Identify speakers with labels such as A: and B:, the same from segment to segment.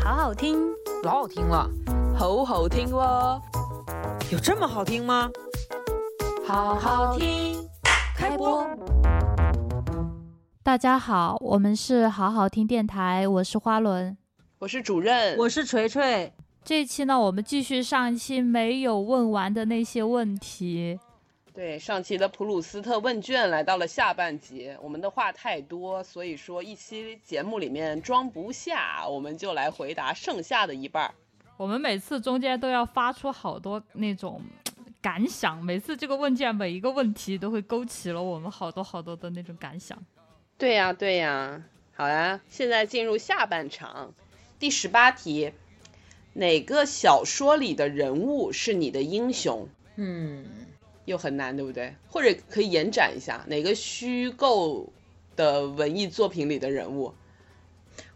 A: 好好听，
B: 老好听了，好好听哦，
C: 有这么好听吗？
B: 好好听，开播。
A: 大家好，我们是好好听电台，我是花轮。
B: 我是主任，
C: 我是锤锤，
A: 这一期呢，我们继续上一期没有问完的那些问题。
B: 对上期的普鲁斯特问卷来到了下半集，我们的话太多，所以说一期节目里面装不下，我们就来回答剩下的一半儿。
A: 我们每次中间都要发出好多那种嘖感想，每次这个问卷每一个问题都会勾起了我们好多好多的那种感想。
B: 对呀、对呀、好呀，现在进入下半场，第十八题，哪个小说里的人物是你的英雄？
C: 嗯，
B: 又很难，对不对？或者可以延展一下，哪个虚构的文艺作品里的人物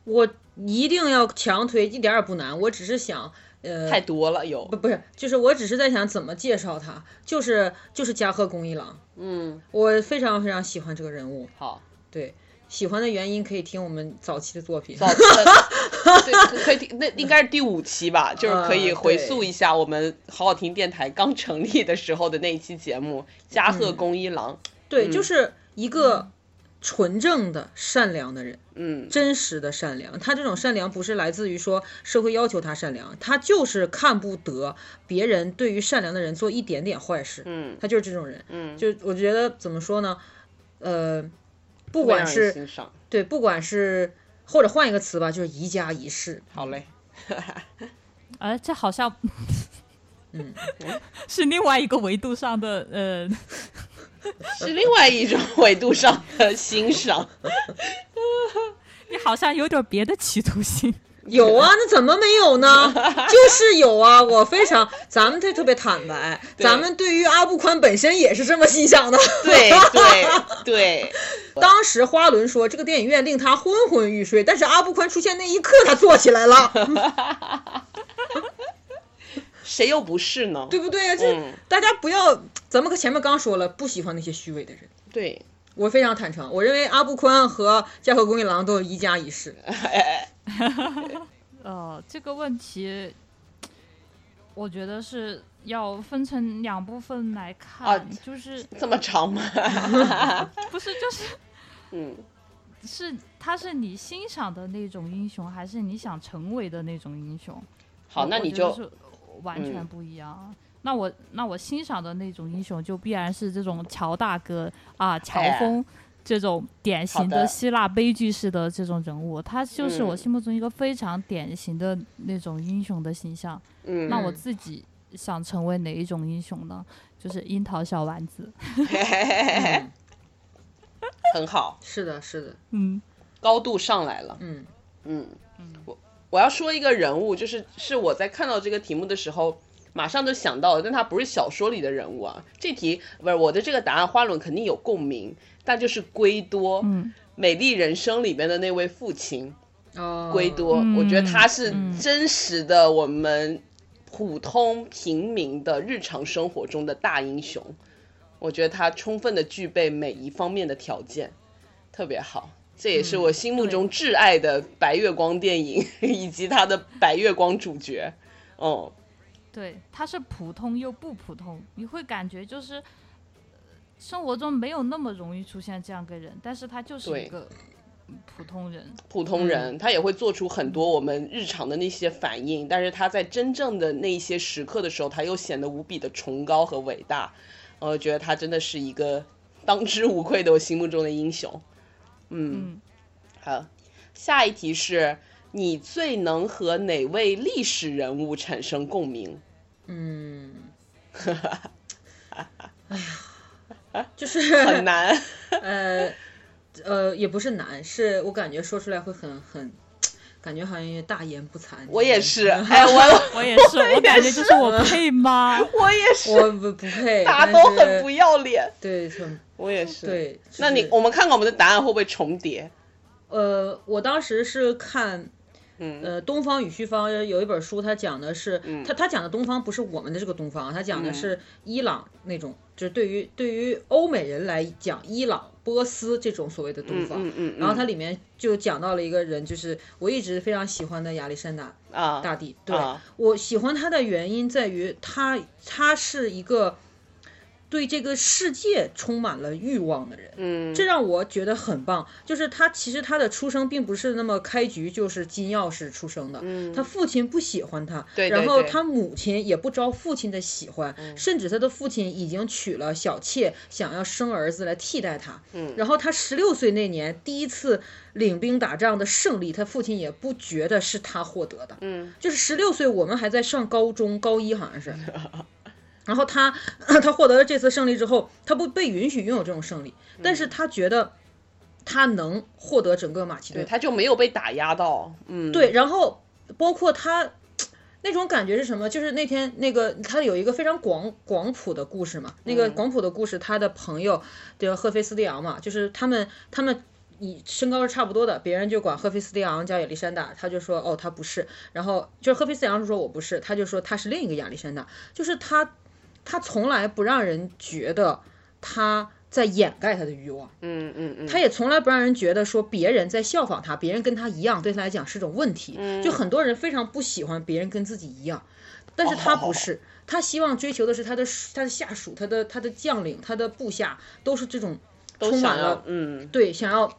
C: 我一定要强推，一点儿也不难。我只是想，呃，
B: 太多了，有
C: 不不是，就是我只是在想怎么介绍他，就是就是加贺恭一郎，
B: 嗯，
C: 我非常非常喜欢这个人物。
B: 好，
C: 对，喜欢的原因可以听我们早期的作品。
B: 早对，可可以听，那应该是第五期吧，就是可以回溯一下我们好好听电台刚成立的时候的那一期节目《加贺恭一郎》。
C: 对，
B: 嗯
C: 就是一个纯正的善良的人，
B: 嗯，
C: 真实的善良。他这种善良不是来自于说社会要求他善良，他就是看不得别人对于善良的人做一点点坏事。
B: 嗯
C: 他就是这种人。
B: 嗯，
C: 就我觉得怎么说呢，呃，不
B: 不
C: 管是
B: 欣赏，
C: 对，不管是或者换一个词吧，就是宜家宜室。
B: 好嘞，
A: 哎，这好像
C: 嗯，
A: 是另外一个维度上的呃
B: 是另外一种维度上的欣赏。
A: 你好像有点别的企图心。
C: 有啊，那怎么没有 呢？就是有啊，我非常，咱们这特别坦白，
B: 对
C: 咱们对于阿布宽本身也是这么欣赏的。
B: 对对对，
C: 当时花轮说这个电影院令他昏昏欲睡，但是阿布宽出现那一刻，他坐起来 了，
B: 谁又不是呢？
C: 对不对啊？这、
B: 嗯
C: 大家不要，咱们前面刚说了，不喜欢那些虚伪的人。
B: 对，
C: 我非常坦诚，我认为阿布宽和加贺恭一郎都是一家一室。
A: 呃，这个问题，我觉得是要分成两部分来看，
B: 啊
A: 就是
B: 这么长吗？
A: 不是就是
B: 嗯，
A: 是他是你欣赏的那种英雄，还是你想成为的那种英雄？
B: 好，
A: 我
B: 那
A: 我
B: 你
A: 觉得
B: 就是
A: 完全
B: 嗯
A: 不一样。那我那我欣赏的那种英雄，就必然是这种乔大哥啊、乔
B: 哎
A: 峰、这种典型
B: 好
A: 的
B: 的
A: 希腊悲剧式的这种人物，他就是我
B: 嗯
A: 心目中一个非常典型的那种英雄的形象。
B: 嗯，
A: 那我自己想成为哪一种英雄呢？就是樱桃小丸子。
B: 哎
C: 嗯，
B: 很好，
C: 是的，是的，
A: 嗯，
B: 高度上来了。
C: 嗯
B: 嗯，我我要说一个人物，就是是我在看到这个题目的时候，马上就想到了，但他不是小说里的人物啊。这题不是我的这个答案，花轮肯定有共鸣，但就是圭多，
A: 嗯，
B: 美丽人生》里面的那位父亲
C: 哦，
B: 圭多，
A: 嗯
B: 我觉得他是
A: 嗯
B: 真实的我们普通平民的日常生活中的大英雄。我觉得他充分的具备每一方面的条件，特别好。这也
A: 嗯
B: 是我心目中挚爱的白月光电影、 以及他的白月光主角。哦，
A: 对，他是普通又不普通，你会感觉就是呃生活中没有那么容易出现这样个人，但是他就是
B: 对
A: 一个嗯普通人。
B: 普通
C: 嗯
B: 人、他也会做出很多我们日常的那些反应，但是他在真正的那一些时刻的时候，他又显得无比的崇高和伟大。呃我觉得他真的是一个当之无愧的我心目中的英雄。嗯
A: 嗯，
B: 好，下一题是你最能和哪位历史人物产生共鸣？
C: 嗯，哎 呀，就是
B: 很难，
C: 呃呃，也不是难，是我感觉说出来会很很，感觉好像有点大言不惭。
B: 我也是，哎，我
A: 我也是，我感觉就是我配 吗？
B: 我也是，
C: 我不不配，
B: 大
C: 但
B: 家都
C: 是
B: 很不要脸，
C: 对，很
B: 我也是。，
C: 对。就是
B: 那你我们看看我们的答案会不会重叠？
C: 呃，我当时是看，
B: 嗯
C: 呃，东方与西方有一本书，它讲的是，它它讲的东方不是我们的这个东方，它讲的
B: 嗯
C: 是伊朗那种，就是对于对于欧美人来讲，伊朗、波斯这种所谓的东
B: 嗯
C: 方。
B: 嗯嗯，
C: 然后它里面就讲到了一个人，就是我一直非常喜欢的亚历山大
B: 它啊
C: 大帝。对、
B: 啊
C: 我喜欢他的原因在于他他是一个对这个世界充满了欲望的人。
B: 嗯
C: 这让我觉得很棒，就是他其实他的出生并不是那么开局就是金钥匙出生的，他父亲不喜欢他，
B: 嗯对对
C: 然后
B: 对嗯
C: 他母亲也不招父亲的喜欢，甚至他的父亲已经娶了小妾，想要生儿子来替代他。
B: 嗯
C: 然后他十六岁那年第一次领兵打仗的胜利，他父亲也不觉得是他获得的，
B: 嗯
C: 就是十六岁，我们还在上高中，高一好像是。 然后他 他获得了这次胜利之后，他不被允许拥有这种胜利，但是他觉得他能获得整个马其
B: 对，
C: 顿。
B: 他就没有被打压到，嗯
C: 对，然后包括他那种感觉是什么？就是那天那个他有一个非常广广谱的故事嘛，那个广谱的故事，他的朋友的赫菲斯蒂昂嘛，就是他们他们。以身高是差不多的，别人就管赫菲斯蒂昂叫亚历山大，他就说哦他不是，然后就是赫菲斯蒂昂是说我不是，他就说他是另一个亚历山大，就是他他从来不让人觉得他在掩盖他的欲望，
B: 嗯嗯嗯，
C: 他也从来不让人觉得说别人在效仿他，别人跟他一样，对他来讲是种问题。
B: 嗯
C: 就很多人非常不喜欢别人跟自己一样，但
B: 哦
C: 是他不是，他希望追求的是他的他的下属、他的他的将领、他的部下都是这种
B: 都
C: 充满
B: 想要
C: 了
B: 嗯
C: 对想要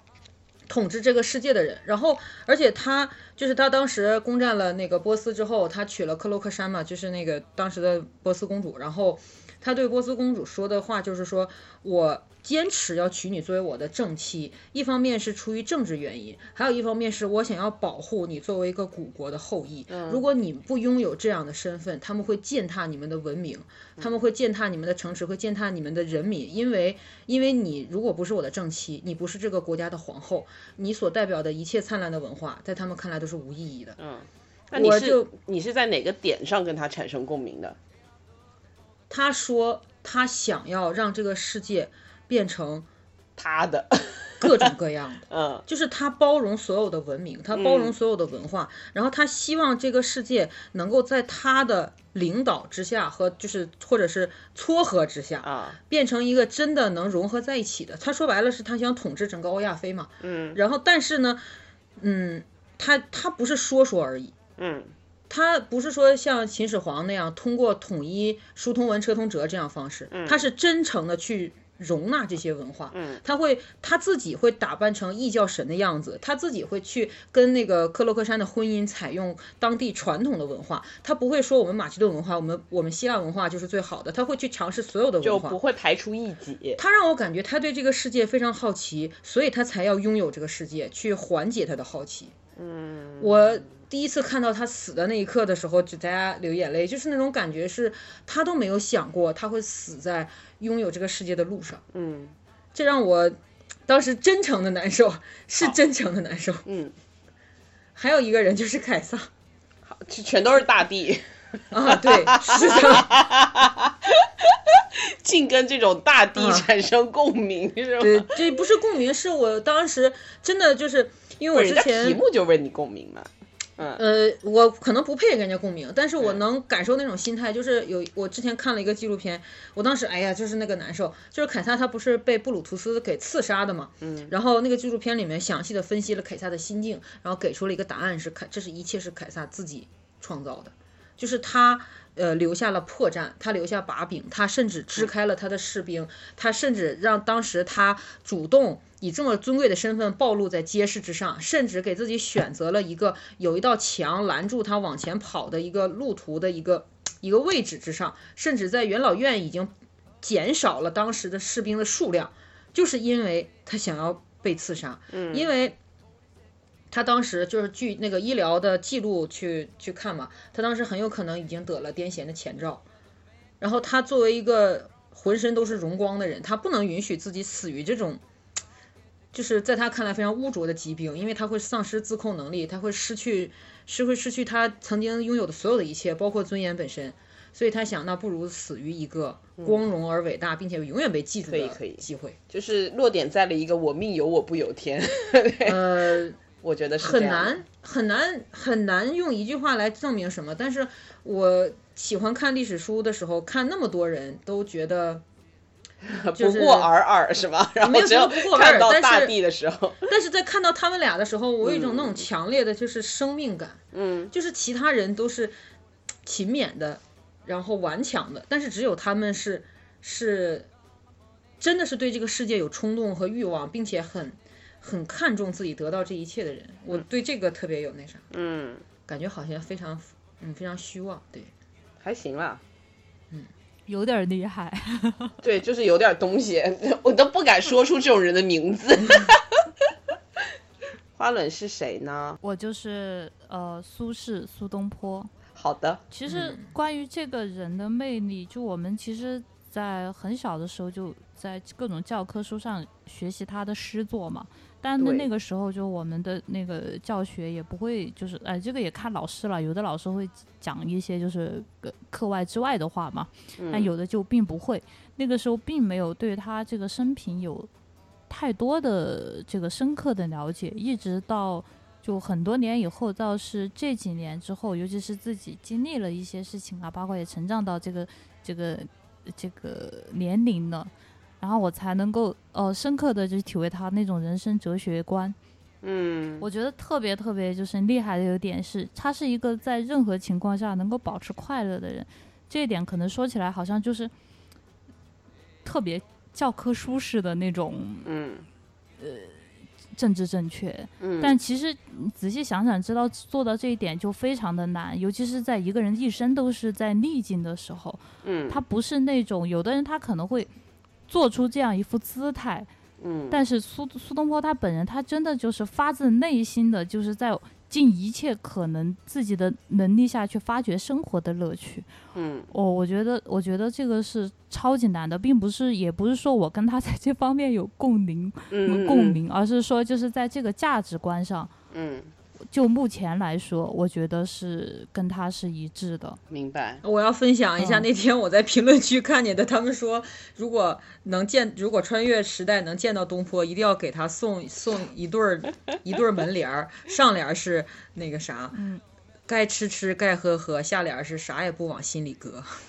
C: 统治这个世界的人。然后，而且他就是他当时攻占了那个波斯之后，他娶了克洛克山嘛，就是那个当时的波斯公主。然后他对波斯公主说的话就是说，我坚持要娶你作为我的正妻，一方面是出于政治原因，还有一方面是我想要保护你作为一个古国的后裔。
B: 嗯
C: 如果你不拥有这样的身份，他们会践踏你们的文明，
B: 嗯
C: 他们会践踏你们的城池，会践踏你们的人民，因为因为你如果不是我的正妻，你不是这个国家的皇后，你所代表的一切灿烂的文化，在他们看来都是无意义的。
B: 嗯，那你
C: 我
B: 是
C: 就
B: 你是在哪个点上跟他产生共鸣的？
C: 他说他想要让这个世界变成
B: 他 的，
C: 各种各样的。
B: 嗯
C: 就是他包容所有的文明，他包容所有的文化，然后他希望这个世界能够在他的领导之下和就是或者是撮合之下，
B: 啊
C: 变成一个真的能融合在一起的。他说白了是他想统治整个欧亚非嘛，
B: 嗯，
C: 然后但是呢，嗯，他他不是说说而已，
B: 嗯
C: 他不是说像秦始皇那样通过统一书同文、车同辙这样方式，他是真诚的去容纳这些文化。
B: 嗯
C: 他会他自己会打扮成异教神的样子，他自己会去跟那个克洛克山的婚姻采用当地传统的文化，他不会说我们马其顿文化，我们我们希腊文化就是最好的，他会去尝试所有的
B: 就
C: 文
B: 不
C: 化。
B: 会排除异己，
C: 他让我感觉他对这个世界非常好奇，所以他才要拥有这个世界，去缓解他的好奇。
B: 嗯，
C: 我第一次看到他死的那一刻的时候，就大家流眼泪，就是那种感觉是，他都没有想过他会死在拥有这个世界的路上，
B: 嗯
C: 这让我当时真诚的难受，是真诚的难受。
B: 嗯，
C: 还有一个人就是凯撒
B: 就全都是大 地，
C: 啊，对，是的，
B: 竟跟这种大地
C: 嗯
B: 产生共鸣，是
C: 对
B: 吗？，
C: 这不是共鸣，是我当时真的就是因为
B: 不
C: 我
B: 是
C: 之
B: 人家题
C: 前。
B: 目就问你共鸣嘛，
C: 呃，我可能不配跟人家共鸣，但是我能感受那种心态，就是有我之前看了一个纪录片，我当时哎呀，就是那个难受，就是凯撒他不是被布鲁图斯给刺杀的嘛，嗯，然后那个纪录片里面详细的分析了凯撒的心境，然后给出了一个答案是凯，这是一切是凯撒自己创造的，就是他呃留下了破绽，他留下把柄，他甚至支开了他的士兵，他甚至让当时他主动以这么尊贵的身份暴露在街市之上，甚至给自己选择了一个有一道墙拦住他往前跑的一个路途的一个一个位置之上，甚至在元老院已经减少了当时的士兵的数量，就是因为他想要被刺杀，嗯、因为。他当时就是据那个医疗的记录去去看嘛，他当时很有可能已经得了癫痫的前兆，然后他作为一个浑身都是荣光的人，他不能允许自己死于这种，就是在他看来非常污浊的疾病，因为他会丧失自控能力，他会失去，是会失去他曾经拥有的所有的一切，包括尊严本身。所以他想，那不如死于一个光荣而伟大，并且永远被记住
B: 嗯可以
C: 的
B: 可以
C: 机会。
B: 就是落点在了一个我命由我不由天，
C: 呃，
B: 我觉得是这
C: 很
B: 样的
C: 难很难很难用一句话来证明什么。但是我喜欢看历史书的时候，看那么多人都觉 得，就
B: 不
C: 是
B: 过啊尔尔是吧？然
C: 没有
B: 后只
C: 什么
B: 有
C: 不过尔
B: 看到
C: 但
B: 大
C: 是
B: 地的时候，
C: 但是在看到他们俩的时候，我有一种那种
B: 嗯
C: 强烈的就是生命感，
B: 嗯
C: 就是其他人都是勤勉的，然后顽强的，但是只有他们是是真的是对这个世界有冲动和欲望，并且很很看重自己得到这一切的人。我对这个特别有那啥，
B: 嗯，
C: 感觉好像非常嗯非常虚妄，对。
B: 还行啦。
A: 有点厉害。
B: 对，就是有点东西，我都不敢说出这种人的名字。 花轮是谁呢？
A: 我就是呃苏轼苏东坡。
B: 好的，
A: 其实
C: 嗯
A: 关于这个人的魅力，就我们其实，在很小的时候就在各种教科书上学习他的诗作嘛。但是
B: 对
A: 那个时候，就我们的那个教学也不会，就是哎，这个也看老师了，有的老师会讲一些就是呃课外之外的话嘛，但
B: 嗯
A: 有的就并不会。那个时候并没有对他这个生平有太多的这个深刻的了解，一直到就很多年以后，倒是这几年之后，尤其是自己经历了一些事情啊，包括也成长到这个这个这个年龄了，然后我才能够呃深刻的就体会他那种人生哲学观。
B: 嗯，
A: 我觉得特别特别就是厉害的有一点是，他是一个在任何情况下能够保持快乐的人，这一点可能说起来好像就是特别教科书式的那种
B: 嗯
A: 政治正确，
B: 嗯，
A: 但其实你仔细想想，知道做到这一点就非常的难，尤其是在一个人一生都是在逆境的时候，
B: 嗯
A: 他不是那种有的人他可能会做出这样一副姿态，
B: 嗯，
A: 但是苏苏东坡他本人，他真的就是发自内心的，就是在尽一切可能自己的能力下去发掘生活的乐趣。
B: 嗯
A: 哦，我觉得，我觉得这个是超级难的，并不是，也不是说我跟他在这方面有共鸣、
B: 嗯
A: 共，鸣，而是说就是在这个价值观上，
B: 嗯，嗯
A: 就目前来说，我觉得是跟他是一致的。
B: 明白。
C: 我要分享一下
A: 嗯
C: 那天我在评论区看见的，他们说如果能见，如果穿越时代能见到东坡，一定要给他送送一对儿一对儿门帘儿，上联儿是那个啥，
A: 嗯
C: 该吃吃，该喝喝，下联儿是啥也不往心里搁。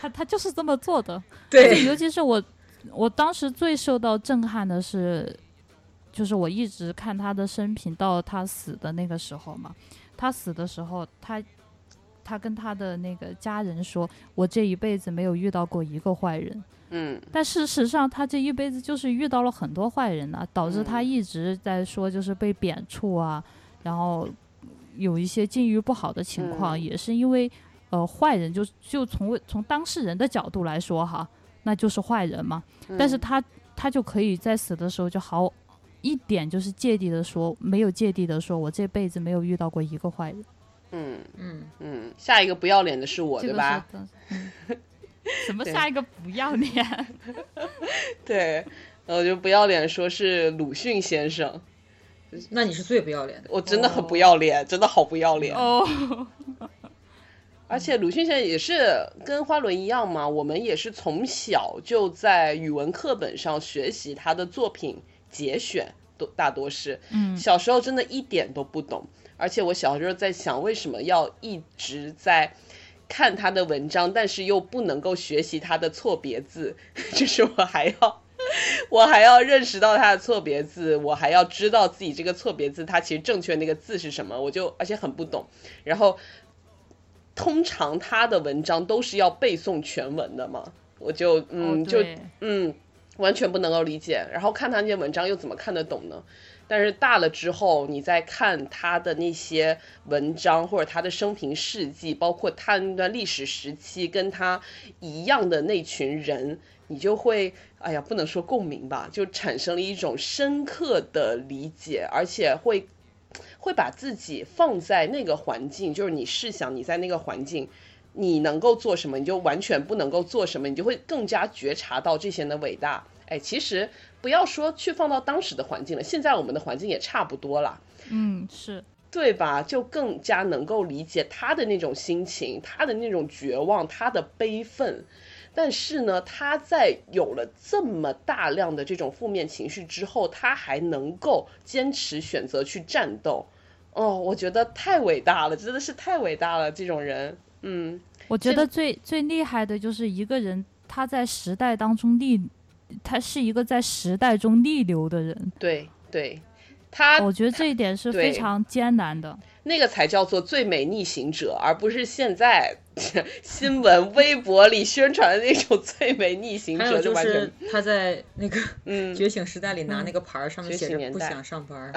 A: 他他就是这么做的。
C: 对，
A: 尤其是我，我当时最受到震撼的是，就是我一直看他的生平到他死的那个时候嘛，他死的时候，他他跟他的那个家人说，我这一辈子没有遇到过一个坏人，
B: 嗯
A: 但事实上他这一辈子就是遇到了很多坏人呐、导致他
B: 嗯
A: 一直在说就是被贬黜啊，然后有一些境遇不好的情况，
B: 嗯
A: 也是因为呃坏人就就从从当事人的角度来说哈，那就是坏人嘛。
B: 嗯
A: 但是他他就可以在死的时候就好一点就是芥蒂的说，没有芥蒂的说，我这辈子没有遇到过一个坏人，
B: 嗯
C: 嗯，
B: 嗯，下一个不要脸的是我，
A: 这
B: 对
A: 个
B: 吧？
A: 是的。嗯什么
B: 对
A: 下一个不要脸？
B: 对，然后就不要脸说是鲁迅先生，
C: 那你是最不要脸的。
B: 我真的很
A: 哦
B: 不要脸，真的好不要脸。
A: 哦，
B: 而且鲁迅先生也是跟花轮一样嘛，我们也是从小就在语文课本上学习他的作品节选，多大多是
A: 嗯
B: 小时候真的一点都不懂。而且我小时候在想，为什么要一直在看他的文章，但是又不能够学习他的错别字， 就是我还要。 我还要认识到他的错别字，我还要知道自己这个错别字，它其实正确那个字是什么，我就而且很不懂。然后通常他的文章都是要背诵全文的嘛，我就嗯、
A: 哦
B: 就
A: 对
B: 嗯完全不能够理解。然后看他那些文章又怎么看得懂呢？但是大了之后，你再看他的那些文章或者他的生平事迹，包括他那段历史时期跟他一样的那群人，你就会哎呀，不能说共鸣吧，就产生了一种深刻的理解，而且会会把自己放在那个环境，就是你试想你在那个环境，你能够做什么，你就完全不能够做什么，你就会更加觉察到这些人的伟大。哎，其实不要说去放到当时的环境了，现在我们的环境也差不多了。
A: 嗯，是
B: 对吧？就更加能够理解他的那种心情，他的那种绝望，他的悲愤，但是呢，他在有了这么大量的这种负面情绪之后，他还能够坚持选择去战斗，哦，我觉得太伟大了，真的是太伟大了，这种人，嗯，
A: 我觉
B: 这
A: 得最最厉害的就是一个人他在时代当中逆，他是一个在时代中逆流的人。
B: 对对，他
A: 我觉得这一点是
B: 对
A: 非常艰难的。
B: 那个才叫做最美逆行者，而不是现在 新闻、微博里宣传的那种最美逆行
C: 还
B: 者，
C: 有就
B: 完
C: 是
B: 全
C: 他在那个
B: 嗯，
C: 觉醒时代里拿那个牌儿，上面
B: 觉
C: 写
B: 醒
C: 着
B: 年
C: 不
B: 代
C: 想上班儿。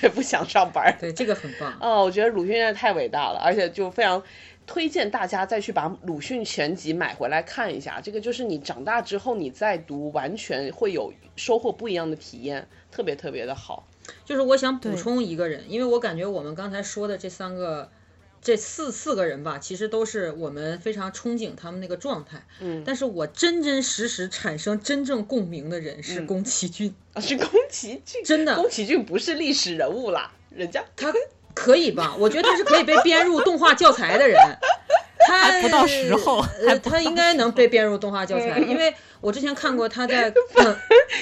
B: 对，不想上班儿。
C: 对，这个很棒。
B: 哦，我觉得鲁迅真的太伟大了，而且就非常推荐大家再去把鲁迅全集买回来看一下。这个就是你长大之后你再读，完全会有收获不一样的体验，特别特别的好。
C: 就是我想补
A: 对
C: 充一个人，因为我感觉我们刚才说的这三个、这四四个人吧，其实都是我们非常憧憬他们那个状态。
B: 嗯
C: 但是我真真实实产生真正共鸣的人是
B: 嗯
C: 宫崎骏，
B: 啊，是宫崎骏，
C: 真的
B: 宫崎骏不是历史人物啦，人家
C: 他可以吧？我觉得他是可以被编入动画教材 的人。他
A: 还不到时候
C: 呃，他应该能被编入动画教材，因为我之前看过他 在嗯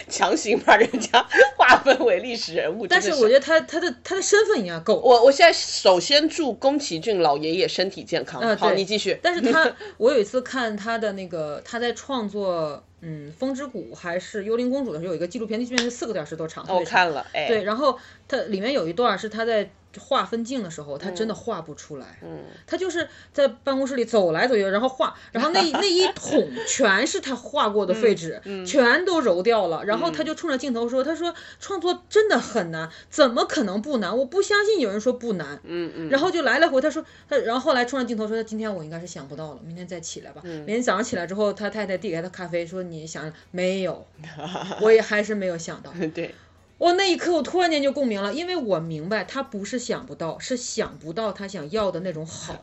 B: 强行把人家划分为历史人物，
C: 但
B: 真
C: 是
B: 的
C: 我觉得他他的他的身份应该够。
B: 我我现在首先祝宫崎骏老爷爷身体健康。
C: 嗯
B: 好，
C: 对
B: 你继续。
C: 但是他，我有一次看他的那个，他在创作嗯《风之谷》还是《幽灵公主》的时候，有一个纪录片，那纪录片是四个小时多长，特
B: 我
C: 别长。
B: 看了，哎，
C: 对，，然后它里面有一段是他在画分镜的时候，他真的画不出来，
B: 嗯，
C: 他就是在办公室里走来走去，然后画，然后那 那一桶全是他画过的废纸，
B: 嗯
C: 全都揉掉了，然后他就冲着镜头说：“他说创作真的很难，怎么可能不难？我不相信有人说不难。”
B: 嗯嗯，
C: 然后就来来回，他说他，然后后来冲着镜头说，今天我应该是想不到了，明天再起来吧。
B: 嗯
C: 明天早上起来之后，他太太递给他咖啡，说你想没 有？我也还是没有想到。
B: 对，
C: 我那一刻我突然间就共鸣了，因为我明白他不是想不到，是想不到他想要的那种 好。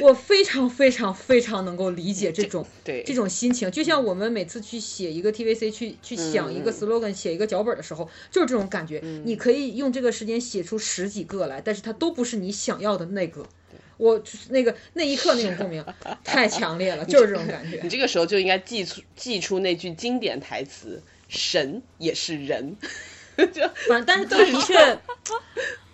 C: 我非常非常非常能够理解这种
B: 对
C: 这种心情，就像我们每次去写一个 TVC，去去想一个
B: 嗯
C: slogan，、写一个脚本的时候，就是这种感觉。你可以用这个时间写出十几个来，但是它都不是你想要的那个。我就是那个那一刻那种共 鸣太强烈了，就是这种感觉
B: 你。这个时候就应该记出记出那句经典台词：“神也是人。
C: 反啊但是他的 确，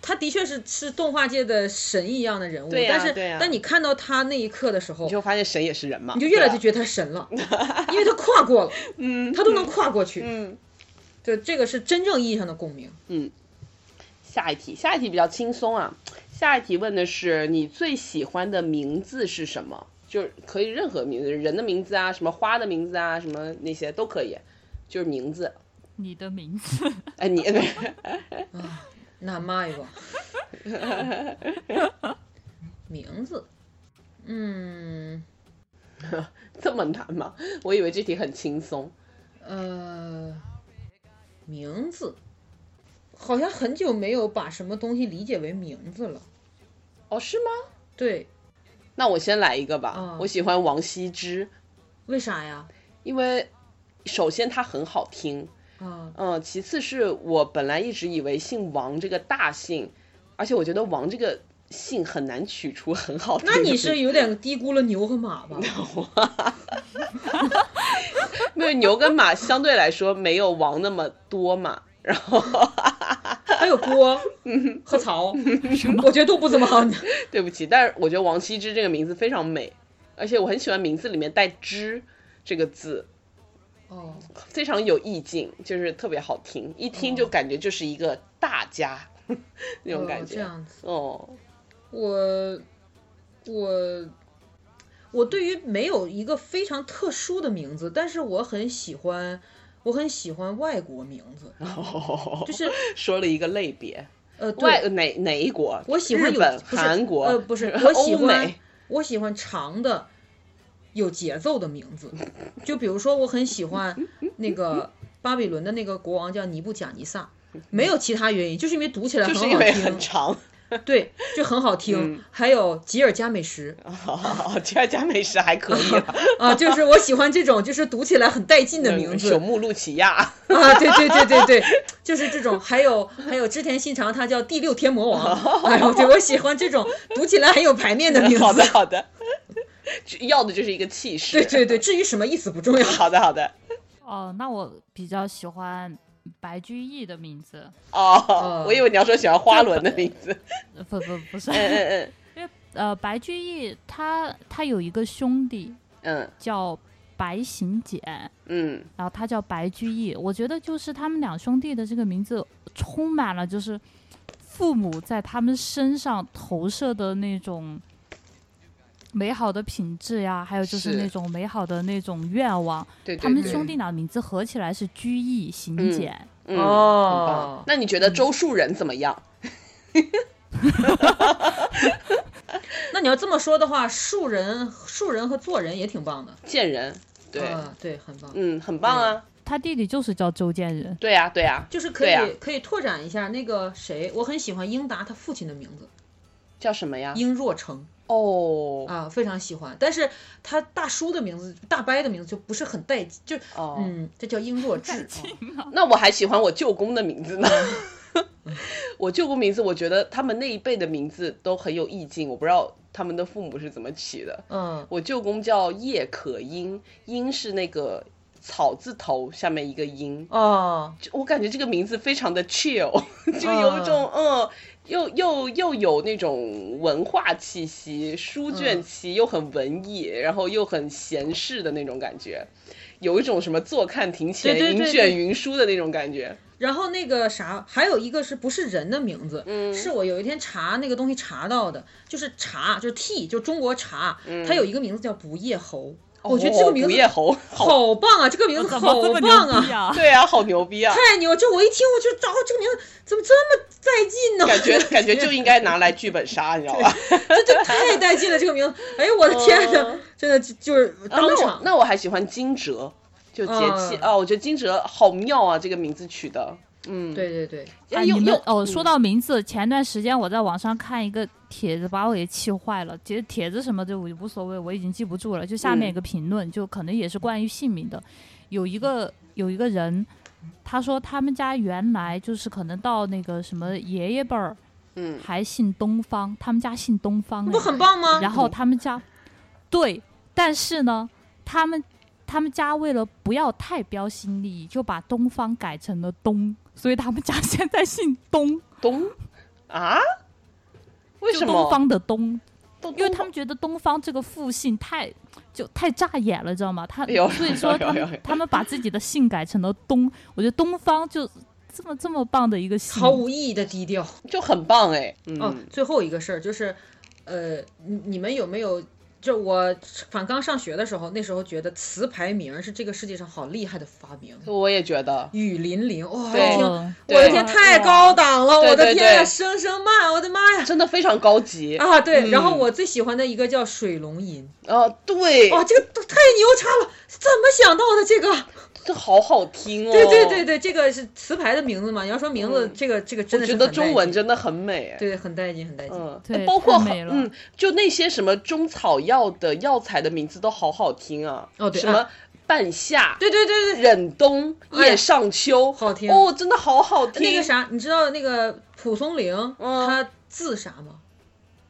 C: 他的确是是动画界的神一样的人物。
B: 对呀
C: 但是
B: 对呀
C: 当你看到他那一刻的时”候
B: 你，就发现神也是人嘛，
C: 你就越来
B: 对
C: 就
B: 啊
C: 觉得他神 了，因为他跨过了，嗯，他都能跨过去，
B: 嗯，
C: 对，这个是真正意义上的共鸣。
B: 下一题，下一题比较轻松啊。下一题问的是你最喜欢的名字是什么？就是可以任何名字，人的名字啊，什么花的名字啊，什么那些都可以，就是名字。
A: 你的名字，
B: 哎，你
C: 那妈一个名字，嗯
B: 这么难吗？我以为这题很轻松。
C: 呃，名字，好像很久没有把什么东西理解为名字了。
B: 哦，是吗？
C: 对，
B: 那我先来一个吧。
C: 嗯
B: 我喜欢王羲之，
C: 为啥呀？
B: 因为首先它很好听，
C: 啊，
B: 嗯、其次是我本来一直以为姓王这个大姓，而且我觉得王这个姓很难取出很好听的
C: 那
B: 名字。
C: 你 是有点低估了牛和马吧？
B: 因为牛跟马相对来说没有王那么多嘛， 然后
C: 还有郭 和曹，我觉得都不怎么好。
B: 对不起，但是我觉得王羲之这个名字非常美，而且我很喜欢名字里面带“之”这个字，
C: 哦，
B: 非常有意境，就是特别好听，一听就感觉就是一个大家 那种感
C: 哦哦这
B: 觉。
C: 样子。
B: 哦，
C: 我我我对于没有一个非常特殊的名字，但是我很喜欢，我很喜欢外国名字，就是
B: 说了一个类别，
C: 呃，对，
B: 外哪哪一国？
C: 我喜欢
B: 日
C: 有
B: 本、
C: 不是
B: 韩国，
C: 呃不是我喜
B: 欧
C: 欢
B: 美。
C: 我喜欢长的有节奏的名字，就比如说我很喜欢那个巴比伦的那个国王叫尼布贾尼撒。没有其他原因，就是因为读起来
B: 就是
C: 很
B: 因
C: 好
B: 为
C: 听，
B: 很长，
C: 对，就很好听。
B: 嗯
C: 还有吉尔加美什，
B: 这样加美食还可以吧？
C: 啊，就是我喜欢这种，就是读起来很带劲
B: 嗯
C: 的 名字
B: 朽木露琪 亚，
C: 啊，对对对对对，就是这种。还有还有，织田信长他叫第六天魔王，哎呦，对我喜欢这种读起来很有排面的名
B: 哦好的
C: 字。
B: 好的，要的就是一个气势。
C: 对对对，至于什么意思不重要。
B: 好的好的。
A: 哦，那我比较喜欢白居易的名字。
B: 哦，我以为你要说喜欢花轮的名 字。
A: 呃不不不是，
B: 嗯嗯嗯
A: 因为 呃，白居易他他有一个兄弟
B: 嗯
A: 叫白行简，
B: 嗯，
A: 然后他叫白居易。我觉得就是他们两兄弟的这个名字充满了就是父母在他们身上投射的那种美好的品质呀，还有就是
B: 是
A: 那种美好的那种愿望。
B: 对对对。
A: 他们兄弟俩名字合起来是居易行
B: 嗯
A: 简。
B: 嗯很棒
C: 哦，
B: 那你觉得周树人怎么样？
C: 那你要这么说的话，树人、树人和做人也挺棒的。
B: 贱人，对，
C: 啊对，很棒。
B: 嗯，很棒啊，
A: 他弟弟就是叫周建人，
B: 对呀、对呀、
C: 就是可以、
B: 对啊
C: 可以拓展一下那个谁，我很喜欢英达他父亲的名字
B: 叫什么呀？
C: 英若诚
B: 哦
C: 啊，非常喜欢。但是他大叔的名字、大伯的名字就不是很带劲，就
B: 哦，
C: 嗯，这叫英若智。
B: 那我还喜欢我舅公的名字呢。 我舅公名字，我觉得他们那一辈的名字都很有意境，我不知道他们的父母是怎么起的。
C: 嗯，
B: 我舅公叫叶可英，英是那个草字头下面一个英，
C: 哦，
B: 就我感觉这个名字非常的 chill，就有一种嗯，又又又有那种文化气息、
C: 嗯
B: 书卷气，又很文艺，然后又很闲适的那种感觉，有一种什么坐看庭前
C: 对对
B: 云
C: 对
B: 卷
C: 对
B: 云舒的那种感觉。
C: 然后那个啥，还有一个是不是人的名字？嗯，是我有一天查那个东西查到的，就是茶，就是 T，就是中国茶，它有一个名字叫不夜侯。我觉得这个名
B: 嗯哦不
C: 字
B: 夜侯 好，
C: 好棒啊，这个名字
A: 怎
C: 好
A: 么这么
C: 棒
A: 牛
C: 啊
A: 逼，啊？
B: 对啊，好牛逼啊！
C: 太牛！就我一听我就，哦，这个名字怎么这么带劲呢？
B: 感觉感觉就应该拿来剧本杀，你知道吧？
C: 这这太带劲了，这个名字。哎呦我的天
B: 哦
C: 哪，真的就就是
B: 啊
C: 当
B: 那我
C: 场。
B: 那我还喜欢惊蛰，就节气、
C: 嗯
B: 啊，我觉得惊蛰好妙啊，这个名字取的，嗯，
C: 对对对，
A: 啊，
B: 哎又
A: 你们
B: 又
A: 哦，说到名字，前段时间我在网上看一个帖子，把我给气坏了。其实帖子什么的我无所谓，我已经记不住了。就下面
B: 嗯
A: 一个评论，就可能也是关于姓名的，有一个有一个人，他说他们家原来就是可能到那个什么爷爷辈儿
B: 嗯
A: 还姓东方，他们家姓东方、哎
C: 不很棒吗？
A: 然后他们家，对，但是呢，他们他们家为了不要太标新立异，就把东方改成了东，所以他们家 现在姓东，
B: 东啊？为
A: 就
B: 什
A: 东
B: 么？
A: 方的东，
B: 东
A: 因为他们觉得东方这个复姓太就太扎眼了，知道吗？他
B: 有
A: 所以说
B: 有
A: 他
B: 有有
A: 们 他们把自己的姓改成了东，我觉得东方就这么这么棒的一个姓
C: 毫，无意义的低调。
B: 就很棒哎，
C: 哦
B: 嗯，，
C: 最后一个事儿就是，呃，你你们有没有？就我反刚上学的时候，那时候觉得词牌名是这个世界上好厉害的发明。
B: 我也觉得，
C: 雨霖铃，哇、我的
B: 对
C: 天，
A: 哦
C: 我的天，
A: 对
C: 太高档了，
B: 对
C: 我的
B: 对
C: 天
B: 对
C: 啊，声声慢，我的妈呀！
B: 真的非常高级
C: 啊，对，然后
B: 嗯
C: 我最喜欢的一个叫水龙吟，
B: 啊，对，
C: 哇，这个都太牛叉了，怎么想到的这个？
B: 这好好听哦，
C: 对对对，对，这个是词牌的名字嘛？你要说名字，这个这个真
B: 嗯我
C: 的
B: 觉
C: 是
B: 得
C: 很
B: 中
C: 带
B: 文
C: 劲
B: 真的很美哎。
C: 对很带劲，很带劲。
B: 嗯，
A: 对
B: 包
A: 太
B: 括好
A: 美了
B: 嗯，就那些什么中草药的药材的名字都好好听啊，
C: 哦对
B: 什么
C: 啊
B: 半夏、
C: 对对对对，
B: 忍冬、
C: 哎
B: 叶上秋，
C: 好听
B: 哦，真的好好听。
C: 那个啥，你知道那个蒲松龄
B: 嗯
C: 他字啥吗？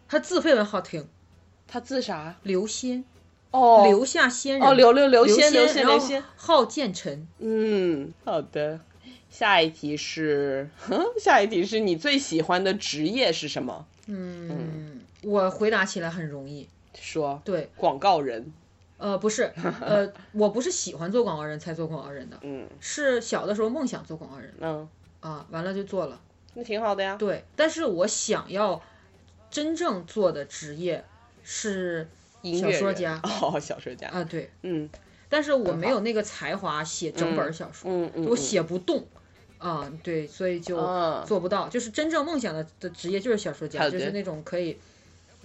C: 他字非常好听，
B: 他字啥？
C: 刘仙，
B: 哦，
C: 留下仙人
B: 哦，刘刘刘
C: 刘
B: 仙刘
C: 仙，
B: 仙
C: 然
B: 刘
C: 后
B: 仙，
C: 好剑尘，
B: 嗯，好的。下一题是， 下一题是你最喜欢的职业是什么？
C: 嗯，我回答起来很容易，
B: 说
C: 对，
B: 广告人，
C: 呃，不 是，呃，我不是喜欢做广告人才做广告人的，
B: 嗯
C: 是小的时候梦想做广告人
B: 嗯，
C: 啊，完了就做了。
B: 那挺好的呀。
C: 对，但是我想要真正做的职业是
B: 音
C: 小
B: 乐
C: 说
B: 人
C: 家
B: 哦，小说家，
C: 啊，对，
B: 嗯
C: 但是我没有那个才华写整本
B: 嗯
C: 小说，
B: 嗯嗯，
C: 我
B: 嗯
C: 写不动啊，对，所以就
B: 啊
C: 做不到。就是真正梦想的的职业就是小说
B: 好
C: 家，就
B: 的
C: 是那种可以。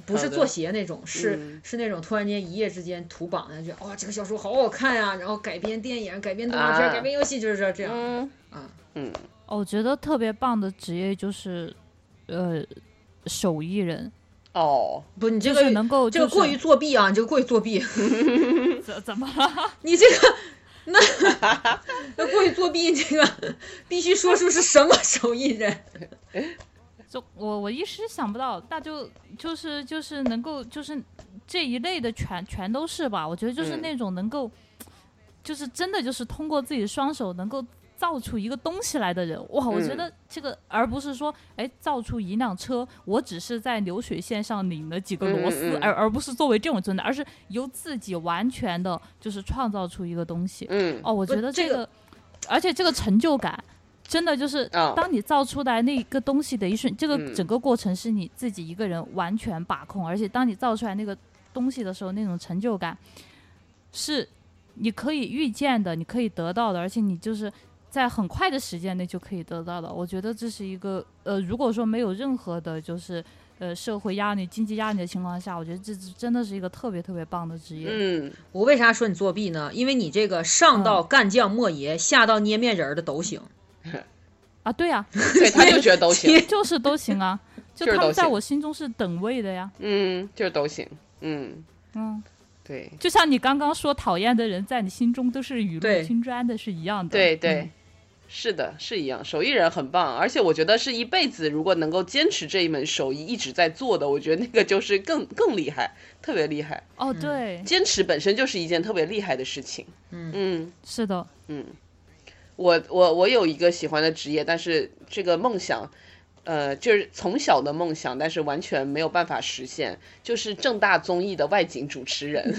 C: 不是
B: 的
C: 做鞋那种，是
B: 嗯
C: 是那种突然间一夜之间图榜的，就哇、这个小说好好看呀、然后改编电影、改编动画片、
B: 啊
C: 改编游戏，就是这这样
B: 嗯
C: 啊。
B: 嗯，
A: 哦我觉得特别棒的职业就是，呃，手艺人，
B: 哦，
C: 不，你这
A: 就
C: 个
A: 是能够
C: 这个
A: 就是
C: 过于作弊啊，你这个过于作弊。
A: 怎怎么了？
C: 你这个， 那 那过去作弊，这个必须说出是什么手艺人。
A: 就我我一时想不到，那就就是就是能够就是这一类的全全都是吧，我觉得就是
B: 嗯
A: 那种能够，就是真的就是通过自己双手能够造出一个东西来的人，哇，我觉
B: 嗯
A: 得这个而不是说哎造出一辆车，我只是在流水线上拧了几个螺丝，
B: 嗯嗯嗯
A: 而而不是作为这种存在，而是由自己完全的就是创造出一个东西，
B: 嗯
A: 哦，我
C: 不
A: 觉得
C: 这
A: 这
C: 个
A: 个，而且这个成就感，真的就是
B: 啊
A: 当你造出来那个东西的一瞬，这
B: 嗯
A: 个整个过程是你自己一个人完全把控，而且当你造出来那个东西的时候，那种成就感是你可以预见的，你可以得到的，而且你就是。在很快的时间内就可以得到的，我觉得这是一个呃，如果说没有任何的，就是呃社会压力、经济压力的情况下，我觉得这这真的是一个特别特别棒的职业。
B: 嗯，
C: 我为啥说你作弊呢？因为你这个
A: 嗯
C: 上到干将莫邪，下到捏面人儿的都行。
A: 啊，对呀、
B: 对，他就觉得都行，
A: 就是都行啊，就
B: 就是
A: 他
B: 都
A: 们在
B: 行
A: 我心中是等位的呀。
B: 嗯，就是都行，嗯，
A: 嗯，
B: 对
A: 就像你刚刚说，讨厌的人在你心中都是雨
C: 对
A: 露均沾的，是一样的。
B: 对对。
A: 嗯
B: 是的，是一样，手艺人很棒，而且我觉得是一辈子，如果能够坚持这一门手艺一直在做的，我觉得那个就是更更厉害，特别厉害。
A: 哦，对，
B: 坚持本身就是一件特别厉害的事情。
C: 嗯
B: 嗯，
A: 是的，
B: 我我我有一个喜欢的职业，但是这个梦想，呃，就是从小的梦想，但是完全没有办法实现，就是正大综艺的外景主持人。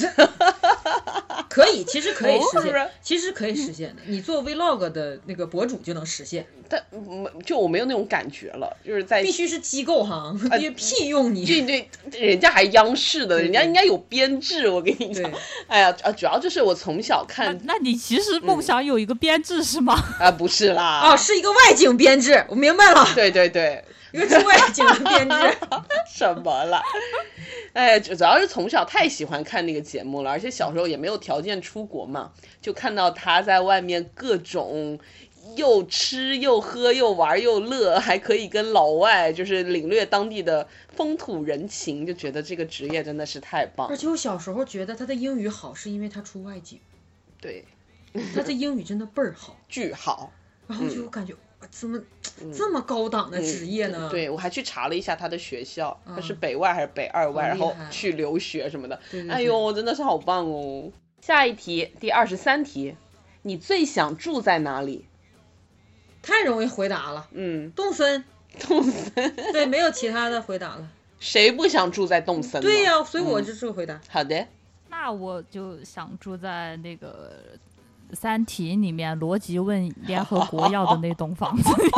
C: 可以，其实可以实
B: 偶尔
C: 现，其实可以实现的。
B: 嗯
C: 你做 vlog 的那个博主就能实现，
B: 但嗯就我没有那种感觉了，就是在
C: 必须是机构哈，
B: 呃
C: 因为屁用你。
B: 对对，人家还央视的，
C: 对
B: 人家
C: 对
B: 应该有编制，我跟你
C: 对
B: 讲。，哎呀，啊，主要就是我从小
A: 那
B: 看
A: 那你其实
B: 嗯
A: 梦想有一个编制是吗？
B: 啊，不是啦，
C: 哦，是一个外景编制，我明白了，
B: 对对对，
C: 一个外景的编制。
B: 什么了？ 哎，主主要是从小太喜欢看那个节目了，而且小时候也没有条件出国嘛，就看到他在外面各种又吃又喝又玩又乐，还可以跟老外就是领略当地的风土人情，就觉得这个职业真的是太棒
C: 而。且我小时候觉得他的英语好，是因为他出外景，
B: 对，嗯
C: 他的英语真的倍儿好。
B: 巨好。
C: 然后就
B: 嗯
C: 感觉哇怎么这么高档的职业呢？
B: 对我还去查了一下他的学校，他是
C: 嗯
B: 北外还是北二外，
C: 好
B: 然
C: 厉
B: 后
C: 害
B: 去留学什么的。
C: 对对对
B: 哎呦，真的是好棒哦！下一题，第二十三题，你最想住在哪里？
C: 太容易回答了。
B: 嗯，
C: 动 森，
B: 洞森，
C: 对，没有其他的回答了。
B: 谁不想住在洞森呢？
C: 对呀、所以
B: 嗯
C: 我就这个回答。
B: 好的，
A: 那我就想住在那个《三体》里面罗辑问联合国要的那栋房子里。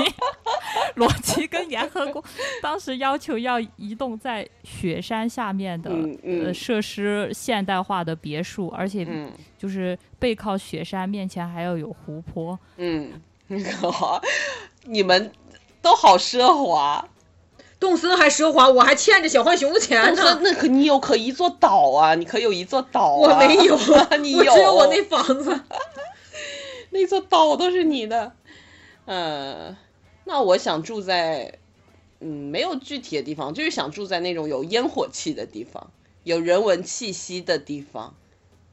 A: 罗辑跟联合国当时要求要一栋在雪山下面的、
B: 嗯嗯
A: 呃设施现代化的别墅，而且
B: 嗯
A: 就是背靠雪山，面前还要有湖泊。
B: 嗯， 好，你们都好奢华。
C: 动森还奢华，我还欠着小浣熊的钱
B: 洞
C: 呢
B: 森。那可你有可一座岛啊，你可有一座岛、啊。，
C: 我没有
B: 你
C: 我只
B: 有
C: 有我那房 子。
B: 那座岛都是你的。嗯，那我想住在，嗯，没有具体的地方，就是想住在那种有烟火气的地方，有人文气息的地方。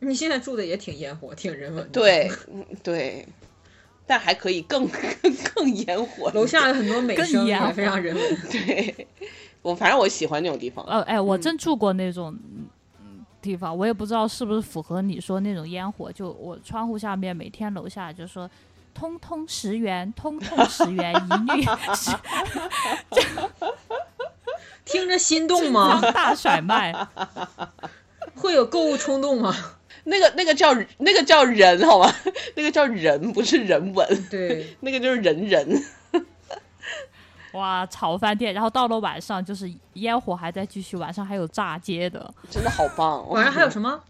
C: 你现在住的也挺烟火，挺人文的。，
B: 对，嗯对，但还可以更更更烟火一点。
C: 楼下有很多美
A: 更
C: 声
A: 烟火
C: 也非常人文。
B: 对，我反正我喜欢那种地方。
A: 呃，哎，我真住过那种嗯地方，我也不知道是不是符合你说那种烟火。就我窗户下面，每天楼下就说。通通十元，通通十元，一 律十
C: 听着心动吗？
A: 大甩卖。
C: 会有购物冲动吗？
B: 那个那个叫那个叫人好吗？ 那个叫人，不是人文，
C: 对，
B: 那个就是人人。
A: 哇，炒饭店，然后到了晚上就是烟火还在继续，晚上还有炸街的，
B: 真的好棒。哦
C: 晚上还有什么？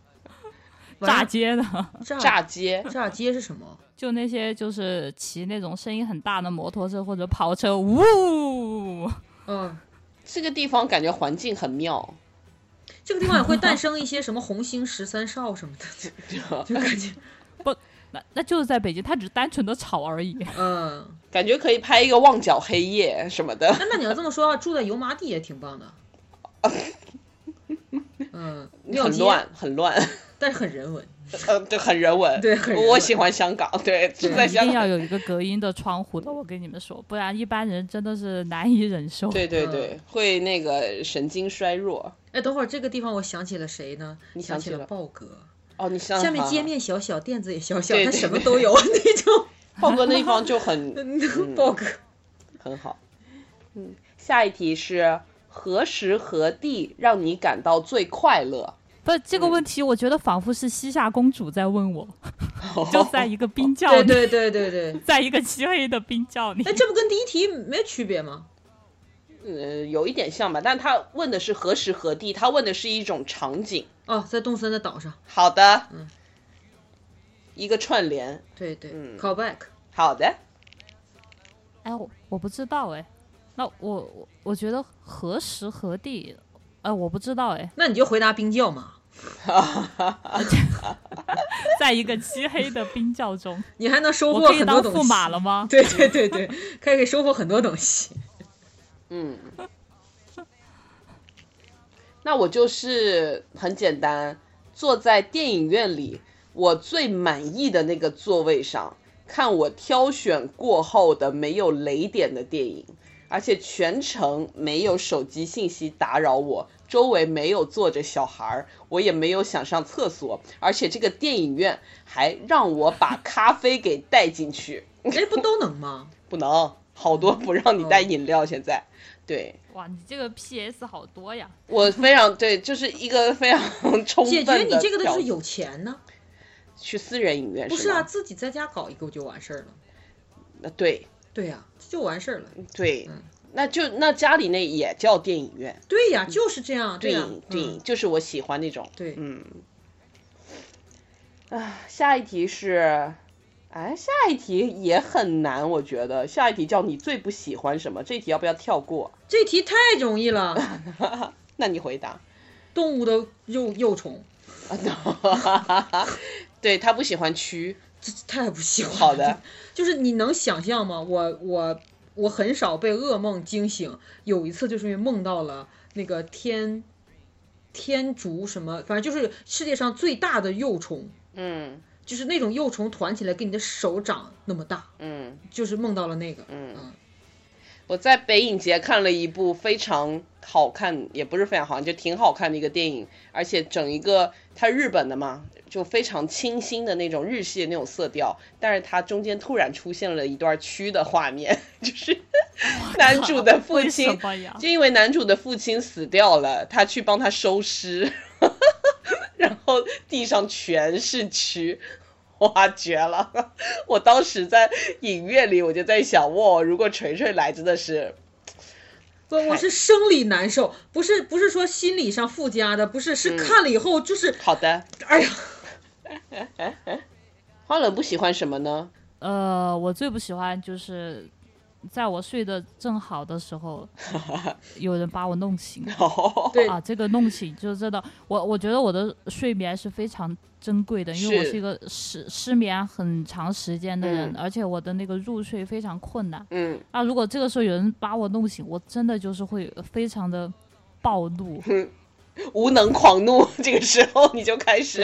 A: 炸
C: 晚
A: 街的，
C: 上
B: 炸
C: 炸
B: 街，
C: 炸街是什么？
A: 就那些就是骑那种声音很大的摩托车或者跑车，呜，
C: 嗯，
B: 这个地方感觉环境很妙。
C: 这个地方也会诞生一些什么红星十三少什么的， 就感 觉，
A: 那那就是在北京，它只单纯的炒而已。
C: 嗯，
B: 感觉可以拍一个《旺角黑夜》什么的。
C: 那那你要这么说，啊住在油麻地也挺棒 的，嗯嗯，庙
B: 很
C: 街，
B: 乱，很乱。
C: 但是很人文，
B: 呃，对，很人文，
C: 对很人
B: 我
C: 文
B: 喜欢香港，对，住在
A: 一
B: 香
A: 定要
B: 港，
A: 有一个隔音的窗户的，我跟你们说，不然一般人真的是难以忍受。
B: 对对对，会那个神经衰弱。
C: 哎，等会儿这个地方我想起了谁呢？
B: 你
C: 想
B: 想
C: 起
B: 起
C: 了
B: 了
C: 豹哥。
B: 哦，你想
C: 下面
B: 哈
C: 街面小小，垫子也小小，
B: 对
C: 他
B: 对
C: 什么
B: 对
C: 都有那种。
B: 豹哥那地方就 很
C: 豹哥，
B: 很好。嗯，下一题是何时何地让你感到最快乐？
A: 不，这个
B: 嗯
A: 问题我觉得仿佛是西夏公主在问 我， 就在一个冰窖
C: 对
A: 里，
C: 对对对对。
A: 在一个漆黑的冰窖里
C: 哎，。这不跟第一题没区别吗？
B: 呃，有一点像吧，但他问的是何时何地，他问的是一种场景。
C: 哦，在动森的岛上。
B: 好的，
C: 嗯，
B: 一个串联。
C: 对对
B: 嗯
C: ，call back。
B: 好的，
A: 哎，我我不知道哎，那我我我觉得何时何地，哎，我不知道哎，
C: 那你就回答冰窖嘛，
A: 在一个漆黑的冰窖 中，
C: 你还能收
A: 我
C: 获
A: 可以
C: 很多
A: 当
C: 东西。
A: 驸马了吗？
C: 对对对对，可以收获很多东西。
B: 嗯，那我就是很简单，坐在电影院里我最满意的那个座位上，看我挑选过后的没有雷点的电影，而且全程没有手机信息打扰我，周围没有坐着小孩儿，我也没有想上厕所，而且这个电影院还让我把咖啡给带进去，
C: 哎，不都能 吗？
B: 不能，好多不让你带饮料，现在，对。
A: 哇，你这个 PS 好多呀！
B: 我非常对，就是一个非常充分
C: 解决你
B: 的
C: 这个的就
B: 条
C: 是
B: 件
C: 有钱呢，
B: 去私人影院
C: 不是啊，
B: 吗？
C: 自己在家搞一个不就完事儿了？
B: 那对
C: 对呀、这就完事儿了。
B: 对
C: 嗯，
B: 那就那家里那也叫电影院，
C: 对呀、就是这样。
B: 电
C: 呀、
B: 影电
C: 嗯
B: 影就是我喜欢那种。
C: 对
B: 嗯。啊，下一题是，哎，下一题也很难，我觉得下一题叫你最不喜欢什么？这题要不要跳过？
C: 这题太容易 了，
B: 那你回答。
C: 动物的幼幼虫，
B: 对他不喜欢蛆。
C: 这这太不喜欢了。
B: 好的，
C: 就是你能想象吗？我我我很少被噩梦惊醒，有一次就是因为梦到了那个天天竺什么，反正就是世界上最大的幼虫，
B: 嗯
C: 就是那种幼虫团起来跟你的手掌那么大，
B: 嗯。
C: 就是梦到了那个。
B: 嗯，我在北影节看了一部非常好看，也不是非常好看，就挺好看的一个电影，而且整一个它日本的嘛，就非常清新的那种日系的那种色调，但是它中间突然出现了一段蛆的画面， 就是男主的父
A: 为什
B: 亲，
A: 么呀？
B: 就因为男主的父亲死掉了，他去帮他收尸， 然后地上全是蛆，哇，绝了！ 我当时在影院里，我就在想，哇，如果锤锤来，真的是
C: 不，我是生理难受，不是不是说心理上附加的，不是
B: 嗯
C: 是看了以后就是，
B: 好的。
C: 哎呀，
B: 花冷不喜欢什么呢？
A: 呃，我最不喜欢就是，在我睡得正好的时 候，有人把我弄醒。
B: 哦，
C: 对
A: 啊，这个弄醒就真的，我我觉得我的睡眠是非常珍贵的，因为我
B: 是
A: 是一个失失眠很长时间的人，
B: 嗯
A: 而且我的那个入睡非常困难。
B: 嗯，
A: 啊，如果这个时候有人把我弄醒，我真的就是会非常的暴 怒，
B: 无能狂怒，这个时候你就开始。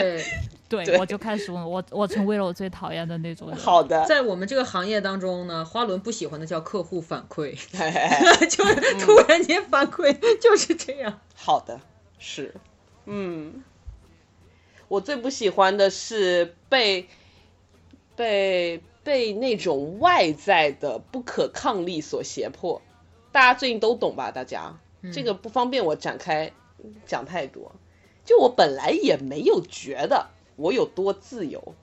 C: 对，
A: 对
B: 对
A: 我就开始我我成为了我最讨厌的那种人。
B: 好的，
C: 在我们这个行业当中呢，花轮不喜欢的叫客户反馈，
B: 嘿嘿嘿嗯
C: 就是突然间反馈 就是这样。
B: 好的，是，嗯，我最不喜欢的是被被被那种外在的不可抗力所胁迫。大家最近都懂吧？大家、
C: 嗯
B: 这个不方便我展开讲太多。就我本来也没有觉得我有多自由，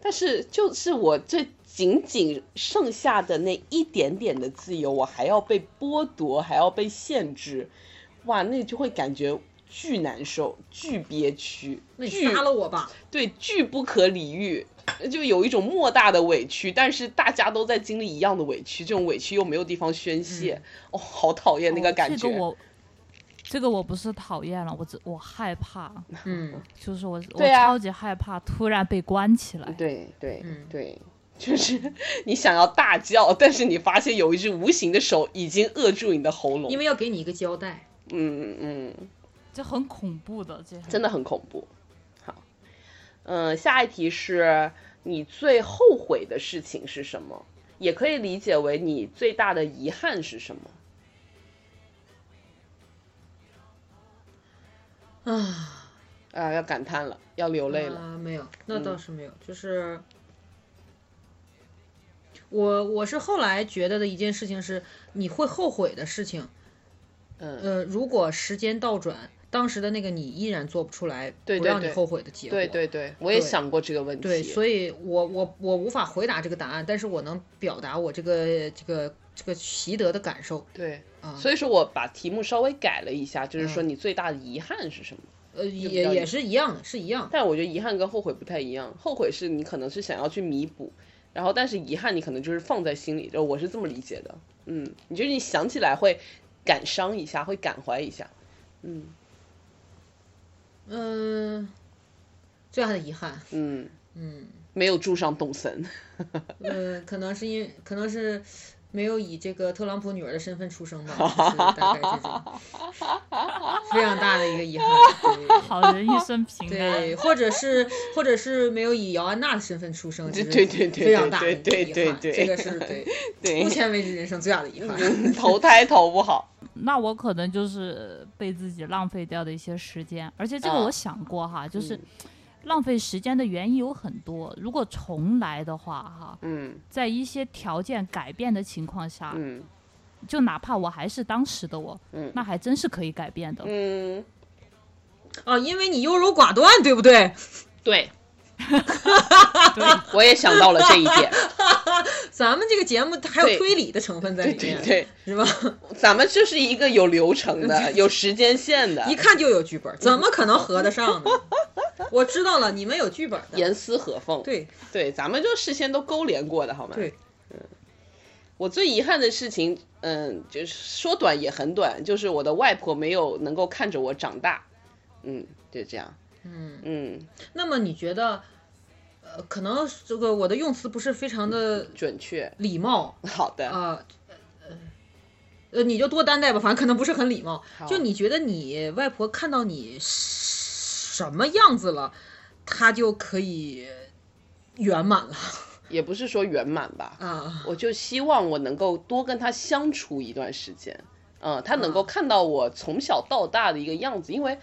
B: 但是就是我这仅仅剩下的那一点点的自由，我还要被剥夺，还要被限制。哇，那就会感觉巨难受、巨憋屈、
C: 那你
B: 巨
C: 杀了我吧！
B: 对巨不可理喻，就有一种莫大的委屈，但是大家都在经历一样的委屈，这种委屈又没有地方宣泄，哦，好讨厌那
A: 嗯
B: 个
A: 哦
B: 感觉。
A: 这个我，这个我不是讨厌了，我只我害怕，
C: 嗯，
A: 就是我、我
B: 对啊
A: 超级害怕突然被关起来。
B: 对对
C: 嗯
B: 对，就是 你想要大叫，但是你发现有一只无形的手已经扼住你的喉咙。
C: 因为要给你一个交代。
B: 嗯嗯嗯，
A: 这很恐怖的，这
B: 真
A: 的
B: 的很恐怖。好，嗯，下一题是你最后悔的事情是什么？也可以理解为你最大的遗憾是什么？
C: 啊
B: 啊、要感叹了，要流泪了。嗯
C: 啊，没有，那倒是没有，就是我我是后来觉得的一件事情是你会后悔的事情，
B: 嗯，
C: 呃，如果时间倒转，当时的那个你依然做不出来
B: 对
C: 不
B: 对
C: 让你
B: 对
C: 后悔的结果，
B: 对对对，我也
C: 对
B: 想过这个问题。
C: 对，所以我我我无法回答这个答案，但是我能表达我这个这个这个习得的感受
B: 对
C: 啊，
B: 所以说我把题目稍微改了一下，就是说
C: 嗯
B: 你最大的遗憾是什么？
C: 呃，
B: 比较
C: 也也是一样的，是一样的，
B: 但我觉得遗憾跟后悔不太一样，后悔是你可能是想要去弥补，然后但是遗憾你可能就是放在心里，就我是这么理解的。嗯，你就是你想起来会感伤一下，会感怀一下。嗯
C: 嗯、最大的遗憾，
B: 嗯，
C: 嗯，
B: 没有住上动森。
C: 呃，可能是因为可能是没有以这个特朗普女儿的身份出生吧，就是大概这种非常大的一个遗憾，
A: 好人一生平
C: 对
A: 安。
C: 对，或者是或者是没有以姚安娜的身份出生，
B: 对
C: 就是
B: 对对对
C: 非常大的一
B: 对
C: 个遗
B: 对对
C: 憾，
B: 对
C: 这个是对
B: 对
C: 目，前为止人生最大的遗憾。
B: 嗯投胎投不好。
A: 那我可能就是被自己浪费掉的一些时间，而且这个
B: 啊
A: 我想过哈，就是
B: 嗯
A: 浪费时间的原因有很多。如果重来的话哈，
B: 嗯
A: 在一些条件改变的情况下，
B: 嗯
A: 就哪怕我还是当时的我，
B: 嗯
A: 那还真是可以改变的。
B: 嗯，
C: 啊，因为你优柔寡断，对不对？
B: 对，
A: 对，
B: 我也想到了这一点。
C: 咱们这个节目它还有
B: 对
C: 推理的成分在
B: 对
C: 里
B: 对
C: 面，
B: 对，
C: 是吧？
B: 咱们就是一个有流程的、有时间线的
C: 一，看就有剧本，怎么可能合得上呢？我知道了，你们有剧本的。
B: 严丝合缝。
C: 对
B: 对，咱们就事先都勾连过的好吗？嗯
C: 对，
B: 我最遗憾的事情，嗯，就是说短也很短，就是我的外婆没有能够看着我长大，嗯，就这样，
C: 嗯。
B: 嗯，
C: 那么你觉得，呃，可能这个我的用词不是非常的
B: 准确，
C: 礼貌
B: 好的，
C: 啊，呃呃，你就多担待吧，反正可能不是很礼貌。
B: 好
C: 就你觉得你外婆看到你什么样子了，她就可以圆满了
B: 也不是说圆满吧，
C: 啊？
B: 我就希望我能够多跟他相处一段时间，嗯，他能够看到我从小到大的一个样子，因为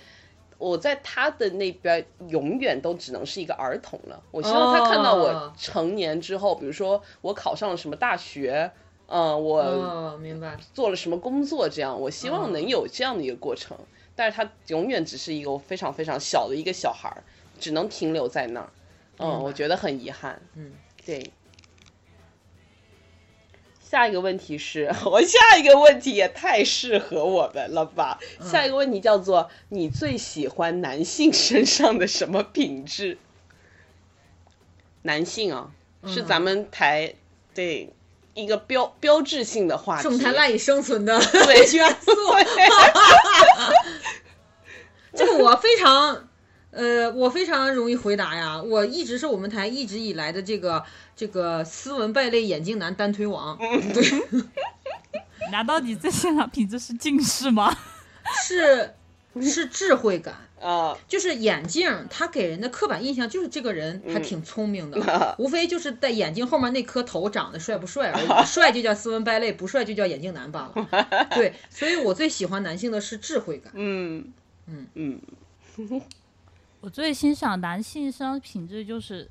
B: 我在他的那边永远都只能是一个儿童了。我希望他看到我
C: 哦
B: 成年之后，比如说我考上了什么大学，嗯，我
C: 哦，明白。
B: 做了什么工作，这样，我希望能
C: 嗯
B: 有这样的一个过程。但是他永远只是一个非常非常小的一个小孩儿，只能停留在那儿。
C: 明
B: 嗯，
C: 白
B: 我觉得很遗憾。
C: 嗯，
B: 对。下一个问题是 我下一个问题也太适合我们了吧？
C: 嗯
B: 下一个问题叫做你最喜欢男性身上的什么品质？男性啊，
C: 嗯
B: 是咱们台对一个标标志性的话题。
C: 是我们台赖以生存的
B: 对
C: 元素。这个我非常，呃，我非常容易回答呀。我一直是我们台一直以来的这个这个斯文败类眼镜男单推王，
A: 难道你这现场品质是近视吗？
C: 是
B: 嗯
C: 是智慧感。
B: 啊，
C: 就是眼镜，它给人的刻板印象就是这个人
B: 嗯
C: 还挺聪明的，
B: 啊
C: 无非就是在眼镜后面那颗头长得帅不帅 而已，帅就叫斯文败类，不帅就叫眼镜男罢 了。对，所以我最喜欢男性的是智慧感。
B: 嗯
C: 嗯
B: 嗯
A: 我最欣赏男性身上品质就是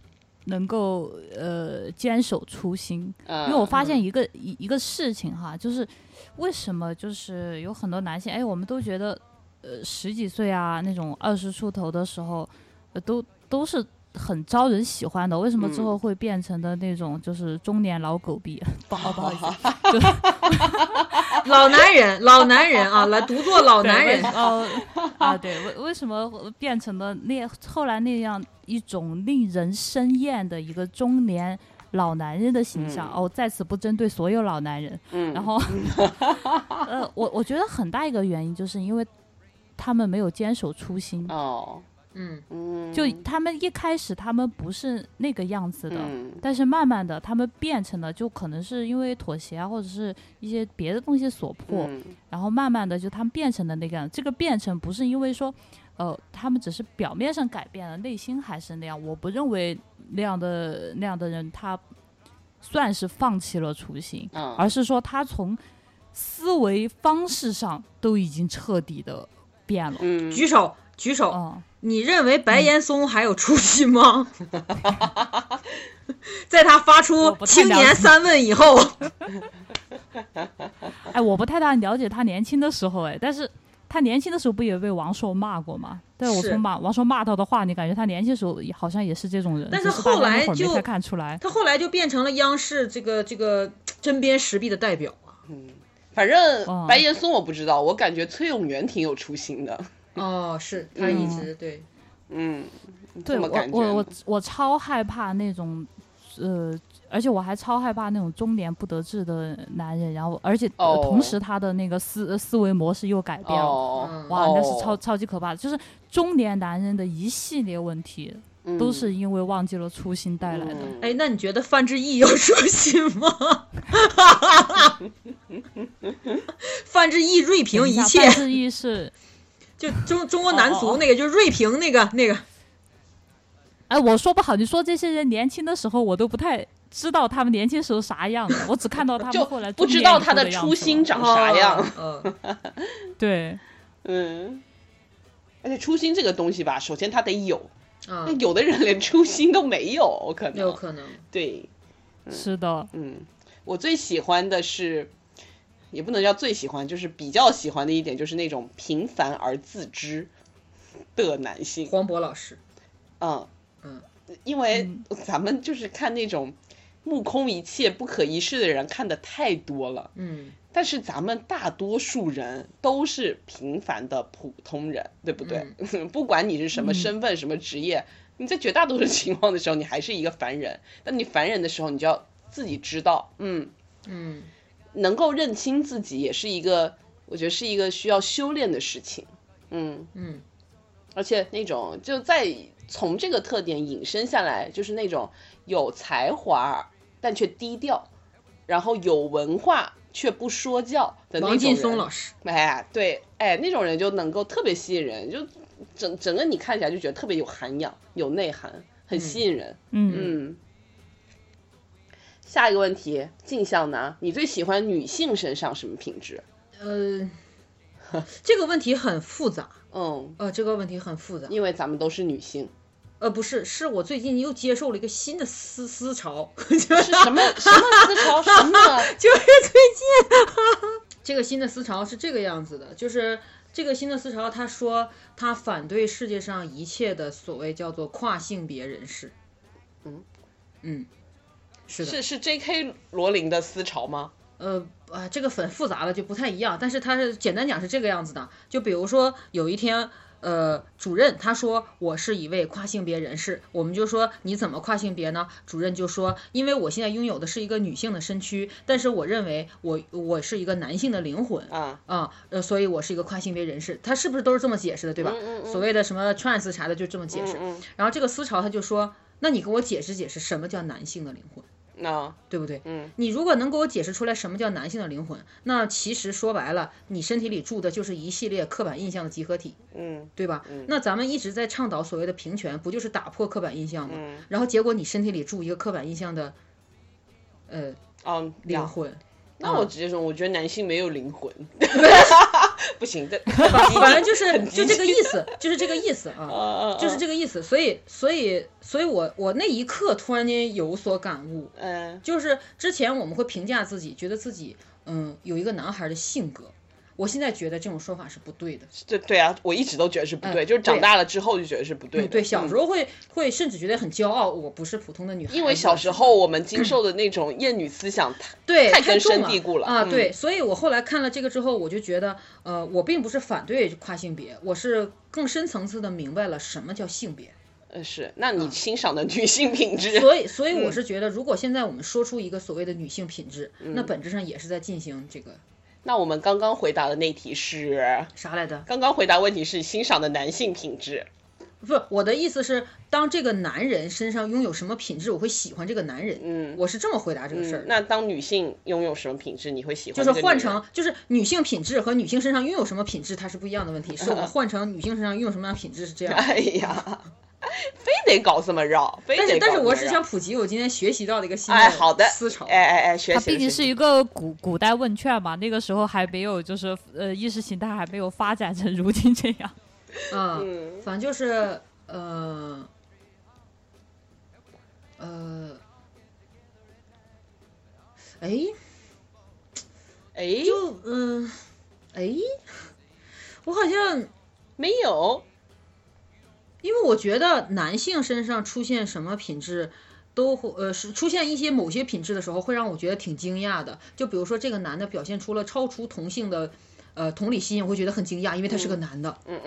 A: 能够呃坚守初心，
B: 啊，
A: 因为我发现一个一、一个事情哈，就是为什么就是有很多男性，哎，我们都觉得呃十几岁啊那种二十出头的时候，呃都都是很招人喜欢的，为什么之
B: 嗯
A: 后会变成的那种就是中年老狗逼？ 不好不好意思，
C: 老男人，老男人啊，来独坐老男人
A: 对为。哦 啊，对，为为什么会变成了那后来那样一种令人生厌的一个中年老男人的形象？
B: 嗯
A: 哦，在此不针对所有老男人，
B: 嗯，
A: 然 后呃，我我觉得很大一个原因就是因为他们没有坚守初心，
B: 哦，
C: 嗯，
B: 嗯，
A: 就他们一开始他们不是那个样子的，
B: 嗯
A: 但是慢慢的他们变成了，就可能是因为妥协啊，或者是一些别的东西所迫，
B: 嗯
A: 然后慢慢的就他们变成了那个样。这个变成不是因为说，呃，他们只是表面上改变了，内心还是那样。我不认为那样的那样的人他算是放弃了初心，
B: 嗯
A: 而是说他从思维方式上都已经彻底的变了。
B: 嗯
C: 举手举手，
A: 嗯，
C: 你认为白岩松还有出息吗？在他发
A: 我
C: 出
A: 不太
C: 青
A: 了
C: 年
A: 解
C: 三问以后，
A: 哎，我不太大了解他年轻的时候，哎，但是他年轻的时候不也被王朔骂过吗？但我
C: 是
A: 从马王朔骂到的话，你感觉他年轻的时候也好像也是这种人，
C: 但
A: 只
C: 是
A: 是大
C: 后
A: 家
C: 来
A: 那会儿没
C: 就
A: 太看出来。
C: 他后来就变成了央视这个这个针砭时弊的代表啊。
B: 反正
A: 哦
B: 白岩松我不知道，我感觉崔永元挺有出息的。
C: 哦，是他一直对，
B: 嗯，
A: 对
B: 这么
A: 我
B: 感觉哦
A: 我我我超害怕那种，呃，而且我还超害怕那种中年不得志的男人，然后而且、呃
B: 哦
A: 同时他的那个思思维模式又改变了。
B: 哦，
C: 嗯
A: 哇，那是超
B: 哦
A: 超级可怕的，就是中年男人的一系列问题，都是因为忘记了初心带来的。
B: 嗯
C: 哎，那你觉得范志毅有 出息吗？范志毅锐
A: 等
C: 评一
A: 下
C: 切
A: 范，志毅是
C: 就中中国男
B: 哦哦
C: 足那个，就锐评那个那个，
A: 哎，我说不好，你说这些人年轻的时候，我都不太知道他们年轻时候啥样的，我只看到他
B: 就
A: 们后来
B: 不
A: 中
B: 知
A: 年
B: 道
A: 以
B: 他
A: 后的
B: 的
A: 样
B: 初
A: 子
B: 心
A: 了
B: 长啥样。
C: 哦？嗯，
A: 对，
B: 嗯，而且初心这个东西吧，首先他得有，
C: 啊
A: 嗯
B: 那，有的人连初心都没有，可
C: 有
B: 能
C: 可能。
B: 对，
A: 是的，
B: 嗯，我最喜欢的是，也不能叫最喜欢，就是比较喜欢的一点，就是那种平凡而自知的男性，
C: 黄渤老师，
B: 嗯
C: 嗯，
B: 因为咱们就是看那种目空一切、不可一世的人看的太多了。
C: 嗯，
B: 但是咱们大多数人都是平凡的普通人，对不对？ 不管你是什么身份、什么职业，你在绝大多数情况的时候，你还是一个凡人。但你凡人的时候，你就要自己知道，嗯，
C: 嗯，
B: 能够认清自己，也是一个，我觉得是一个需要修炼的事情，嗯。
C: 嗯，
B: 而且那种就在从这个特点引申下来，就是那种有才华但却低调，然后有文化却不说教的那种
C: 王
B: 人。
C: 劲松老师，
B: 哎，对，哎，那种人就能够特别吸引人，就整整个你看起来就觉得特别有涵养、有内涵，很吸引人。
A: 嗯，
B: 嗯。下一个问题，镜像男，你最喜欢女性身上什么品质？
C: 呃，这个问题很复杂，
B: 嗯，
C: 呃，这个问题很复杂，
B: 因为咱们都是女性，
C: 呃，不是，是我最近又接受了一个新的思思潮，
B: 是什么什么思潮？什么？
C: 就是最近，这个新的思潮是这个样子的，就是这个新的思潮，他说他反对世界上一切的所谓叫做跨性别人士。
B: 嗯
C: 嗯，是的，
B: 是是 J.K. 罗琳的思潮吗？
C: 呃啊，这个很复杂了，就不太一样，但是它是简单讲是这个样子的，就比如说有一天。呃，主任他说我是一位跨性别人士，我们就说你怎么跨性别呢？主任就说，因为我现在拥有的是一个女性的身躯，但是我认为我我是一个男性的灵魂，
B: 啊，
C: 啊、呃，所以我是一个跨性别人士，他是不是都是这么解释的，对吧？
B: 嗯嗯嗯
C: 所谓的什么 trans 啥的，就这么解释。
B: 嗯，
C: 然后这个思潮他就说，那你给我解释解释什么叫男性的灵魂，
B: 那
C: 对不对？
B: 嗯
C: 你如果能给我解释出来什么叫男性的灵魂，那其实说白了，你身体里住的就是一系列刻板印象的集合体，
B: 嗯
C: 对吧？那咱们一直在倡导所谓的平权，不就是打破刻板印象吗？
B: 嗯
C: 然后结果你身体里住一个刻板印象的，呃，
B: 啊，
C: 灵
B: 呀
C: 魂，
B: 那我直接说，我觉得男性没有灵魂， 不行的，
C: 反正就是就这个意思，就是这个意思啊。 就是这个意思。所以，所以，所以我我那一刻突然间有所感悟，
B: 嗯
C: 就是之前我们会评价自己，觉得自己嗯有一个男孩的性格，我现在觉得这种说法是不对的。
B: 对对啊，我一直都觉得是不对，
C: 哎
B: 就是长
C: 对
B: 大了之后就觉得是不对的。
C: 对，小时
B: 嗯。
C: 候会会甚至觉得很骄傲，我不是普通的女孩。
B: 因为小时候我们经受的那种厌女思想，太
C: 对
B: 太根
C: 重
B: 深蒂固了
C: 啊！
B: 嗯
C: 对，所以我后来看了这个之后，我就觉得，呃，我并不是反对跨性别，我是更深层次的明白了什么叫性 别。
B: 呃是，那
C: 嗯
B: 你欣赏的女性品质，
C: 所以，所以
B: 嗯
C: 我是觉得，如果现在我们说出一个所谓的女性品质，那本质上也是在进行这个
B: 那我们刚刚回答的那题是，
C: 啥来着？
B: 刚刚回答问题是欣赏的男性品质，
C: 不是我的意思是，当这个男人身上拥有什么品质，我会喜欢这个男人。
B: 嗯
C: 我是这么回答这个事儿
B: 嗯，。那当女性拥有什么品质，你会嗯喜欢？
C: 就是换成，就是女性品质和女性身上拥有什么品质，它是不一样的问题。是我们换成女性身上拥有什么样的品质是这样的。
B: 哎呀，非得搞这么绕， 非
C: 但
B: 得
C: 是
B: 搞
C: 但是
B: 这
C: 我
B: 么
C: 只
B: 绕
C: 想普及我今天学习到的一个新
B: 哎，好的，
C: 思潮。
B: 哎哎哎，学
A: 它
B: 习了
A: 毕竟
B: 学
A: 是
B: 习
A: 一个古古代问卷嘛，那个时候还没有就是呃意识形态还没有发展成如今这样。
C: 啊，
B: 嗯
C: 反正就是呃呃，哎，
B: 哎，
C: 就嗯，哎，我好像
B: 没有，
C: 因为我觉得男性身上出现什么品质，都会呃是出现一些某些品质的时候，会让我觉得挺惊讶的。就比如说这个男的表现出了超出同性的。呃，同理心我会觉得很惊讶，因为他是个男的。嗯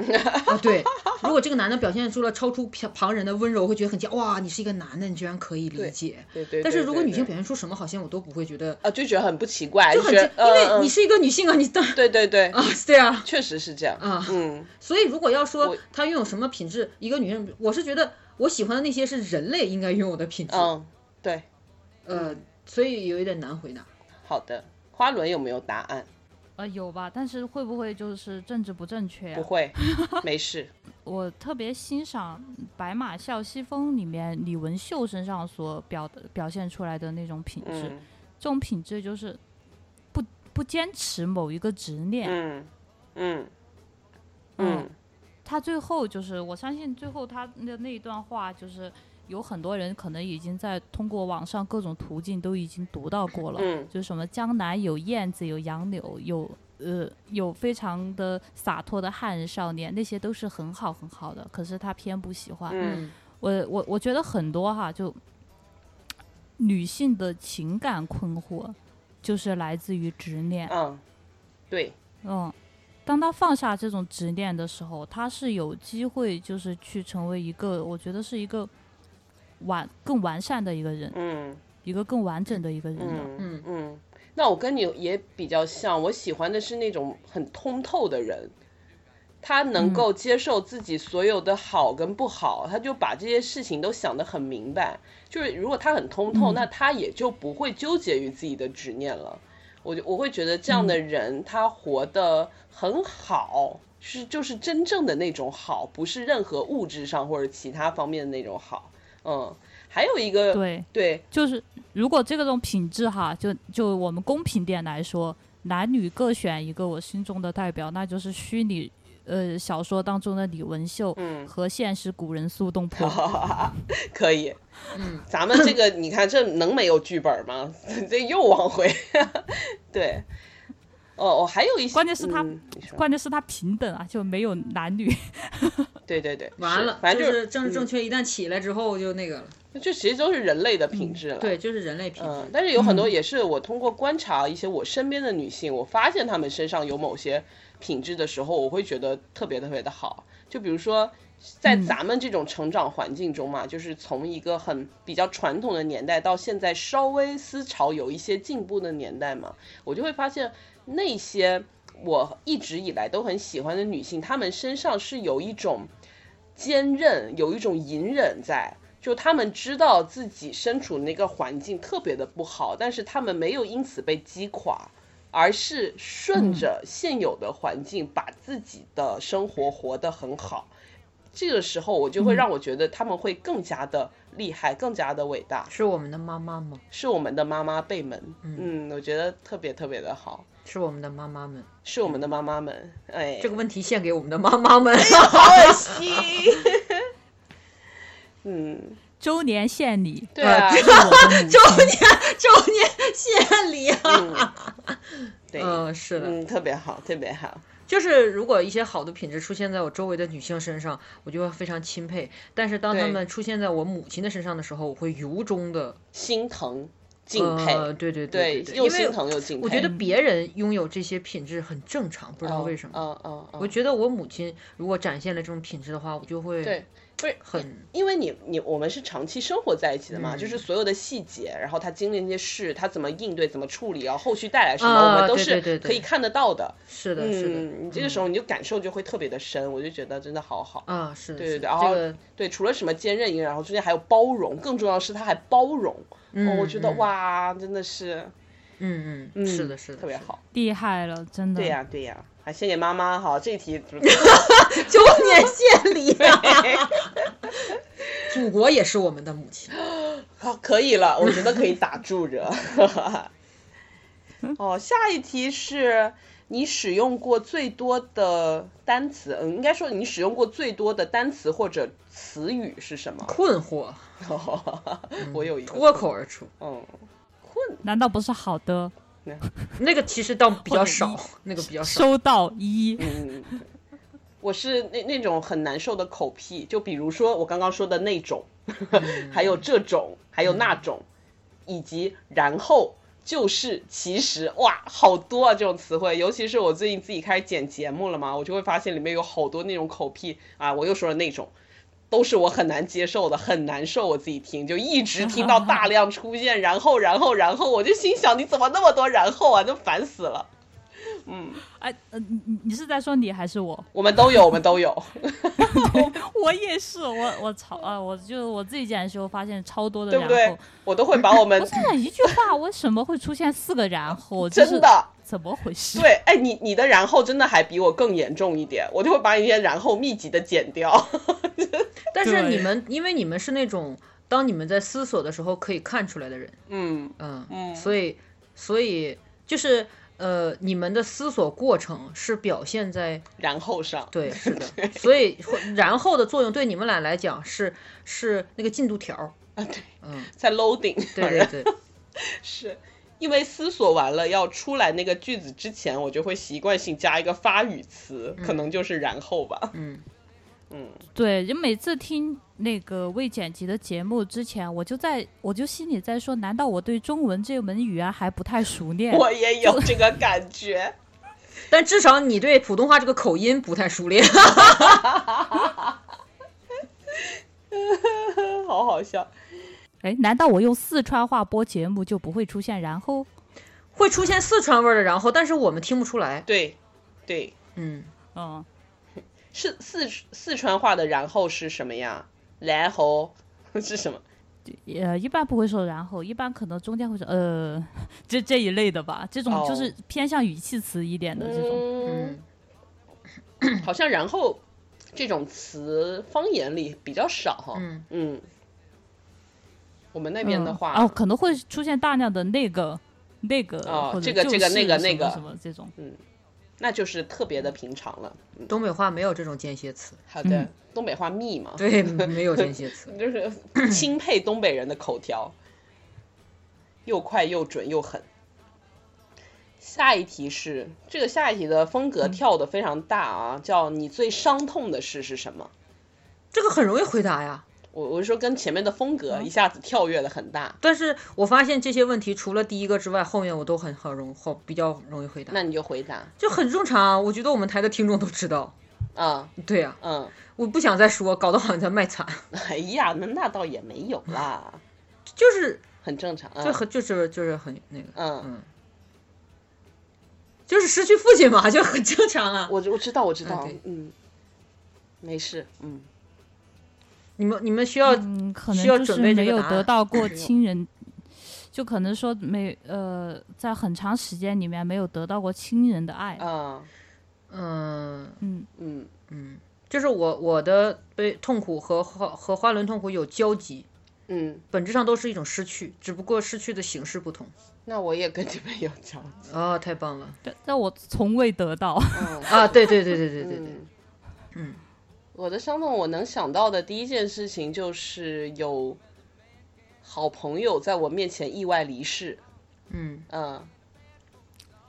C: 啊，对。如果这个男的表现出了超出旁旁人的温柔，会觉得很惊讶。哇，你是一个男的，你居然可以理解。
B: 对对。
C: 但是
B: 对
C: 如果
B: 对
C: 女性
B: 对
C: 表现出什么，好像我都不会觉得
B: 啊，就觉得很不奇怪，
C: 就很
B: 觉
C: 惊，
B: 得
C: 因为
B: 嗯
C: 你
B: 嗯
C: 是一个女性啊，你当然
B: 对对对，
C: 啊，对啊，
B: 确实是这样
C: 啊
B: 嗯，
C: 所以，如果要说
B: 我
C: 她拥有什么品质，一个女人，我是觉得我喜欢的那些是人类应该拥有的品质。
B: 嗯，对，
C: 呃，所以有一点难回答。
B: 好的。花轮有没有答案？
A: 呃，有吧？但是会不会就是政治不正确、
B: 不 会，没事。
A: 我特别欣赏《白马啸西风》里面李文秀身上所表的表现出来的那种品质。
B: 嗯
A: 这种品质就是不不坚持某一个执念，
B: 嗯嗯
A: 嗯
B: 嗯
A: 他最后就是我相信最后他的那一段话就是。有很多人可能已经在通过网上各种途径都已经读到过了，
B: 嗯
A: 就是什么江南有燕子，有杨柳，有呃有非常的洒脱的汉人少年，那些都是很好很好的，可是他偏不喜欢。
B: 嗯，
A: 我我我觉得很多哈，就女性的情感困惑，就是来自于执念。
B: 嗯，对，
A: 嗯，当她放下这种执念的时候，她是有机会就是去成为一个，我觉得是一个完更完善的一个人，
B: 嗯
A: 一个更完整的一个人的。
B: 嗯
C: 嗯
B: 嗯。那我跟你也比较像，我喜欢的是那种很通透的人，他能
A: 嗯
B: 够接受自己所有的好跟不好，他就把这些事情都想得很明白。就是如果他很通
A: 嗯
B: 透，那他也就不会纠结于自己的执念了。我就我会觉得这样的
A: 嗯
B: 人，他活得很好，是就是真正的那种好，不是任何物质上或者其他方面的那种好。嗯，还有一个
A: 对，
B: 对
A: 就是如果这个种品质哈，就就我们公平点来说，男女各选一个我心中的代表，那就是虚拟呃小说当中的李文秀，
B: 嗯
A: 和现实古人苏东坡。
B: 可以，
C: 嗯，
B: 咱们这个你看这能没有剧本吗？ 这又往回， 对，哦，哦，还有一些，
A: 关键是他
B: 嗯你说
A: 关键是他平等啊，就没有男女。
B: 对对对，
C: 完
B: 是
C: 了，
B: 反正
C: 就
B: 就是嗯
C: 政治正确一旦起来之后就那个了。
B: 这其实都是人类的品质了，
C: 对，就是人类品质。
B: 嗯，但是有很多也是我通过观察一些我身边的女性，我发现她们身上有某些品质的时候，我会觉得特别特别的好。就比如说，在
A: 嗯
B: 咱们这种成长环境中嘛，就是从一个很比较传统的年代到现在稍微思潮有一些进步的年代嘛，我就会发现那些我一直以来都很喜欢的女性，她们身上是有一种坚韧，有一种隐忍在。就她们知道自己身处那个环境特别的不好，但是她们没有因此被击垮，而是顺着现有的环境把自己的生活活得很好。这个时候，我就会
A: 嗯
B: 让我觉得她们会更加的厉害，更加的伟大，
C: 是我们的妈妈吗？
B: 是我们的妈妈辈们。嗯，我觉得特别特别的好。
C: 是我们的妈妈们。
B: 是我们的妈妈们，哎，
C: 这个问题献给我们的妈妈们。
B: 好恶心。 嗯，
A: 周年献礼，
B: 对啊，
A: 是我的母
C: 周
A: 亲。
C: 年周年献礼啊！
B: 嗯，对，
C: 嗯，是的，
B: 嗯，特别好，特别好，
C: 就是如果一些好的品质出现在我周围的女性身上，我就会非常钦佩。但是当她
B: 对
C: 们出现在我母亲的身上的时候，我会由衷的
B: 心疼敬佩，
C: 呃，对对对对，
B: 又
C: 因为
B: 心疼又敬佩。
C: 我觉得别人拥有这些品质很正
B: 哦
C: 常，不知道为什么。
B: 嗯嗯嗯，
C: 我觉得我母亲如果展现了这种品质的话，我就会
B: 对不是
C: 很嗯
B: 因为你你我们是长期生活在一起的嘛，就是所有的细节，然后他经历那些事，他怎么应对，怎么处理，然后后续带来什么，
C: 啊
B: 我们都
C: 对对
B: 是
C: 对对
B: 可以看得到的。
C: 是的，是的，
B: 嗯，你这个时候你就感受就会特别的深，我就觉得真的好好。
C: 啊，是的，
B: 对
C: 是
B: 对对，
C: 的
B: 然
C: 这
B: 后
C: 个
B: 对，除了什么坚韧，然后中间还有包容，更重要的是他还包容，哦，我觉得
C: 嗯
B: 哇，真的是，
C: 嗯嗯，
B: 嗯，
C: 是的，是的，
B: 特别
C: 是的。
B: 好。
A: 厉害了，真的。
B: 对呀对呀，还献给妈妈好，这一题
C: 九年献礼啊，祖国也是我们的母 亲。
B: 好，哦可以了，我觉得可以打住着。 哦，下一题是你使用过最多的单词，嗯，应该说你使用过最多的单词或者词语是什么？
C: 困惑，
B: 我有一个，
C: 嗯脱口而出，
B: 嗯，
A: 难道不是好的？
C: 那个其实倒比较
A: 或
C: 少
A: 者，
C: 那个比 较少。
A: 收到一，
B: 嗯，对我是那那种很难受的口癖，就比如说我刚刚说的那种， 还有这种，还有那种，以及然后就是其实哇，好多啊这种词汇，尤其是我最近自己开始剪节目了嘛，我就会发现里面有好多那种口癖啊，我又说了那种。都是我很难接受的，很难受，我自己听就一直听到大量出现，然后，然后，然后，我就心想你怎么那么多然后啊，都烦死了。
A: 哎，呃，你你你是在说你还是我？
B: 我们都有，我们都有。
A: 我也是，我我操啊！我就我自己剪的时候发现超多的
B: 对
A: 然
B: 不
A: 后，
B: 对？我都会把我们
A: 不是啊一句话为什么会出现四个然 后？这
B: 真
A: 是
B: 的
A: 怎么回事？
B: 对，哎，你你的然后真的还比我更严重一点，我就会把你一些然后密集的剪掉。
C: 但是
A: 对
C: 你们，因为你们是那种当你们在思索的时候可以看出来的人，
B: 嗯
C: 嗯
B: 嗯
C: 所以所以就是呃，你们的思索过程是表现在
B: 然后上，
C: 对，是 的，所以会然后的作用对你们俩来讲是是那个进度条儿，
B: 在 loading，
C: 对对对，
B: 是。因为思索完了要出来那个句子之前，我就会习惯性加一个发语词，可能就是然后吧。
C: 嗯
A: 对，就每次听那个未剪辑的节目之前，我就在我就心里在说，难道我对中文这门语言还不太熟练？
B: 我也有这个感觉，
C: 但至少你对普通话这个口音不太熟练，
B: 好好笑。
A: 哎，难道我用四川话播节目就不会出现然后？
C: 会出现四川味儿的，然后但是我们听不出来，
B: 对，对，
C: 嗯，
A: 嗯，
B: 是四四川话的然后是什么呀？然后 是什么？
A: 呃，一般不会说然后，一般可能中间会说呃， 这这一类的吧，这种
B: 哦
A: 就是偏向语气词一点的这种。
B: 嗯
C: 嗯，
B: 好像然后这种词方言里比较少哈。
C: 嗯
B: 我们那边的话，
A: 嗯、哦，可能会出现大量的那个、那个、
B: 哦
A: 或者
B: 这个
A: 就
B: 这个
A: 是
B: 那个
A: 什么
B: 那个
A: 什么这种。
B: 那就是特别的平常了。
C: 东北话没有这种间歇词，
B: 好的，东北话密嘛，
C: 对，没有间歇词，
B: 就是钦佩东北人的口条，又快又准又狠。下一题是这个下一题的风格跳的非常大啊，叫你最伤痛的事是什么？
C: 这个很容易回答呀。
B: 我我是说跟前面的风格一下子跳跃的很大，
C: 但是我发现这些问题除了第一个之外，后面我都很很容好比较容易回答，
B: 那你就回答
C: 就很正常啊。我觉得我们台的听众都知道，
B: 啊，
C: 对呀、
B: 嗯，
C: 我不想再说，搞得好像在卖惨，
B: 哎呀，那那倒也没有啦，
C: 就是
B: 很正常啊
C: 就。很就是就是很那个，
B: 嗯，
C: 嗯，就是失去父亲嘛，就很正常啊。
B: 我我知道我知道
C: 嗯对，
B: 嗯，没事，嗯，
C: 你们你们需要
A: 嗯，可
C: 需要
A: 能就
C: 准
A: 是
C: 备这
A: 没
C: 个
A: 有
C: 答
A: 得
C: 案
A: 到过亲人，就可能说没呃，在很长时间里面没有得到过亲人的爱。
B: 啊，
C: 嗯。
A: 嗯，
B: 嗯，
C: 就是我我的悲痛苦和花和花轮痛苦有交集，
B: 嗯，
C: 本质上都是一种失去，只不过失去的形式不同。
B: 那我也跟你们有交集，
C: 啊、太棒了！
A: 但但我从未得到。
B: 嗯
C: 啊，对对对对 对对对，
B: 嗯，我的伤痛，我能想到的第一件事情就是有好朋友在我面前意外离世，
C: 嗯
B: 嗯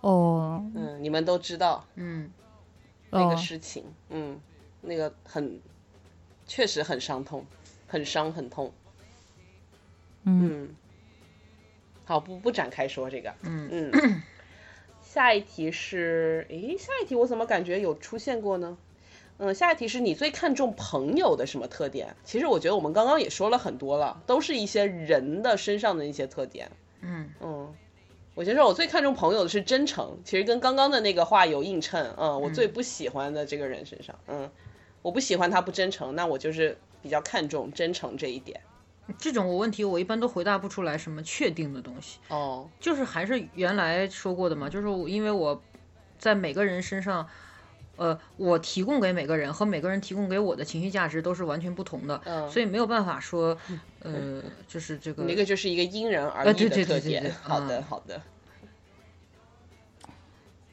A: 哦
B: 嗯，你们都知道
C: 嗯
B: 那个
A: 哦，
B: 事情，嗯，那个很确实很伤痛，很伤很痛，
A: 嗯，
B: 嗯，好，不不展开说这个，
C: 嗯，
B: 嗯，下一题是，诶，下一题我怎么感觉有出现过呢？嗯，下一题是你最看重朋友的什么特点？其实我觉得我们刚刚也说了很多了，都是一些人的身上的一些特点。
C: 嗯，
B: 嗯，我觉得我最看重朋友的是真诚，其实跟刚刚的那个话有映衬。嗯，我最不喜欢的这个人身上，嗯，我不喜欢他不真诚，那我就是比较看重真诚这一点。
C: 这种我问题我一般都回答不出来什么确定的东西，
B: 哦，
C: 就是还是原来说过的嘛，就是我因为我在每个人身上，呃，我提供给每个人和每个人提供给我的情绪价值都是完全不同的，
B: 嗯，
C: 所以没有办法说，呃，就是这个
B: 你那个就是一个因人而
C: 呃
B: 异
C: 对
B: 的
C: 对
B: 特
C: 对对
B: 点。
C: 对
B: 好的，
C: 嗯
B: 好的，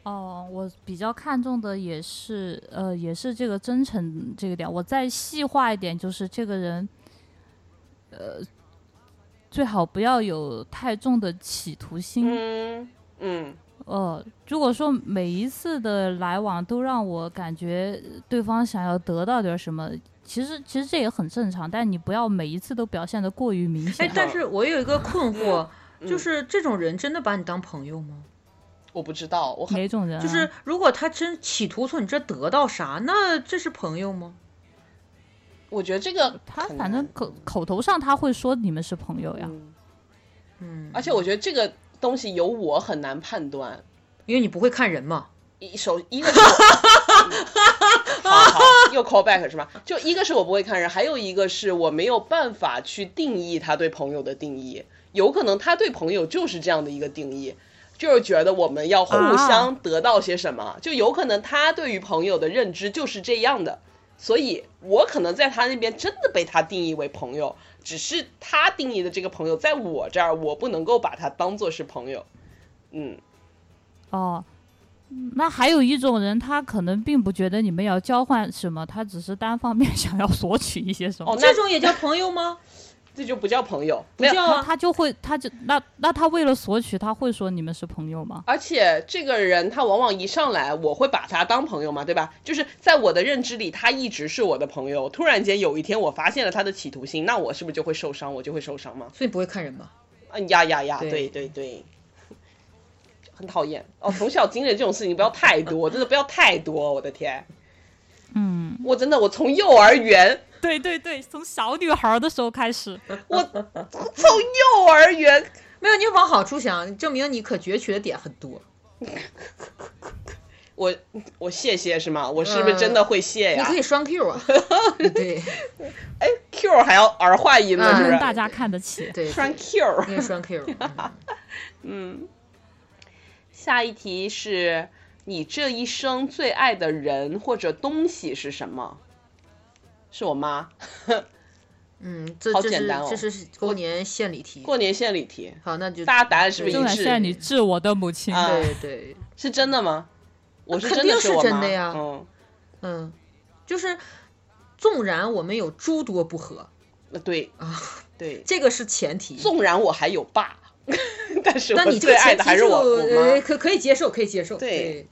A: 哦，我比较看重的也是，呃，也是这个真诚这个点。我再细化一点，就是这个人，呃，最好不要有太重的企图心。
B: 嗯嗯
A: 呃，如果说每一次的来往都让我感觉对方想要得到点什么，其实其实这也很正常，但你不要每一次都表现得过于明
C: 哎
A: 显，。
C: 但是我有一个困惑，
B: 嗯
C: 就是这种人真的把你当朋友吗？
B: 我不知道，我很
A: 哪种人、啊？
C: 就是如果他真企图从你这得到啥，那这是朋友吗？
B: 我觉得这个
A: 他
B: 很
A: 反
B: 难
A: 正口口头上他会说你们是朋友呀。
B: 嗯
C: 嗯，
B: 而且我觉得这个东西由我很难判断。
C: 因为你不会看人嘛。
B: 一首一个是我，嗯好好又 call back 是吧？就一个是我不会看人，还有一个是我没有办法去定义他对朋友的定义，有可能他对朋友就是这样的一个定义。就是觉得我们要互相得到些什么，就有可能他对于朋友的认知就是这样的，所以我可能在他那边真的被他定义为朋友，只是他定义的这个朋友在我这儿，我不能够把他当做是朋友。嗯，
A: 哦，嗯那还有一种人，他可能并不觉得你们要交换什么，他只是单方面 想要索取一些什么。
B: 哦，那
C: 这种也叫朋友吗？
B: 这就不叫朋友，
C: 不
B: 没有
C: 叫
A: 那
C: 啊。
A: 他就会，他就那那他为了索取，他会说你们是朋友吗？
B: 而且这个人他往往一上来，我会把他当朋友嘛，对吧？就是在我的认知里，他一直是我的朋友。突然间有一天我发现了他的企图心，那我是不是就会受伤？我就会受伤吗？
C: 所以不会看人嘛。
B: 嗯呀呀呀，
C: 对
B: 对对对，很讨厌哦。从小经历的这种事情不要太多，真的不要太多，我的天！
A: 嗯，
B: 我真的我从幼儿园，
A: 对对对，从小女孩的时候开始。
B: 我从幼儿园
C: 没有，你往好处想，证明你可攫取的点很多。
B: 我我谢谢是吗？我是不是真的会谢
C: 嗯你
B: 呀
C: 可、以双 Q 啊。 对
B: q 还要儿化音了，
C: 嗯
B: 是不
A: 跟
B: 是？
A: 大家看得起，
C: 对，
B: 穿
C: 对
B: Q。
C: 你可以双 Q 嗯。
B: 嗯，下一题是你这一生最爱的人或者东西是什么？是我妈。
C: 嗯，这
B: 好
C: 这
B: 简
C: 是
B: 单哦
C: 这是过年献礼题。
B: 过年献礼题，
C: 好，那就
B: 大家答案是不是
A: 就
B: 一
A: 感
B: 致？
A: 谢你治我的母亲。
B: 啊
C: 对对，
B: 是真的吗？我是
C: 肯
B: 真的
C: 定
B: 是
C: 是
B: 我妈。
C: 真的呀
B: 嗯，
C: 嗯，就是纵然我们有诸多不和
B: 那呃对
C: 啊，
B: 对，
C: 这个是前提。
B: 纵然我还有爸， 但是
C: 但
B: 我
C: 你这个
B: 最爱
C: 前
B: 的
C: 提
B: 还是我
C: 就
B: 我
C: 呃，
B: 妈。
C: 可可以接受，可以接受。
B: 对
C: 对，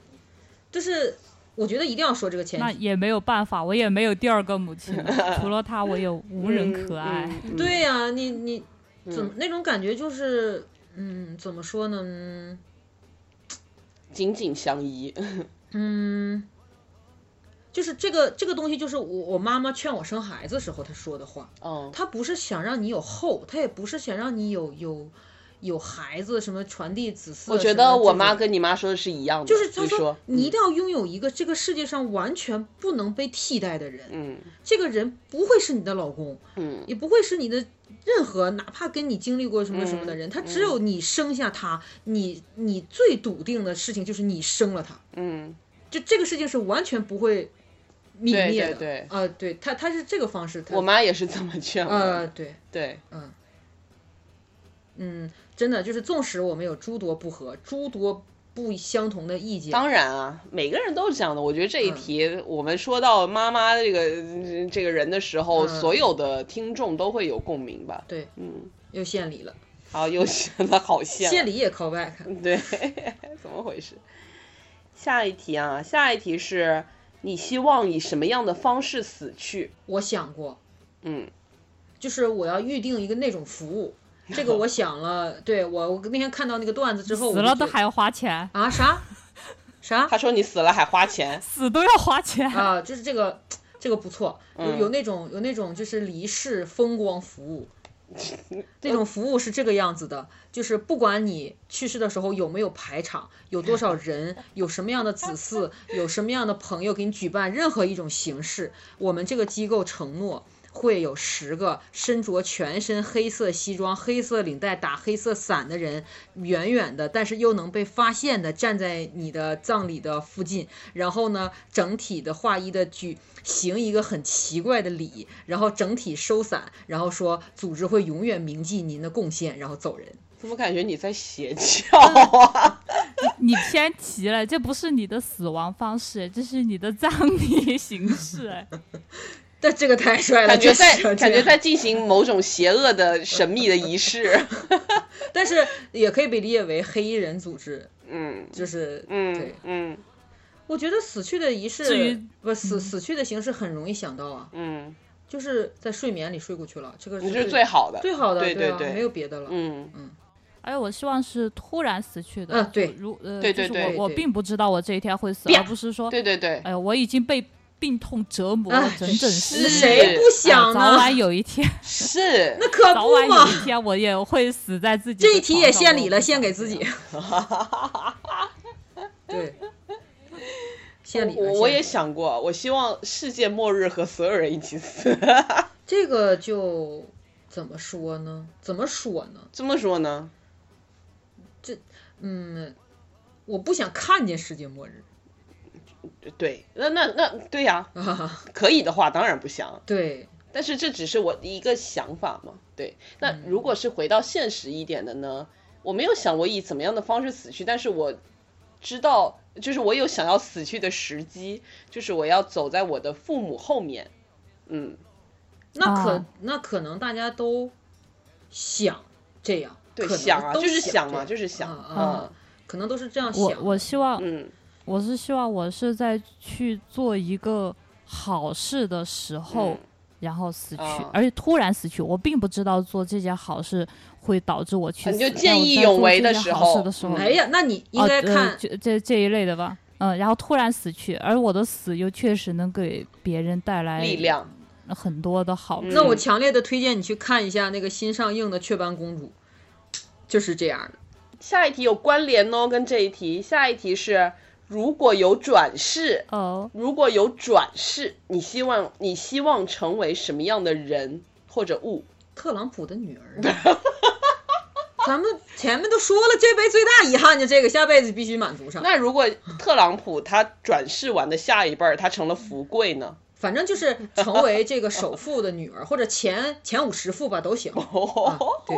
C: 就是我觉得一定要说这个前
A: 那
C: 提。
A: 也没有办法，我也没有第二个母亲了，除了她，我也无人可爱。
B: 嗯，嗯嗯
C: 对呀、你你
B: 嗯
C: 怎么、那种感觉就是，嗯，怎么说呢？嗯
B: 紧紧相依。
C: 嗯，就是这个这个东西，就是我我妈妈劝我生孩子时候她说的话，
B: 嗯
C: 她不是想让你有后，她也不是想让你有有有孩子什么传递子嗣。
B: 我觉
C: 什么
B: 得我
C: 这
B: 妈
C: 种
B: 跟你妈说的是一样的，
C: 就是她
B: 你说嗯
C: 你一定要拥有一个这个世界上完全不能被替代的人，
B: 嗯
C: 这个人不会是你的老公，
B: 嗯
C: 也不会是你的任何哪怕跟你经历过什么什么
B: 嗯
C: 的人，他只有你生下他，你你最笃定的事情就是你生了他，
B: 嗯，
C: 就这个事情是完全不会泯
B: 对
C: 灭的。
B: 对对
C: 啊、对他他是这个方式，他
B: 我妈也是这么劝我
C: 呃
B: 的。
C: 对，
B: 对，
C: 嗯嗯，真的就是纵使我们有诸多不和，诸多不相同的意见，
B: 当然啊，每个人都是这样的。我觉得这一题，我们说到妈妈这个这个人的时候，
C: 嗯
B: 所有的听众都会有共鸣吧？
C: 对，
B: 嗯，
C: 又献礼了，
B: 好，又显得好羡
C: 献礼也 call back。
B: 对，怎么回事？下一题啊，下一题是你希望以什么样的方式死去？
C: 我想过，
B: 嗯，
C: 就是我要预定一个那种服务，这 个我想了，对我我那天看到那个段子之后，
A: 死
C: 我就觉
A: 了都
C: 得
A: 还要花钱，
C: 啊啥啥
B: 他说你死了还花钱，
A: 死都要花钱。
C: 啊？就是这个这个不错，有有那种有那种就是离世风光服务。这种服务是这个样子的，就是不管你去世的时候有没有排场，有多少人，有什么样的子嗣，有什么样的朋友给你举办任何一种形式，我们这个机构承诺会有十个身着全身黑色西装、黑色领带、打黑色伞的人，远远的，但是又能被发现的站在你的葬礼的附近，然后呢，整体的画一的举行一个很奇怪的礼，然后整体收伞，然后说组织会永远铭记您的贡献，然后走人。
B: 怎么感觉你在邪教啊？
A: 你偏题了，这不是你的死亡方式，这是你的葬礼形式。哎
C: 但这个太帅了，
B: 感觉
C: 真
B: 在
C: 是这
B: 感觉
C: 样
B: 在进行某种邪恶的神秘的仪式。
C: 但是也可以被理解为黑衣人组织，
B: 嗯
C: 就是
B: 嗯
C: 对，
B: 嗯
C: 我觉得死去的仪
A: 至
C: 式
A: 于嗯
C: 不死死去的形式很容易想到啊，
B: 嗯，
C: 就是在睡眠里睡过去了，这个
B: 你
C: 是
B: 是最好的，
C: 最好的，
B: 对
C: 对啊，
B: 对
C: 没有别的了。
B: 嗯
A: 而且哎我希望是突然死去的。
C: 嗯对
A: 如呃，
B: 对
A: 就
B: 对
A: 是
B: 对
A: 我我
C: 对
A: 并不知道我这一天会死，
B: 啪
A: 而不是说，
B: 对对对，
A: 哎呀，我已经被病痛折磨了
C: 哎，
A: 整整十
B: 是
A: 年
C: 谁不想
A: 哎早
C: 呢？
A: 晚有一天，
B: 是
C: 那可
A: 早晚
C: 不
A: 有
C: 嘛！
A: 一天我也会死在自己的
C: 啊这一题
A: 床
C: 也
A: 上
C: 献礼
A: 我
C: 了，
A: 不
C: 献
A: 想
C: 给
A: 这
C: 自己
A: 样。
C: 对，献礼了。
B: 我
C: 献
B: 我
C: 礼
B: 也
C: 了
B: 想过，我希望世界末日和所有人一起死。
C: 这个就怎么说呢？怎么说呢？
B: 这么说呢？
C: 嗯，我不想看见世界末日
B: 对，那那那 对呀、
C: 啊。
B: 可以的话当然不想，
C: 对，
B: 但是这只是我的一个想法嘛。对，那
C: 嗯
B: 如果是回到现实一点的呢？我没有想过以怎么样的方式死去，但是我知道，就是我有想要死去的时机，就是我要走在我的父母后面。嗯，
C: 那可、
A: 啊
C: 那可能大家都想这样，
B: 对，
C: 可能
B: 想啊，
C: 都
B: 就是
C: 想
B: 嘛，
C: 这样
B: 就是想。
C: 啊啊
B: 嗯
C: 可能都是这样想
A: 我
C: 的。
A: 我希望
B: 嗯
A: 我是希望我是在去做一个好事的时候，
B: 嗯
A: 然后死去，
C: 哦
B: 啊
A: 而且突然死去。我并不知道做这件好事会导致我去
B: 啊
A: 死。
B: 你就
A: 但
B: 见
A: 我
B: 义
A: 在
B: 勇
A: 做
B: 为
A: 这
B: 的
A: 件
B: 时
A: 好
B: 候
A: 事的时候，
C: 哎呀，那你应该
A: 啊
C: 看、
A: 呃这这这一类的吧。嗯，然后突然死去，而我的死又确实能给别人带来
B: 力量。
A: 很多的好处。
C: 嗯那我强烈的推荐你去看一下那个新上映的《雀斑公主》，就是这样的。
B: 下一题有关联哦，跟这一题。下一题是如果有转世，
A: 哦，
B: 如果有转世，你希望你希望成为什么样的人或者物？
C: 特朗普的女 儿，咱们前面都说了，这辈子最大遗憾就这个，下辈子必须满足上。
B: 那如果特朗普他转世完的下一辈儿，他成了福贵呢？
C: 反正就是成为这个首富的女儿，或者前前五十富吧都行。
B: 哦
C: 啊对，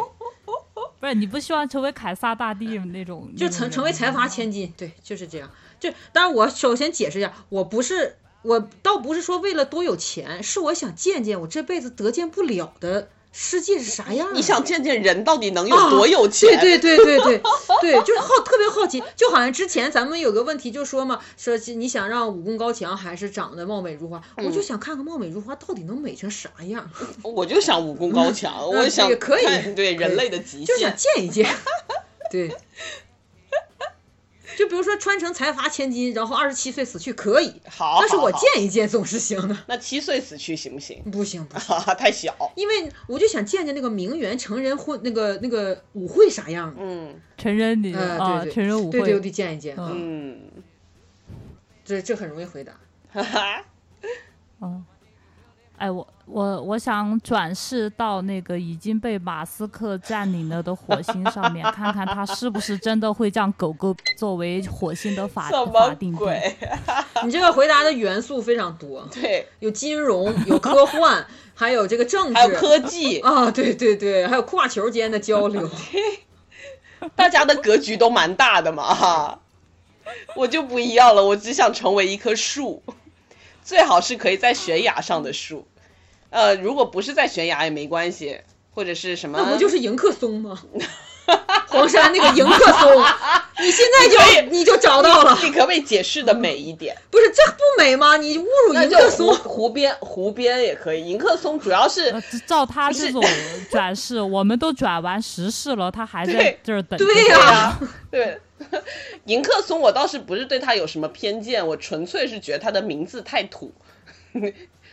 A: 不是你不希望成为凯撒大帝那种，
C: 就
A: 那种
C: 成
A: 人
C: 成为财阀千金，对，就是这样。就当然，我首先解释一下，我不是我倒不是说为了多有钱，是我想见见我这辈子得见不了的世界是啥样儿。啊
B: 你想见见人到底能有多有钱？
C: 对对对对对 对，就是好特别好奇，就好像之前咱们有个问题就说嘛，说你想让武功高强还是长得貌美如花，我
B: 嗯
C: 就想看看貌美如花到底能美成啥样，
B: 我就想武功高强，我想
C: 嗯这个可以
B: 看对
C: 可以
B: 人类的极
C: 就想
B: 限。
C: 见一见， 对。就比如说穿成财阀千金，然后二十七岁死去可以，
B: 好，
C: 但是我
B: 好好
C: 见一见总是行的。
B: 那七岁死去行不行？
C: 不行不行，
B: 哈哈，太小。
C: 因为我就想见见那个名媛成人婚那个那个舞会啥样的，
B: 嗯
A: 成人礼
C: 呃
A: 啊，
C: 对对
A: 成人舞
C: 对对，我
A: 会。
C: 得见一见。
A: 嗯
B: 嗯，
C: 这这很容易回答。
B: 哈哈，
A: 嗯，哎，我我我想转世到那个已经被马斯克占领了的火星上面，看看他是不是真的会将狗狗作为火星的法
B: 什
A: 法
B: 么
A: 定地。
B: 鬼？啊
C: 你这个回答的元素非常多，
B: 对，
C: 有金融，有科幻， 还有这个政治，
B: 还有 科技，
C: 啊，对对对，还有跨球间的交 流。
B: 大家的格局都蛮大的嘛哈。我就不一样了，我只想成为一棵树，最好是可以在悬崖上的树。呃，如果不是在悬崖也没关系，或者是什么，
C: 那不就是迎客松吗？ 黄山那个迎客 松，你现在就你就找到了，
B: 你可不可以解释的美一 点？
C: 不是这不美吗？你侮辱
B: 那
C: 迎
B: 就
C: 客
B: 湖
C: 松，
B: 湖边湖边也可以，迎客松主要是
A: 呃，照他
B: 是
A: 这种转世，我们都转完十世了，他还在
B: 对啊
A: 这儿等着。
C: 对呀、
B: 对，迎客松我倒是不是对他有什么偏见，我纯粹是觉得他的名字太土。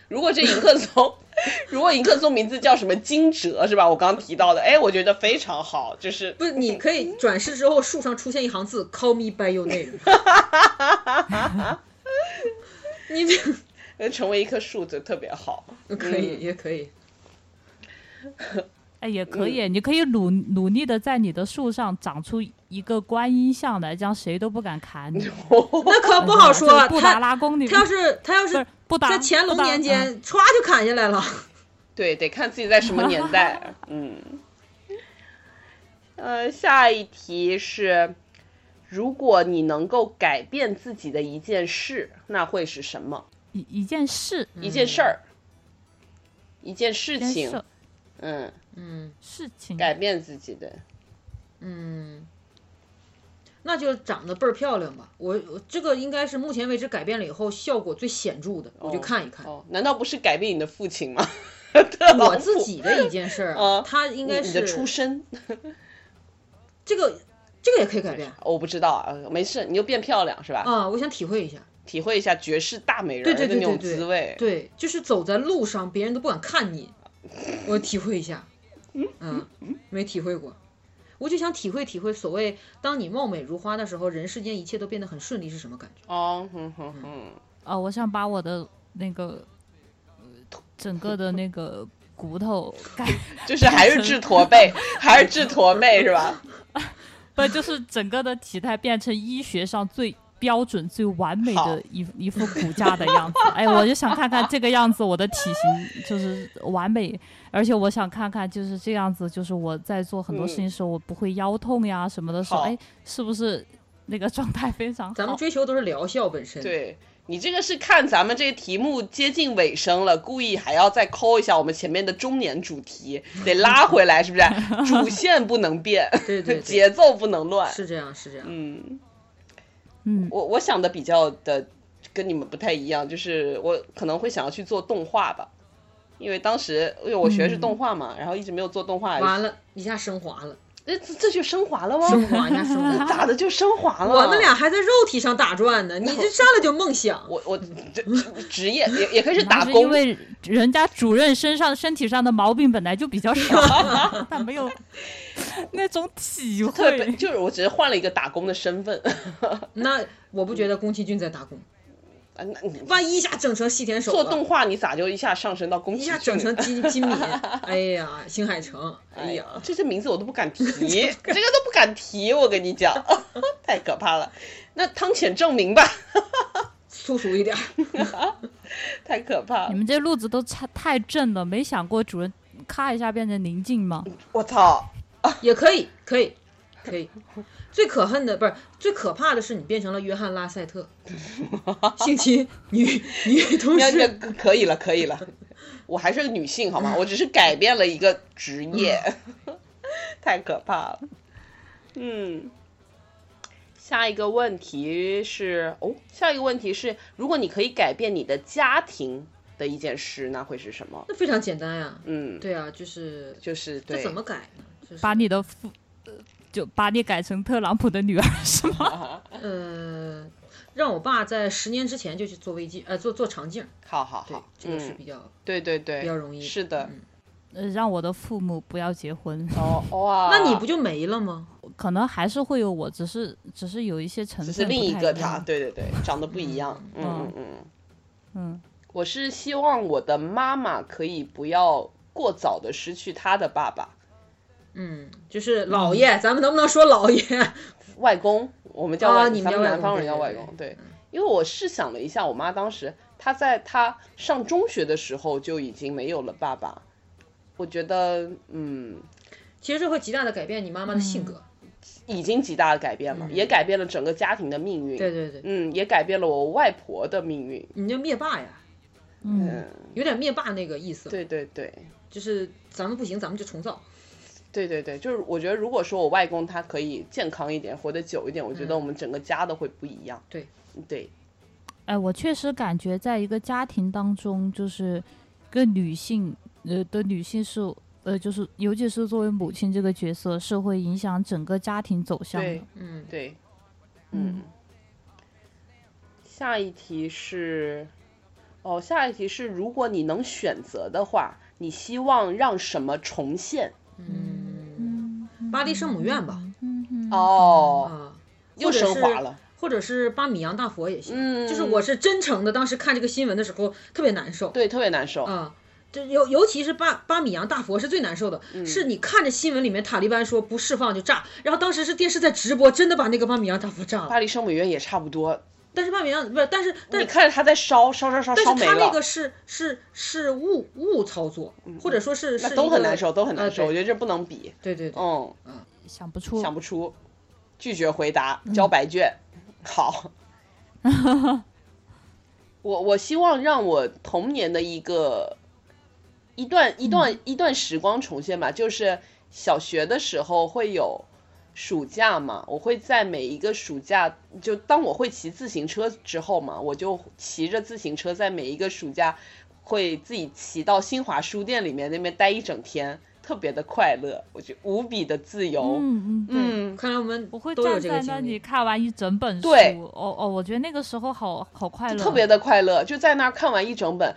B: 如果这迎客松， 如果迎客松名字叫什么惊蛰是吧？我刚刚提到的，哎，我觉得非常好，就是
C: 不是你可以转世之后，树上出现一行字 “Call me by your name”。你这
B: 呃成为一棵树就特别好。
C: 可
B: 嗯
C: 以，也可以。
A: 哎，也
C: 嗯
A: 可以，你可以努努力的在你的树上长出一个观音像来，这样谁都不敢砍你。呃
C: 那可不好说，啊
A: 布达拉宫里
C: 他要是他要
A: 不是
C: 是
A: 布达嗯
C: 在乾隆年，间，歘就砍下来了。
B: 对，得看自己在什么年 代。嗯，呃，下一题是，如果你能够改变自己的一件事，那会是什么？
A: 一一件事，
B: 一件事
C: 嗯
B: 儿，一件嗯事
A: 一件
B: 情
A: 事。
B: 嗯，
C: 嗯
A: 事情，
B: 改变自己的。
C: 嗯，那就长得倍儿漂亮吧。我我这个应该是目前为止改变了以后效果最显著的，我就看一看。
B: 哦，难道不是改变你的父亲吗？
C: 我自己的一件事儿
B: 啊
C: 啊，他应该
B: 你
C: 是
B: 的出身，
C: 这个这个也可以改变
B: 我不知道啊，没事，你就变漂亮是吧？
C: 啊，我想体会一下。
B: 体会一下绝世大美人
C: 对
B: 儿
C: 对
B: 的
C: 对对
B: 那种滋味
C: 对，。对，就是走在路上，别人都不敢看你，我体会一 下，嗯，没体会过，我就想体会体会所谓当你貌美如花的时候，人世间一切都变得很顺利是什么感觉？
B: 哦，哼哼
C: 嗯
B: 哼，
A: 呃，我想把我的那个呃整个的那个骨头改，
B: 就是还是治驼 背，还是治驼背是吧？
A: 不就是整个的体态变成医学上最标准、最完美
B: 好
A: 的一一副骨架的样 子。哎，我就想看看这个样子，我的体型就是完美，而且我想看看就是这样子，就是我在做很多事情的时候，我不会腰痛呀什么的时候，
B: 嗯好
A: 哎，是不是那个状态非常好？
C: 咱们追求都是疗效本身，，
B: 哦对你这个是看咱们这个题目接近尾声了，故意还要再抠一下我们前面的中年主题，得拉回来，是不 是？主线不能变，
C: 对对对
B: 节奏不能乱。
C: 是这样是这样，
B: 嗯，
A: 嗯，
B: 我我想的比较的跟你们不太一样，就是我可能会想要去做动画吧，因为当时因为我学的是
A: 嗯
B: 动画嘛，然后一直没有做动画，哎
C: 完了一下升华了，
B: 这这这就升华了吗？
C: 升华一下升 华。
B: 咋的就升华了？
C: 我们俩还在肉体上打转呢，你这上来就梦想，
B: 我我这这职业也也可以是
A: 那
B: 打
A: 是
B: 工
A: 因，为人家主任身上身体上的毛病本来就比较 少，他没有那种体
B: 特别
A: 会。
B: 就是我只是换了一个打工的身份。
C: 那我不觉得宫崎骏在打工，
B: 啊，那你
C: 万一一下整成细田守
B: 做
C: 了
B: 动画你咋就一下上升到宫
C: 一
B: 崎
C: 下
B: 骏
C: 整
B: 了？
C: 成金金 敏，哎呀，新海诚，哎
B: 哎
C: 呀，
B: 呀，这些名字我都不敢 提，这个都不敢提，我跟你讲， 太可怕了。那汤浅证明吧，
C: 粗俗一点儿，
B: 太可怕
A: 你
B: 了。
A: 们这路子都太太正了，没想过主任咔一下变成宁静吗？
B: 我操，
C: 也可以，可以，可以。最可恨的不是最可怕的是你变成了约翰拉塞 特，性侵女女同
B: 那
C: 事，
B: 那可以了，可以了。我还是个女性好吗？我只是改变了一个职业，
C: 嗯
B: 太可怕了。嗯，下一个问题是哦，下一个问题是，如果你可以改变你的家庭的一件事，那会是什么？
C: 那非常简单呀。
B: 嗯，
C: 对啊，就是
B: 就是
C: 这
B: 对，
C: 怎么改呢？就是
A: 把你的父，呃就把你改成特朗普的女儿是吗？
C: 呃，让我爸在十年之前就去做胃镜，呃，做做肠镜，
B: 好好
C: 对
B: 好，，
C: 这个是
B: 嗯
C: 比较
B: 对对对，
C: 比较容易
B: 是的，
C: 嗯
A: 呃让我的父母不要结婚，
B: 哦哇，
C: 那你不就没了吗？
A: 可能还是会有我，只是只是有一些成
B: 只
A: 分
B: 是另一
A: 不太
B: 个
A: 样
B: 他？对对对，长得不一样，嗯嗯
A: 嗯
B: 嗯嗯。
A: 嗯，
B: 我是希望我的妈妈可以不要过早的失去她的爸爸、
C: 嗯，就是老爷，咱们能不能说老爷？
B: 外公，我们叫
C: 啊
B: 外，
C: 你们
B: 咱
C: 叫
B: 们
C: 外
B: 南
C: 公
B: 方人
C: 对
B: 叫
C: 对
B: 外
C: 对
B: 公，对。因为我试想了一下，我妈当时她在她上中学的时候就已经没有了爸爸，我觉得嗯，
C: 其实这会极大的改变你妈妈的性格。
B: 已经极大的改变了，也改变了整个家庭的命运，
C: 对对对，
B: 嗯，也改变了我外婆的命运，
C: 你叫灭霸呀，
A: 嗯，
B: 嗯，
C: 有点灭霸那个意思，
B: 对对对。
C: 就是咱们不行，咱们就重造。
B: 对对对，就是我觉得，如果说我外公他可以健康一点，活得久一点，我觉得我们整个家都会不一样。
C: 嗯对
B: 对，
A: 哎，我确实感觉在一个家庭当中，就是跟女性呃的女性是呃，就是尤其是作为母亲这个角色，是会影响整个家庭走向的
B: 对。
C: 嗯，
B: 对，
A: 嗯，
B: 下一题是，哦，下一题是，如果你能选择的话，你希望让什么重现？
C: 嗯，
A: 嗯，
C: 巴黎圣母院吧，
A: 嗯嗯，
B: 哦，
C: 啊，
B: 又升华了。
C: 或者是巴米扬大佛也行。
B: 嗯
C: 就是我是真诚的，当时看这个新闻的时候特别难受。
B: 对，特别难受。
C: 啊，这尤尤其是巴巴米扬大佛是最难受的，
B: 嗯
C: 是你看着新闻里面塔利班说不释放就炸，然后当时是电视在直播，真的把那个巴米扬大佛炸了。
B: 巴黎圣母院也差不多，
C: 但是巴米扬不是，但是但
B: 哎你
C: 是。
B: 看着它在烧，烧烧烧，烧
C: 但
B: 没
C: 是他那个
B: 了，嗯
C: 是是是误误操作，或者说是是
B: 那都很
C: 一个
B: 难受，都很难受。
C: 呃
B: 我觉得这不能比。
C: 对对对，
B: 嗯，
A: 想不出，嗯
B: 想不出，拒绝回答，交白卷。 好，我我希望让我童年的一个一段一段、一段时光重现吧，就是小学的时候会有。暑假嘛，我会在每一个暑假，就当我会骑自行车之后嘛，我就骑着自行车在每一个暑假，会自己骑到新华书店里面那边待一整天，特别的快乐，我觉得无比的自由。
A: 嗯嗯，
B: 嗯，
C: 看来我们
A: 我会
C: 都有
A: 站
C: 这
A: 在
C: 个
A: 那
C: 经
A: 里
C: 历。
A: 看完一整本书，
B: 对
A: 哦哦，我觉得那个时候好好快乐，哦
B: 特别的快乐，就在那儿看完一整本。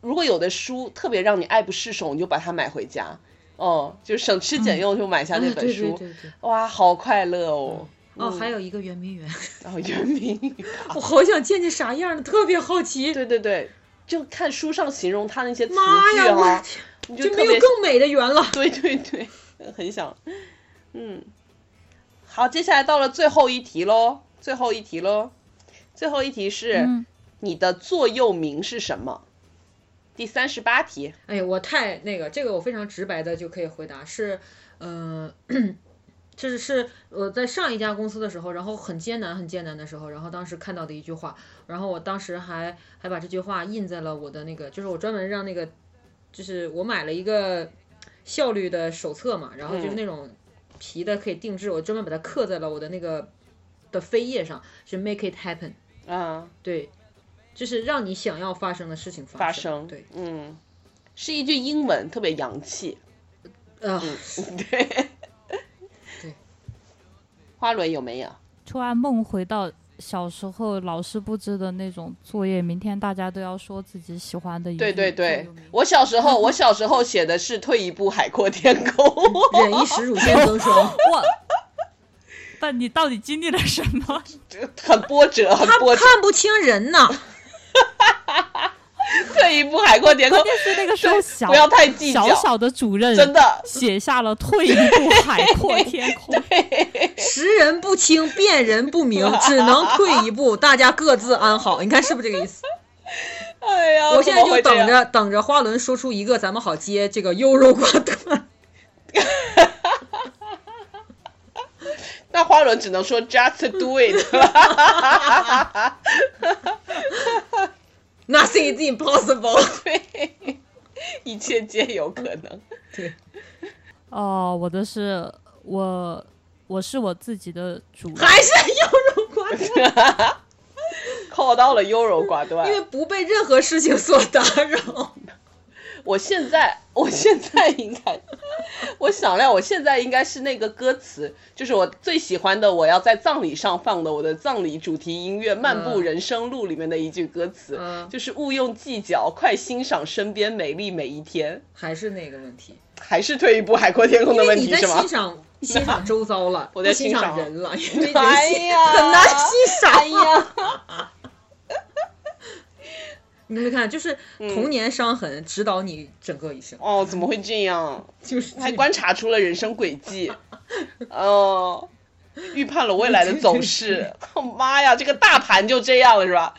B: 如果有的书特别让你爱不释手，你就把它买回家，哦、就省吃俭用就买下那
A: 嗯
C: 啊
B: 本
C: 对
B: 书，
C: 对对对。
B: 哇，好快乐哦！
C: 哦，还有一个圆明园，
B: 然后 圆明，
C: 我好想见见啥样的，特别好奇。
B: 对对对，就看书上形容它那些词句
C: 妈呀，我
B: 哈、
C: 的
B: 啊，
C: 天，
B: 你
C: 就
B: 特
C: 没
B: 别
C: 有更美的园了。
B: 对对对，很想，嗯，好，接下来到了最后一题喽，最后一题喽，最后一题是、
A: 嗯
B: 你的座右铭是什么？第三十八题，
C: 哎呀，我太那个，这个我非常直白的就可以回答是，嗯、 就是是我在上一家公司的时候，然后很艰难很艰难的时候，然后当时看到的一句话，然后我当时还还把这句话印在了我的那个，就是我专门让那个，就是我买了一个效率的手册嘛，然后
B: 嗯
C: 就是那种皮的可以定制，我专门把它刻在了我的那个的扉页上，是 make it happen，
B: 啊，
C: 对，就是让你想要发生的事情
B: 发
C: 发
B: 生，
C: 对，，
B: 嗯，是一句英文，特别洋气，
C: 呃，
B: 嗯 对，
C: 对。
B: 花轮有没有？
A: 突然梦回到小时候老师布置的那种作业，明天大家都要说自己喜欢的
C: 嗯
A: 一句
B: 对对对
A: 座右铭，
B: 我小 时候，我小时候写的是退一步海阔天空。
C: 忍一时乳腺增 生。
A: 我，但你到底经历了什 么？
B: 很波折，很
C: 嗯他
B: 波折。
C: 看不清人 呐，
B: 退一步海阔天空
A: 关，键是那个时候小，
B: 不要太计较，
A: 小小的主任
B: 真的。
A: 写下了“退一步海阔天空
C: 识人不清，辨人不明，只能退一步，大家各自安好。你看是不是这个意 思？
B: 哎呀，
C: 我现在
B: 怎
C: 就
B: 么会这
C: 等
B: 样
C: 着等着花轮说出一个，咱们好接这个优柔寡断。
B: 那花轮只能说 just do it 了。
C: Nothing is impossible。
B: 对，一切皆有可能。
C: 对，”。
A: 哦，我的是我，我是我自己的主人。
C: 还是优柔寡断，
B: 扣到了优柔寡断
C: 因。为不被任何事情所打扰。
B: 我现在，我现在应该，我想了，我现在应该是那个歌词，就是我最喜欢的，我要在葬礼上放的我的葬礼主题音乐《漫步人生路》里面的一句歌词，
C: 嗯
B: 就是勿用计较，快欣赏身边美丽每一天。
C: 还是那个问 题，
B: 还是退一步海阔天空
C: 因
B: 的
C: 为
B: 问
C: 你
B: 题
C: 在
B: 是吗
C: 欣？赏欣 赏周遭了，
B: 我在
C: 不欣
B: 欣
C: 赏
B: 赏
C: 人了，因为人
B: 哎
C: 性
B: 呀
C: 很难欣赏。
B: 哎呀，
C: 你没看，就是童年伤痕指导你整个一生，
B: 嗯哦，怎么会这样？
C: 就是。
B: 还观察出了人生轨迹，哦，预判了未来的走势。 我、妈呀，这个大盘就这样了是吧？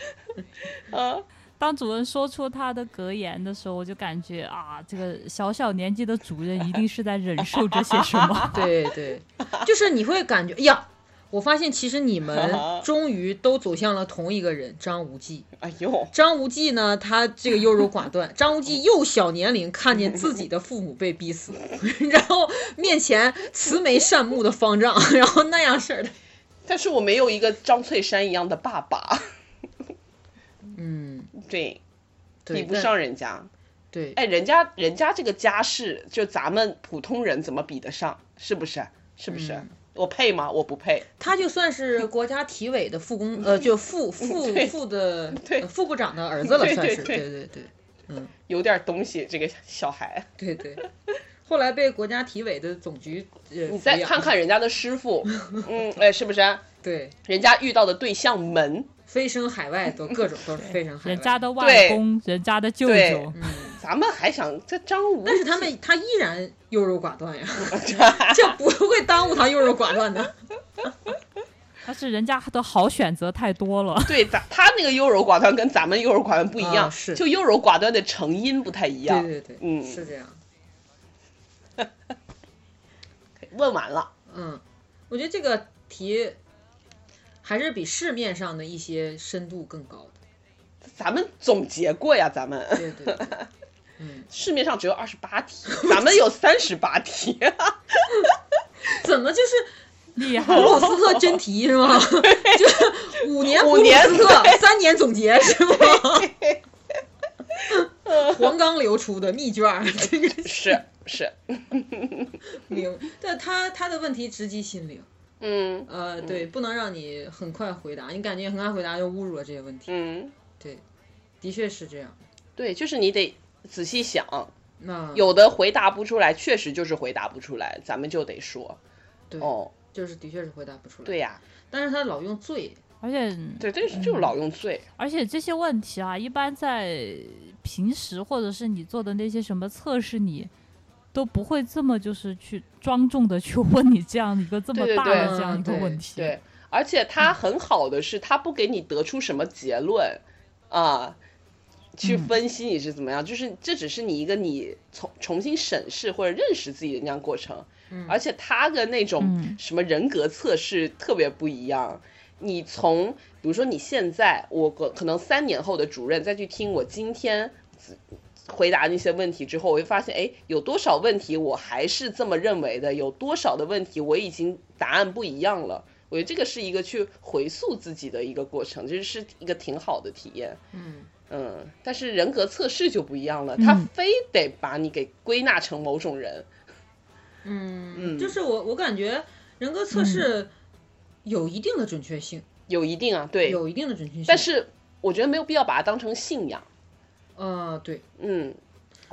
B: 嗯，
A: 当主任说出他的格言的时候，我就感觉啊，这个小小年纪的主任一定是在忍受这些什么
C: 对对，就是你会感觉哎呀。我发现其实你 们终于都走向了同一个人，张无忌。
B: 哎呦，
C: 张无忌呢，他这个优柔寡断。张无忌幼小年龄看见自己的父母被逼死， 然后面前慈眉善目的方丈，然后那样式儿的，
B: 但是我没有一个张翠山一样的爸爸，
C: 嗯，
B: 对，
C: 对，
B: 比不
C: 但
B: 上人家。
C: 对，
B: 哎，人家人家这个家世，就咱们普通人怎么比得上？是不是？是不是？
C: 嗯
B: 我配吗？我不配。
C: 他就算是国家体委的副工， 呃，就副副副的呃
B: 对
C: 副部长的儿子了，
B: 对
C: 算
B: 对
C: 是，
B: 对
C: 对对对
B: 有点东西，这个小孩，
C: 对对。后来被国家体委的总局，呃，
B: 你
C: 你
B: 再看，看人家的师 傅，嗯，哎，是不是？
C: 对，
B: 人家遇到的对象门，
C: 飞升海外都各种都是飞升海外。
A: 人家的外
B: 对
A: 公，人家的舅
B: 对嗯
A: 舅，
B: 咱们还想这张无忌，
C: 但是他们他依然优柔寡断呀， 这不会耽误他优柔寡断的。
A: 但是人家的好选择太多了。
B: 对咱他那个优柔寡断跟咱们优柔寡断不一样，
C: 啊是
B: 就优柔寡断的成因不太
C: 对
B: 一样。
C: 对对，
B: 嗯
C: 是这样。
B: 问完了，
C: 嗯，我觉得这个题还是比市面上的一些深度更高的。
B: 咱们总结过呀，咱们
C: 对对对，嗯，
B: 市面上只有二十八题，咱们有三十八 题，
C: 怎么就是
A: 厉害
C: 普鲁斯特真题是吗？就五年普
B: 五
C: 鲁
B: 年
C: 斯特，三年总结是吗？黄冈流出的密卷儿，这个
B: 是是，
C: 明，但他他的问题直击心灵。
B: 嗯
C: 呃，对，不能让你很快回答，你感觉很快回答就侮辱了这些问题，
B: 嗯，
C: 的确是这样。
B: 对，就是你得仔细想，
C: 那
B: 有的回答不出来，确实就是回答不出来，咱们就得说，
C: 对
B: 哦，
C: 就是的确是回答不出来。
B: 对呀、
C: 但是他老用罪，
A: 而且
B: 对，这
C: 嗯
B: 是就是老用罪，
A: 而且这些问题啊，一般在平时或者是你做的那些什么测试你。都不会这么就是去庄重的去问你这样一个这么
B: 对对
A: 大
B: 对
A: 的这样一个
C: 嗯
A: 问题，
B: 对，而且他很好的是，他不给你得出什么结论啊，去
A: 嗯
B: 分析你是怎么样，就是这只是你一个你重重新审视或者认识自己的那样过程。而且他的那种
A: 嗯
B: 什么人格测试特别不一样。你从比如说你现在，我可可能三年后的主任再去听我今天回答那些问题之后，我会发现，哎，有多少问题我还是这么认为的，有多少的问题我已经答案不一样了。我觉得这个是一个去回溯自己的一个过程，这是一个挺好的体验。
C: 嗯，
B: 嗯，但是人格测试就不一样了，
A: 嗯
B: 他非得把你给归纳成某种人。
C: 嗯
B: 嗯
C: 就是我我感觉人格测试有一定的准确性，
B: 有一定啊，对，
C: 有一定的准确性，
B: 但是我觉得没有必要把它当成信仰。
C: 呃，对，
B: 嗯，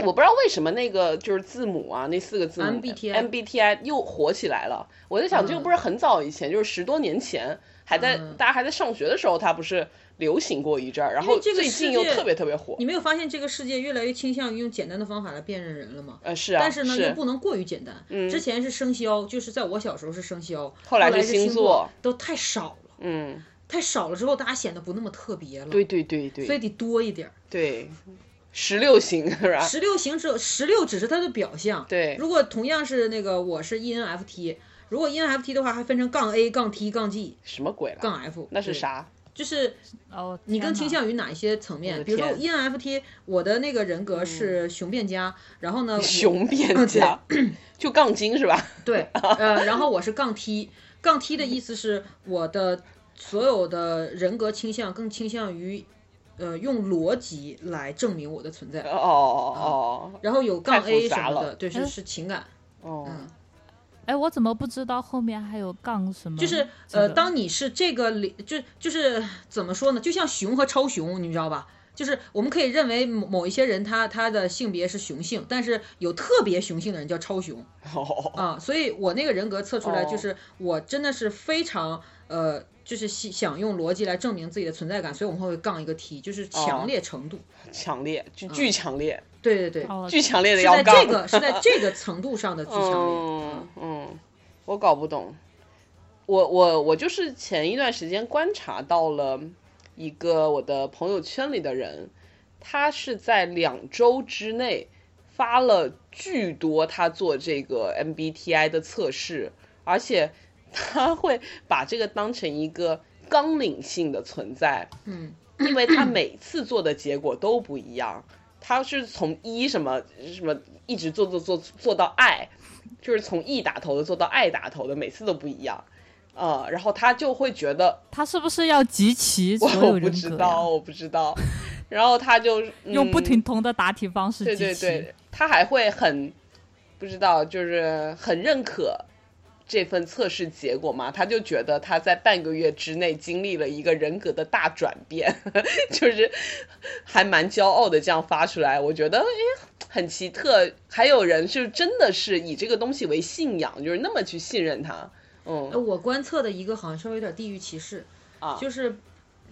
B: 我不知道为什么那个就是字母啊，那四个字母
C: MBTI
B: MBTI 又火起来了。我在想，
C: 嗯
B: 这个不是很早以前，就是十多年前，还在
C: 嗯
B: 大家还在上学的时候，它不是流行过一阵儿，然后
C: 因为这个
B: 最近又
C: 世界
B: 特别特别火
C: 你。没有发现这个世界越来越倾向于用简单的方法来辨认人了吗？
B: 呃，是啊，
C: 但是呢，又不能过于简单。
B: 嗯
C: 之前是生肖，就是在我小时候是生肖，
B: 后来
C: 来
B: 是
C: 是
B: 星
C: 星
B: 座，
C: 都太少了，
B: 嗯，
C: 太少了之后，大家显得不那么特别了。
B: 对对对
C: 嗯所以
B: 对
C: 得多一点儿。
B: 对，十六型是吧？
C: 十六型只有十六只是它的表象。
B: 啊对
C: 如果同样是那个我是 E ENFT，如果 E ENFT 的话，还分成杠 A、杠 T、杠 G、
B: 什么鬼了？
C: 杠 F，
B: 那是
C: 对？
B: 啥？
C: 就是
A: 哦，
C: 你更倾
A: 天哪
C: 向于哪一些层
B: 我的嗯
C: 面？比如说 E ENFT，我的那个人格是雄辩家，然后呢，我
B: 雄辩家，就杠精是吧？
C: 对，呃，然后我是杠 T，杠 T 的意思是我的所有的人格倾向更倾向于，呃，用逻辑来证明我的存在。
B: 哦
C: 嗯
B: 哦
C: 然后有杠
B: 太复
C: A
B: 杂
C: 什么的，
B: 了
C: 对，
A: 嗯
C: 是是情感，
B: 哦哦，
C: 嗯，
A: 哎，我怎么不知道后面还有杠什么？
C: 就是
A: 这
C: 呃，
A: 个
C: 当你是这个里，就就是怎么说呢？就像熊和超熊，你知道吧？就是我们可以认为某某一些人他他的性别是雄性，但是有特别雄性的人叫超雄
B: 哦
C: 啊。所以我那个人格测出来，
B: 哦
C: 就是我真的是非常呃，就是想想用逻辑来证明自己的存在感，所以我们会杠一个 T，就是强
B: 哦
C: 烈程度。
B: 强烈，巨巨强烈，
C: 对对对，
A: 哦，
B: 巨强烈的
C: 是
B: 要
C: 在
B: 杠。
C: 这个是在这个程度上的巨强烈。
B: 嗯嗯，我搞不懂。我我我就是前一段时间观察到了一个我的朋友圈里的人，他是在两周之内发了巨多他做这个 MBTI 的测试，而且他会把这个当成一个纲领性的存在，
C: 嗯，
B: 因为他每次做的结果都不一样，他是从一什么什么一直做做做做到爱，就是从 E 打头的做到爱打头的，每次都不一样。呃，然后他就会觉得
A: 他是不是要集齐
B: 我
A: 所有
B: 我不
A: 人
B: 知
A: 格呀
B: 道，我不知道，然后他就、嗯、
A: 用不停同的答题方式
B: 对
A: 集
B: 对
A: 齐？
B: 对，他还会很不知道，就是很认可这份测试结果嘛，他就觉得他在半个月之内经历了一个人格的大转变， 就是还蛮骄傲的这样发出来，我觉得哎很奇特。还有人是真的是以这个东西为信仰，就是那么去信任它，嗯
C: 呃我观测的一个好像稍微有点地域歧视，
B: 啊
C: 就是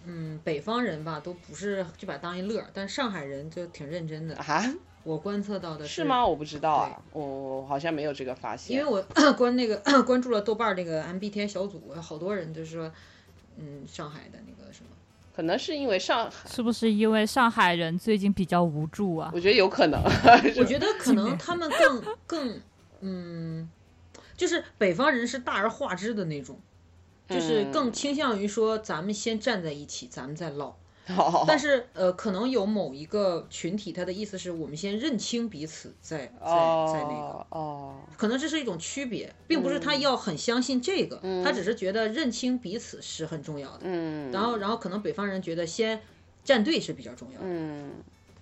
C: 嗯，北方人吧都不是就把它当一乐儿，但上海人就挺认真的。
B: 啊
C: 我观测到的
B: 是？吗？我不知道啊，我我好像没有这个发现，
C: 因为我 关那个关注了豆瓣儿那个 MBTI 小组，有好多人就是说，嗯，上海的那个什么，
B: 可能是因为上海，
A: 是不是因为上海人最近比较无助啊？
B: 我觉得有可能，
C: 我觉得可
A: 美
C: 能他们更更嗯，就是北方人是大而化之的那种，
B: 嗯
C: 就是更倾向于说咱们先站在一起，咱们再唠。
B: 好，
C: 但是呃，可能有某一个群体，他的意思是我们先认清彼此，再再再那个。
B: 哦哦，
C: 可能这是一种区别，并不是他要很相信这个，他只是觉得认清彼此是很重要的。
B: 嗯，
C: 然后，然后可能北方人觉得先站队是比较重要的。
B: 嗯。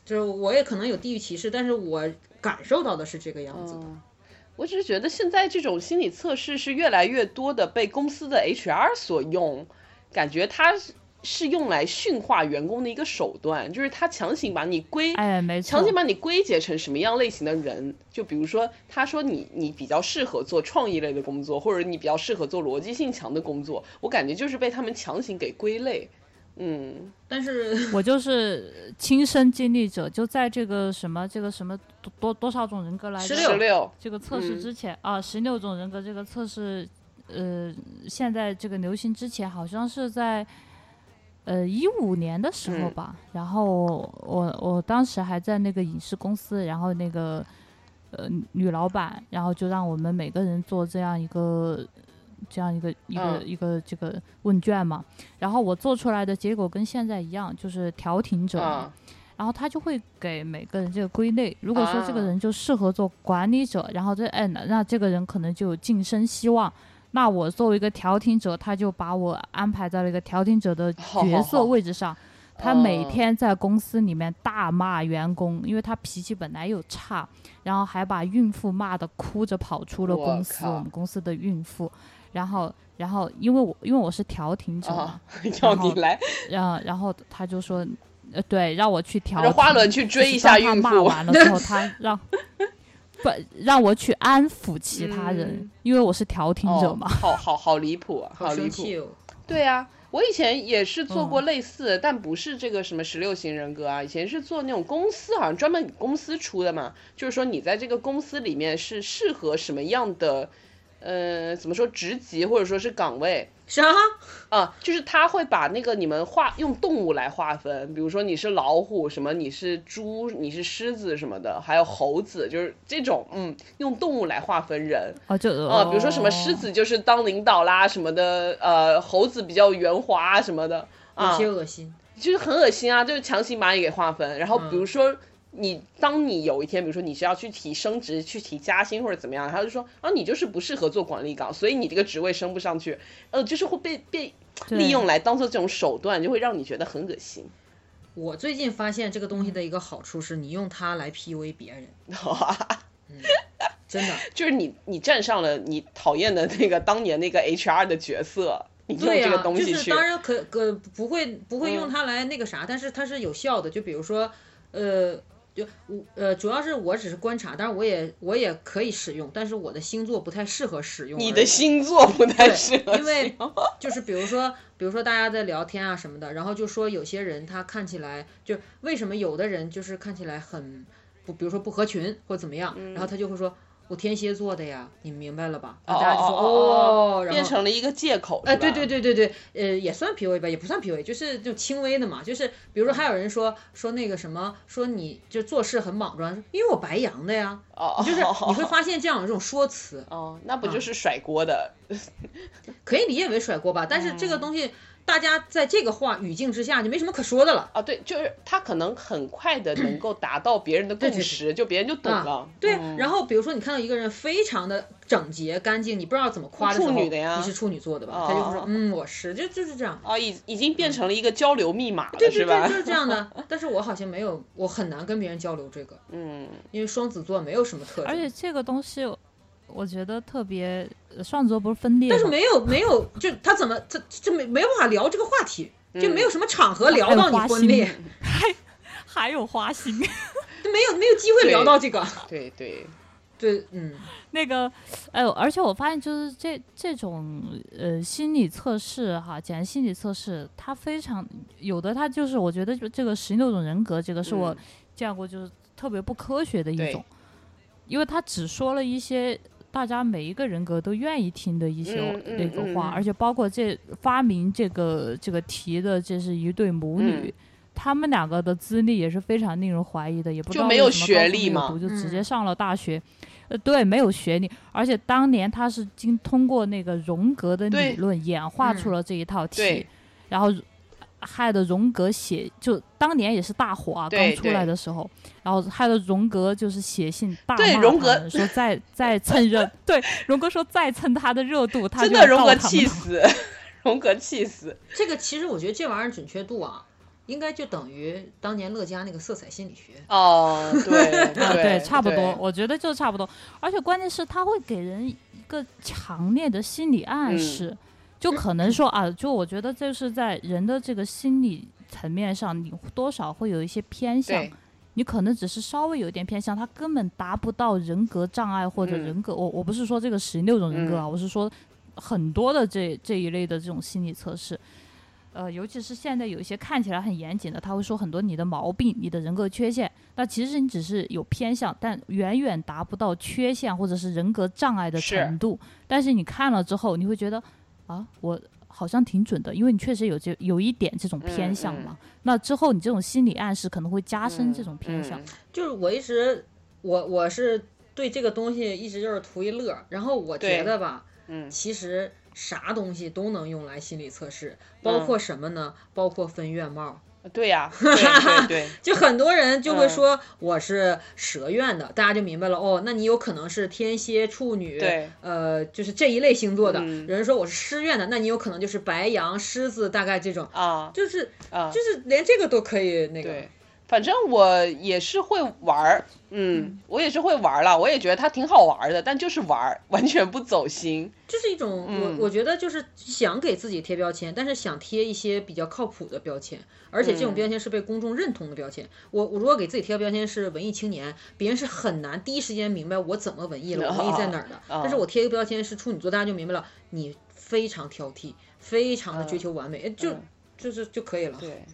C: 就是我也可能有地域歧视，但是我感受到的是这个样子的。
B: 嗯，我只是觉得现在这种心理测试是越来越多的被公司的 HR 所用，感觉它是是用来驯化员工的一个手段，就是他强行把你归。
A: 哎，没错
B: 强，行把你归结成什么样类型的人？就比如说，他说你你比较适合做创意类的工作，或者你比较适合做逻辑性强的工作，我感觉就是被他们强行给归类。嗯，
C: 但 是，
A: 我就是亲身经历者，就在这个什么这个什么多多多少种人格来着
C: 16
B: 十六，
A: 这个测试
B: 嗯
A: 之前、啊，十六种人格这个测试，呃，现在这个流行之前好像是在，呃，一五年的时候
B: 嗯
A: 吧。然后我我当时还在那个影视公司，然后那个呃女老板，然后就让我们每个人做这样一个这样一个一个、
B: 嗯
A: 一个这个问卷嘛。然后我做出来的结果跟现在一样，就是调停者嘛。
B: 啊
A: 然后他就会给每个人这个归类。如果说这个
B: 啊
A: 人就适合做管理者，然后这哎那那这个人可能就有晋升希望。那我作为一个调停者，他就把我安排在了一个调停者的
B: 好好
A: 角
B: 好哦
A: 色位置上。他每天在公司里面大骂员工，因为他脾气本来又差，然后还把孕妇骂的哭着跑出了
B: 我
A: 公司，
B: 靠
A: 我们公司的孕妇。然后，然后因为我因为我是调停者嘛
B: 啊，， 要
A: 然后
B: 你来，
A: 然后然后他就说，呃，对，让我去调
B: 让花
A: 停
B: 轮去追
A: 就是
B: 一下
A: 当他
B: 孕
A: 骂
B: 妇。
A: 完了之后，他让不让我去安抚其他人，
B: 嗯
A: 因为我是调停者
B: 哦
A: 嘛。
B: 好好好离谱啊，
C: 好
B: 离
C: 生
B: 谱
C: 气。哦！
B: 对啊，我以前也是做
A: 嗯
B: 过类似的，但不是这个什么十六型人格啊，以前是做那种公司，好像专门给公司出的嘛，就是说你在这个公司里面是适合什么样的，呃，怎么说职级或者说是岗位。
C: 啥？
B: 啊，就是他会把那个你们划用动物来划分，比如说你是老虎，什么你是猪，你是狮子什么的，还有猴子，就是这种，嗯，用动物来划分人。
A: 哦，就哦、
B: 啊，比如说什么狮子就是当领导啦什么的，呃，猴子比较圆滑什么的
C: 有
B: 啊，
C: 些恶心。
B: 就是很恶心啊，就是强行把你给划分。然后比如
C: 嗯
B: 说你，当你有一天，比如说你是要去提升职、去提加薪或者怎么样，他就说啊，你就是不适合做管理岗，所以你这个职位升不上去，呃，就是会被被
A: 对
B: 利用来当做这种手段，就会让你觉得很恶心。
C: 我最近发现这个东西的一个好处是，你用它来 PUA 别人，真的。
B: 就是你你站上了你讨厌的那个当年那个 HR 的角色，你用
C: 对
B: 这
C: 呀、
B: 个东
C: 就
B: 西
C: 是
B: 去。嗯
C: 当然可可不会不会用它来那个啥，但是它是有效的。就比如说，呃，就我呃，主要是我只是观察，但是我也我也可以使用，但是我的星座不太适合使用而已。
B: 你的星座不太
C: 对
B: 适合
C: 因为
B: 形容
C: 就是比如说，比如说大家在聊天啊什么的，然后就说有些人他看起来就为什么有的人就是看起来很不，比如说不合群或怎么样，
B: 嗯
C: 然后他就会说我天蝎座的呀，你明白了吧？然后大家就说
B: 哦，
C: 然后
B: 变成了一个借口。
C: 哎，
B: 是吧
C: 对对，对对对，呃，也算 PUA 吧，也不算 PUA，就是就轻微的嘛，就是比如说还有人说说那个什么，说你就做事很莽撞，因为我白羊的呀，
B: 哦，
C: 就是你会
B: 哦
C: 发现这样一种说辞，
B: 哦，那不就是甩锅的？
C: 可以理解为甩锅吧，但是这个东西大家在这个话语境之下就没什么可说的了。
B: 啊，对，就是他可能很快的能够达到别人的共
C: 对对
B: 识，就别人就懂了。
C: 对，
B: 嗯
C: 然后比如说你看到一个人非常的整洁干净，你不知道怎么夸的时候，
B: 处女的呀
C: 你是处女座的吧？
B: 哦
C: 他就会说，嗯，我是，就就是这样，
B: 啊，已已经变成了一个交流密码了，
C: 对
B: 是
C: 对
B: 吧
C: 对，就？是这样 的。但是我好像没有，我很难跟别人交流这个，
B: 嗯，
C: 因为双子座没有什么特
A: 而且
C: 征。
A: 这个东西，我觉得特别，呃上周不是分裂吗，
C: 但是没有没有，就他怎么他就没没办法聊这个话题，就
B: 嗯
C: 没有什么场合聊到你婚
A: 还有花
C: 恋，
A: 还有花心。
C: 就没有没有机会聊到这个。
B: 对对，
C: 对，嗯，
A: 那个，哎呦，而且我发现就是这这种呃心理测试哈，简单心理测试，它非常有的，它就是我觉得就这个十六种人格，这个是我
B: 嗯
A: 见过就是特别不科学的一
B: 对
A: 种，因为它只说了一些大家每一个人格都愿意听的一些
B: 嗯嗯
A: 那个话，
B: 嗯
A: 而且包括这发明这个这个题的这是一对母女。
B: 嗯
A: 他们两个的资历也是非常令人怀疑的，也不知
B: 就
A: 道
B: 没
A: 为
B: 有
A: 什么
B: 学
A: 高中
B: 历
A: 没有
B: 嘛
A: 读就直
C: 嗯
A: 接上了大学，呃，对，没有学历，而且当年他是经通过那个荣格的
B: 对
A: 理论演化出
C: 嗯
A: 了这一套题，
B: 对
A: 然后呃害得荣格写就当年也是大火啊，刚
B: 对
A: 出来的时候，然后害得荣格就是写信大
B: 对
A: 骂
B: 荣
A: 他
B: 格
A: 们说 再再蹭热，对，荣格说再蹭他的热度，他
B: 真
A: 就
B: 的
A: 要
B: 荣
A: 告
B: 格
A: 他们
B: 气
A: 了
B: 死， 荣格气死。
C: 这个其实我觉得这玩意儿准确度啊，应该就等于当年乐嘉那个色彩心理学。
B: 哦，对
A: 啊，
B: 对，
A: 差不多，
B: 对。
A: 我觉得就差不多。而且关键是，他会给人一个强烈的心理暗
B: 嗯
A: 示，就可能说啊，就我觉得这是在人的这个心理层面上，你多少会有一些偏向
B: 对，，
A: 你可能只是稍微有一点偏向，他根本达不到人格障碍或者
B: 嗯
A: 人格。我我不是说这个十六种人格啊，我是说很多的这这一类的这种心理测试。呃，尤其是现在有一些看起来很严谨的，他会说很多你的毛病、你的人格缺陷，那其实你只是有偏向，但远远达不到缺陷或者是人格障碍的
B: 是
A: 程度。但是你看了之后，你会觉得啊，我好像挺准的，因为你确实有这有一点这种偏向
B: 嗯
A: 嘛。那之后你这种心理暗示可能会加深这
B: 嗯
A: 种偏向。
B: 嗯
C: 就是我一直，我我是对这个东西一直就是图一乐儿，然后我觉
B: 对
C: 得吧，
B: 嗯
C: 其实啥东西都能用来心理测试，
B: 嗯
C: 包括什么呢？包括分院貌。
B: 对 呀、对对对，
C: 就很多人就会
B: 嗯
C: 说我是蛇院的，大家就明白了哦，那你有可能是天蝎、处女，
B: 对，
C: 呃，就是这一类星座的。
B: 嗯
C: 人说我是狮院的，那你有可能就是白羊、狮子，大概这种，
B: 啊
C: 就是
B: 啊，
C: 就是连这个都可以那个
B: 对。，反正我也是会玩儿，嗯，我也是会玩儿啦，我也觉得它挺好玩儿的，但就是玩儿， 完全不走心。
C: 就是一种、
B: 嗯
C: 我我觉得就是想给自己贴标签，但是想贴一些比较靠谱的标签，而且这种
B: 嗯
C: 标签是被公众认同的标签。我我如果给自己贴标签是文艺青年，别人是很难第一时间明白我怎么文艺了，我文艺在哪儿的。
B: 啊
C: 但是我贴一个标签是处女座，大家就明白了，你非常挑剔，非常的追求完美，哎就、
B: 嗯
C: 就是就可以了。
B: 对，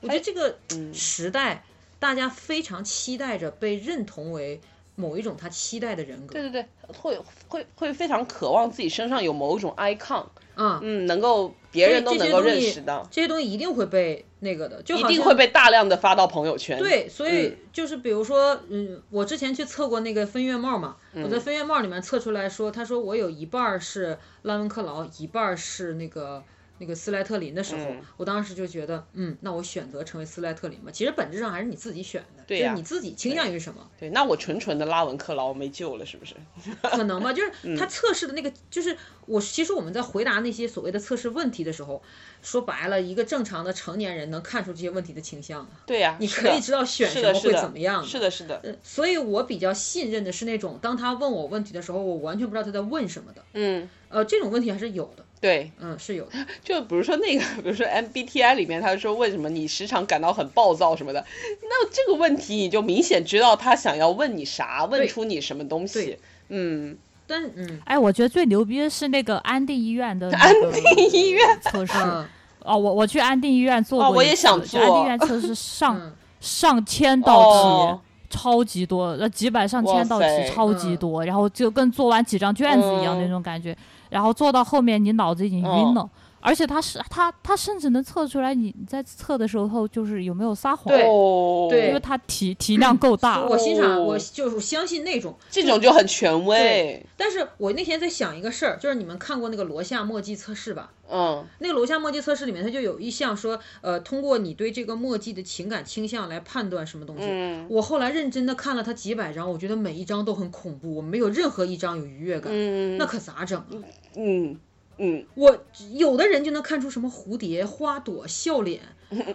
C: 我觉得这个
B: 嗯
C: 时代，大家非常期待着被认同为某一种他期待的人格。
B: 对对对，会会会非常渴望自己身上有某种 icon，
C: 啊、
B: 嗯，能够别人都能够认识到，
C: 这些东西一定会被那个的，就
B: 一
C: 好
B: 定
C: 像
B: 会被大量的发到朋友圈。，
C: 对，所以
B: 嗯
C: 就是比如说，嗯，我之前去测过那个分院帽嘛，我
B: 嗯
C: 在分院帽里面测出来说，他说我有一半儿是拉文克劳，一半儿是那个那个斯莱特林的时候，
B: 嗯
C: 我当时就觉得，嗯，那我选择成为斯莱特林吧。其实本质上还是你自己选的，
B: 对
C: 就是
B: 呀
C: 你自己倾向于什么，
B: 对，那我纯纯的拉文克劳没救了，是不 是？
C: 可能吧，
B: 嗯
C: 就是他测试的那个，就是我其实我们在回答那些所谓的测试问题的时候，说白了，一个正常的成年人能看出这些问题的倾向啊，
B: 对呀、
C: 你
B: 是
C: 可以
B: 的
C: 知道选
B: 是
C: 什
B: 的
C: 么
B: 是
C: 会
B: 的
C: 怎么样
B: 是的，是的，
C: 呃，所以我比较信任的是那种，当他问我问题的时候，我完全不知道他在问什么的。
B: 嗯，
C: 呃，这种问题还是有的，
B: 对，
C: 嗯，是有的。
B: 就比如说那个， 比如说 MBTI 里面，他说为什么你时常感到很暴躁什么的，那这个问题你就明显知道他想要问你啥，问出你什么东西
C: 对。
B: 嗯，
C: 但是嗯，
A: 哎，我觉得最牛逼的是那个安定医院 的
B: 安
A: 定
B: 医院
A: 测试
C: 嗯
A: 哦，我我去安定医院做
B: 哦
A: 过一次，
B: 我也想
A: 就安定
B: 做
A: 医院测试上、
C: 嗯
A: 上千道题。
B: 哦，
A: 超级多，那几百上
B: 哇
A: 千道题
B: 塞
A: 超级
C: 嗯
A: 多，然后就跟做完几张卷子一样
B: 嗯
A: 那种感觉，然后做到后面你脑子已经
B: 嗯
A: 晕了，而且它是它它甚至能测出来你你在测的时候就是有没有撒谎，
C: 对
B: 哦
A: 因为
C: 对
A: 它题题量够 大，
C: 我欣赏，
B: 哦
C: 我就是我相信那种。
B: 这种就很权威。
C: 但是我那天在想一个事儿，就是你们看过那个罗夏墨迹测试吧？
B: 嗯
C: 那个罗夏墨迹测试里面，它就有一项说，呃，通过你对这个墨迹的情感倾向来判断什么东西。
B: 嗯
C: 我后来认真的看了它几百张，我觉得每一张都很恐怖，我没有任何一张有愉悦感，
B: 嗯
C: 那可咋整啊？
B: 嗯嗯，
C: 我有的人就能看出什么蝴蝶、花朵、笑脸，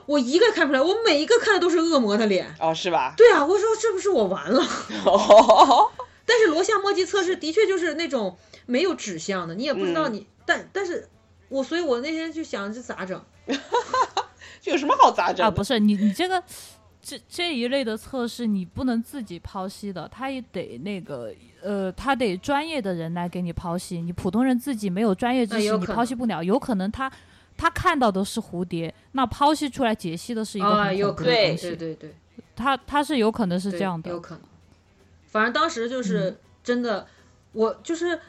C: 我一个也看不出来，我每一个看的都是恶魔的脸。
B: 哦，是吧？
C: 对啊，我说是不是我完了？
B: 哦，
C: 但是罗夏墨迹测试的确就是那种没有指向的，你也不知道你，但但是我所以，我那天就想这咋整？
B: 这有什么好杂整的？
A: 啊，不是你你这个这这一类的测试，你不能自己剖析的，他也得那个呃，他得专业的人来给你剖析，你普通人自己没有专业知
C: 那也
A: 识，
C: 有
A: 你
C: 可
A: 剖析不了，有可能他。他看到的是蝴蝶，那剖析出来解析的是一个
C: 啊，
A: 很
C: 有
A: 恐怖
C: 可
A: 的
C: 能，对
A: 东
C: 对
A: 西。
C: 对对，
A: 他他是有可能是这
C: 对
A: 样的嗯
C: 有，可能。反正当时就是真的，我就是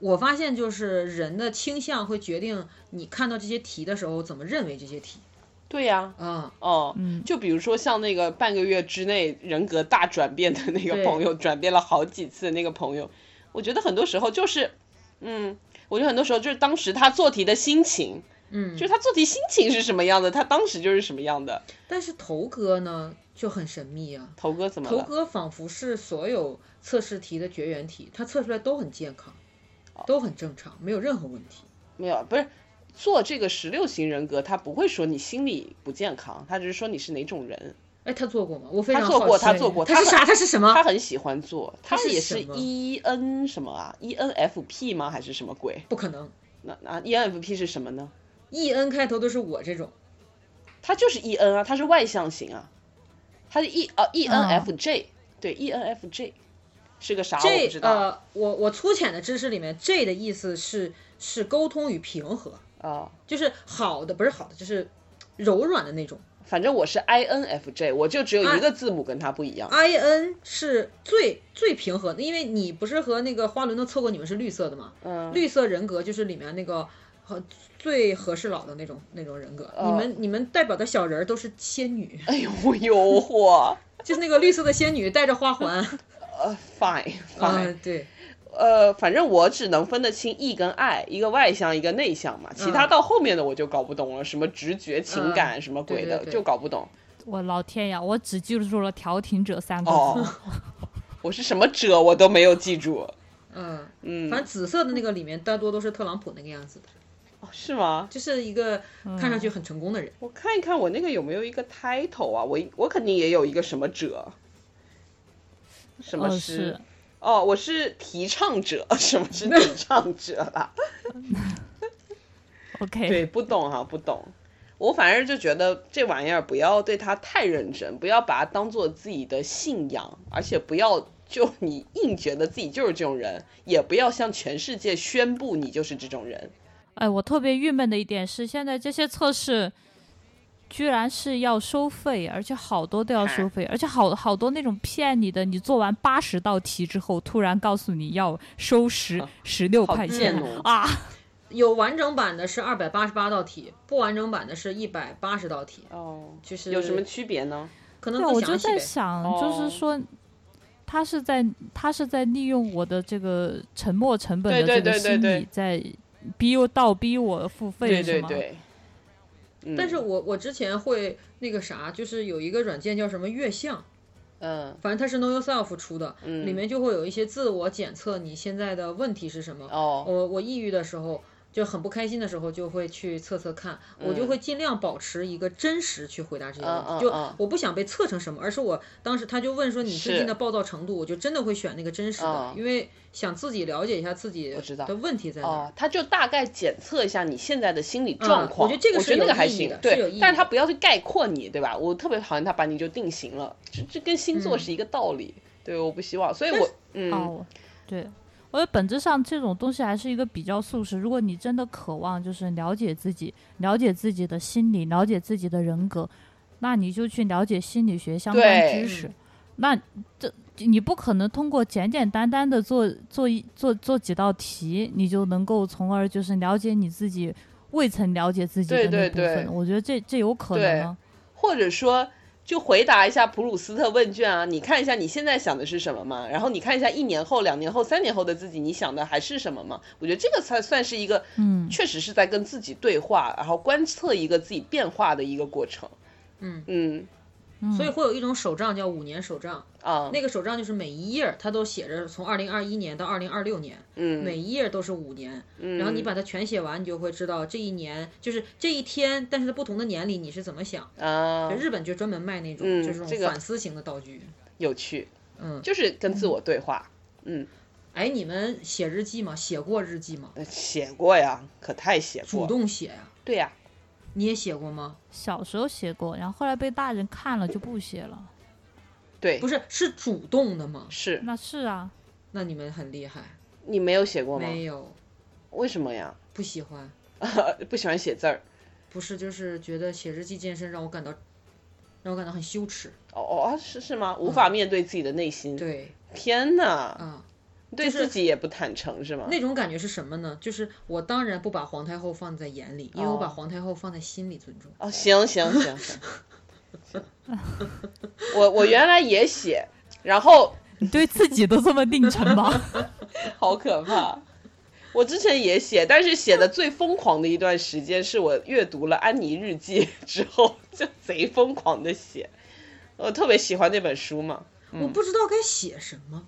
C: 我发现就是人的倾向会决定你看到这些题的时候怎么认为这些题
B: 对呀、
C: 啊。
B: 哦，
A: 嗯
B: 就比如说像那个半个月之内人格大转变的那个
C: 对
B: 朋友，转变了好几次的那个朋友，我觉得很多时候就是，嗯，我觉得很多时候就是当时他做题的心情，
C: 嗯，
B: 就是他做题心情是什么样的，他当时就是什么样的。
C: 但是头哥呢就很神秘啊，
B: 头哥怎么
C: 头
B: 了？
C: 哥仿佛是所有测试题的绝缘体，他测出来都很健康，
B: 哦
C: 都很正常，没有任何问题。
B: 没有，不是做这个十六型人格，他不会说你心理不健康，他只是说你是哪种人。
C: 哎，他做过吗？我非常
B: 他做
C: 好
B: 过
C: 奇
B: 他做过
C: 他
B: 他
C: 是啥？他是什么
B: 他？很喜欢做，他
C: 啊他是
B: 也
C: 什
B: 是
C: 么
B: E N 什么啊？E N F P 吗？还是什么鬼？
C: 不可能
B: 那那 E N F P 是什么呢？
C: ，E N 开头都是我这种。
B: 他就是 E N 啊，他是外向型啊，他是 E 呃 E N F J，、对 E N F J 是个啥？我
C: J
B: 不知道啊、
C: 呃，我我粗浅的知识里面，J 的意思是是沟通与平和，
B: 啊
C: 就是好的不是好的，就是柔软的那种。
B: 反正我是 I N F J，我就只有一个字母跟他不一样。
C: I N 是最最平和的，因为你不是和那个花轮都测过，你们是绿色的嘛？
B: 嗯，
C: 绿色人格就是里面那个和最合适老的那种那种人格。
B: 哦
C: 你们你们代表的小人儿都是仙女，
B: 哎呦呦嚯，
C: 就是那个绿色的仙女带着花 环。
B: 呃，fine
C: 啊、
B: fine，、
C: 对，
B: 呃，反正我只能分得清 E 跟 I，一个外向，一个内向
C: 嗯
B: 嘛，其他到后面的我就搞不懂了，什么直觉、情感、什么鬼
C: 嗯
B: 的
C: 对对对
B: 就搞不 懂。
A: 我老天呀，我只记住了“调停者”三个字。
B: 哦， 我是什么者我都没有记住，
C: 嗯、
B: 嗯，
C: 反正紫色的那个里面大多都是特朗普那个样子的，
B: 哦是吗？
C: 就是一个看上去很成功的人。
B: 我看一看我那个有没有一个 title 啊？我我肯定也有一个什么者，什么
A: 哦
B: 是
A: 是？
B: 哦，我是提倡者，什么是提倡者啦？
A: OK，
B: 对，不懂啊哈、不懂。我反正就觉得这玩意儿不要对它太认真，不要把它当做自己的信仰，而且不要就 你硬觉得自己就是这种人，也不要向全世界宣布你就是这种人。
A: 哎，我特别郁闷的一点是，现在这些测试居然是要收费，而且好多都要收费，而且好好多那种骗你的，你做完八十道题之后，突然告诉你要收十十六
B: 啊好
A: 块
B: 贱
A: 钱
B: 哦
A: 啊！
C: 有完整版的是二百八十八道题，不完整版的是一百八十道题，
B: 哦，
C: 就是
B: 有什么区别呢？
C: 可能
A: 对，
C: 更
A: 我就
C: 详细呗
A: 在。想，
B: 哦
A: 就是说。他是在他是在利用我的这个沉没成本的
B: 对
A: 这
B: 对
A: 个
B: 对
A: 心
B: 对
A: 理，在逼我倒逼我付费，
B: 对
A: 是
B: 对
A: 吗？
B: 对。嗯
C: 但是我我之前会那个啥，就是有一个软件叫什么月相，
B: 嗯
C: 反正它是 Know Yourself 出的，
B: 嗯，
C: 里面就会有一些自我检测你现在的问题是什么。
B: 哦，
C: 我我抑郁的时候就很不开心的时候就会去测测看，我就会尽量保持一个真实去回答这些问
B: 嗯嗯嗯
C: 题，就
B: 嗯
C: 我不想被测成什么，而是我当时他就问说你最
B: 是
C: 近的暴躁程度，我就真的会选那个真实的
B: 嗯，
C: 因为想自己了解一下自己
B: 我知道
C: 的问题在哪儿。
B: 哦，他就大概检测一下你现在的心理状
C: 嗯我
B: 况。
C: 觉得这个是
B: 那
C: 有
B: 个还
C: 意义
B: 行
C: 的，是有意
B: 对，
C: 义
B: 但是他
C: 的
B: 不要去概括你，对吧？我特别讨厌他把你就定型了，这这跟星座
C: 嗯
B: 是一个道理。对，我不希望，所以
C: 但
B: 我
C: 是
B: 嗯、
A: 哦，对，我觉得本质上这种东西还是一个比较素食。如果你真的渴望就是了解自己，了解自己的心理，了解自己的人格，那你就去了解心理学相关
B: 对
A: 知识。那这你不可能通过简简单单的做做一做做几道题，你就能够从而就是了解你自己未曾了解自己的
B: 对
A: 那部
B: 对
A: 分。
B: 对
A: 我觉得这这有可
B: 对
A: 能啊。
B: 或者说就回答一下普鲁斯特问卷啊，你看一下你现在想的是什么嘛，然后你看一下一年后、两年后、三年后的自己，你想的还是什么嘛？我觉得这个才算是一个
A: 嗯，
B: 确实是在跟自己对话，然后观测一个自己变化的一个过程。
C: 嗯
B: 嗯
A: 嗯
C: 所以会有一种手账叫五年手账，
B: 啊，
C: 那个手账就是每一页儿它都写着从二零二一年到二零二六年，
B: 嗯，
C: 每一页儿都是五年，
B: 嗯
C: 然后你把它全写完，你就会知道这一年就是这一天，但是在不同的年里你是怎么想。
B: 啊
C: 就，日本就专门卖那种、
B: 嗯
C: 就是这
B: 这
C: 种
B: 个
C: 反思型的道具，
B: 有趣，
C: 嗯，
B: 就是跟自我对话。嗯，
C: 哎，你们写日记吗？写过日记吗？
B: 呃写过呀，可太写
C: 主
B: 过。
C: 动写呀、
B: 对呀、
C: 你也写过吗？
A: 小时候写过，然后后来被大人看了就不写了。
B: 对，
C: 不是，是主动的吗？
B: 是
A: 那是啊，
C: 那你们很厉害，
B: 你没有写过吗？
C: 没有，
B: 为什么呀？
C: 不喜欢，
B: 不喜欢写字儿。
C: 不是，就是觉得写日记健身让我感到，让我感到很羞耻。
B: 哦哦，啊是是吗？无
C: 嗯
B: 法面对自己的内心。
C: 对，
B: 天哪，
C: 啊、
B: 对自己也不坦诚是吗？
C: 那种感觉是什么呢？就是我当然不把皇太后放在眼里，因为我把
B: 哦
C: 皇太后放在心里尊重。
B: 哦，行行行行 行，我我原来也写，然后
A: 你对自己都这么定程吗？
B: 好可怕。我之前也写，但是写的最疯狂的一段时间是我阅读了《安妮日记》 之后，就贼疯狂的写。我特别喜欢那本书嘛，
C: 我不知道该写什么。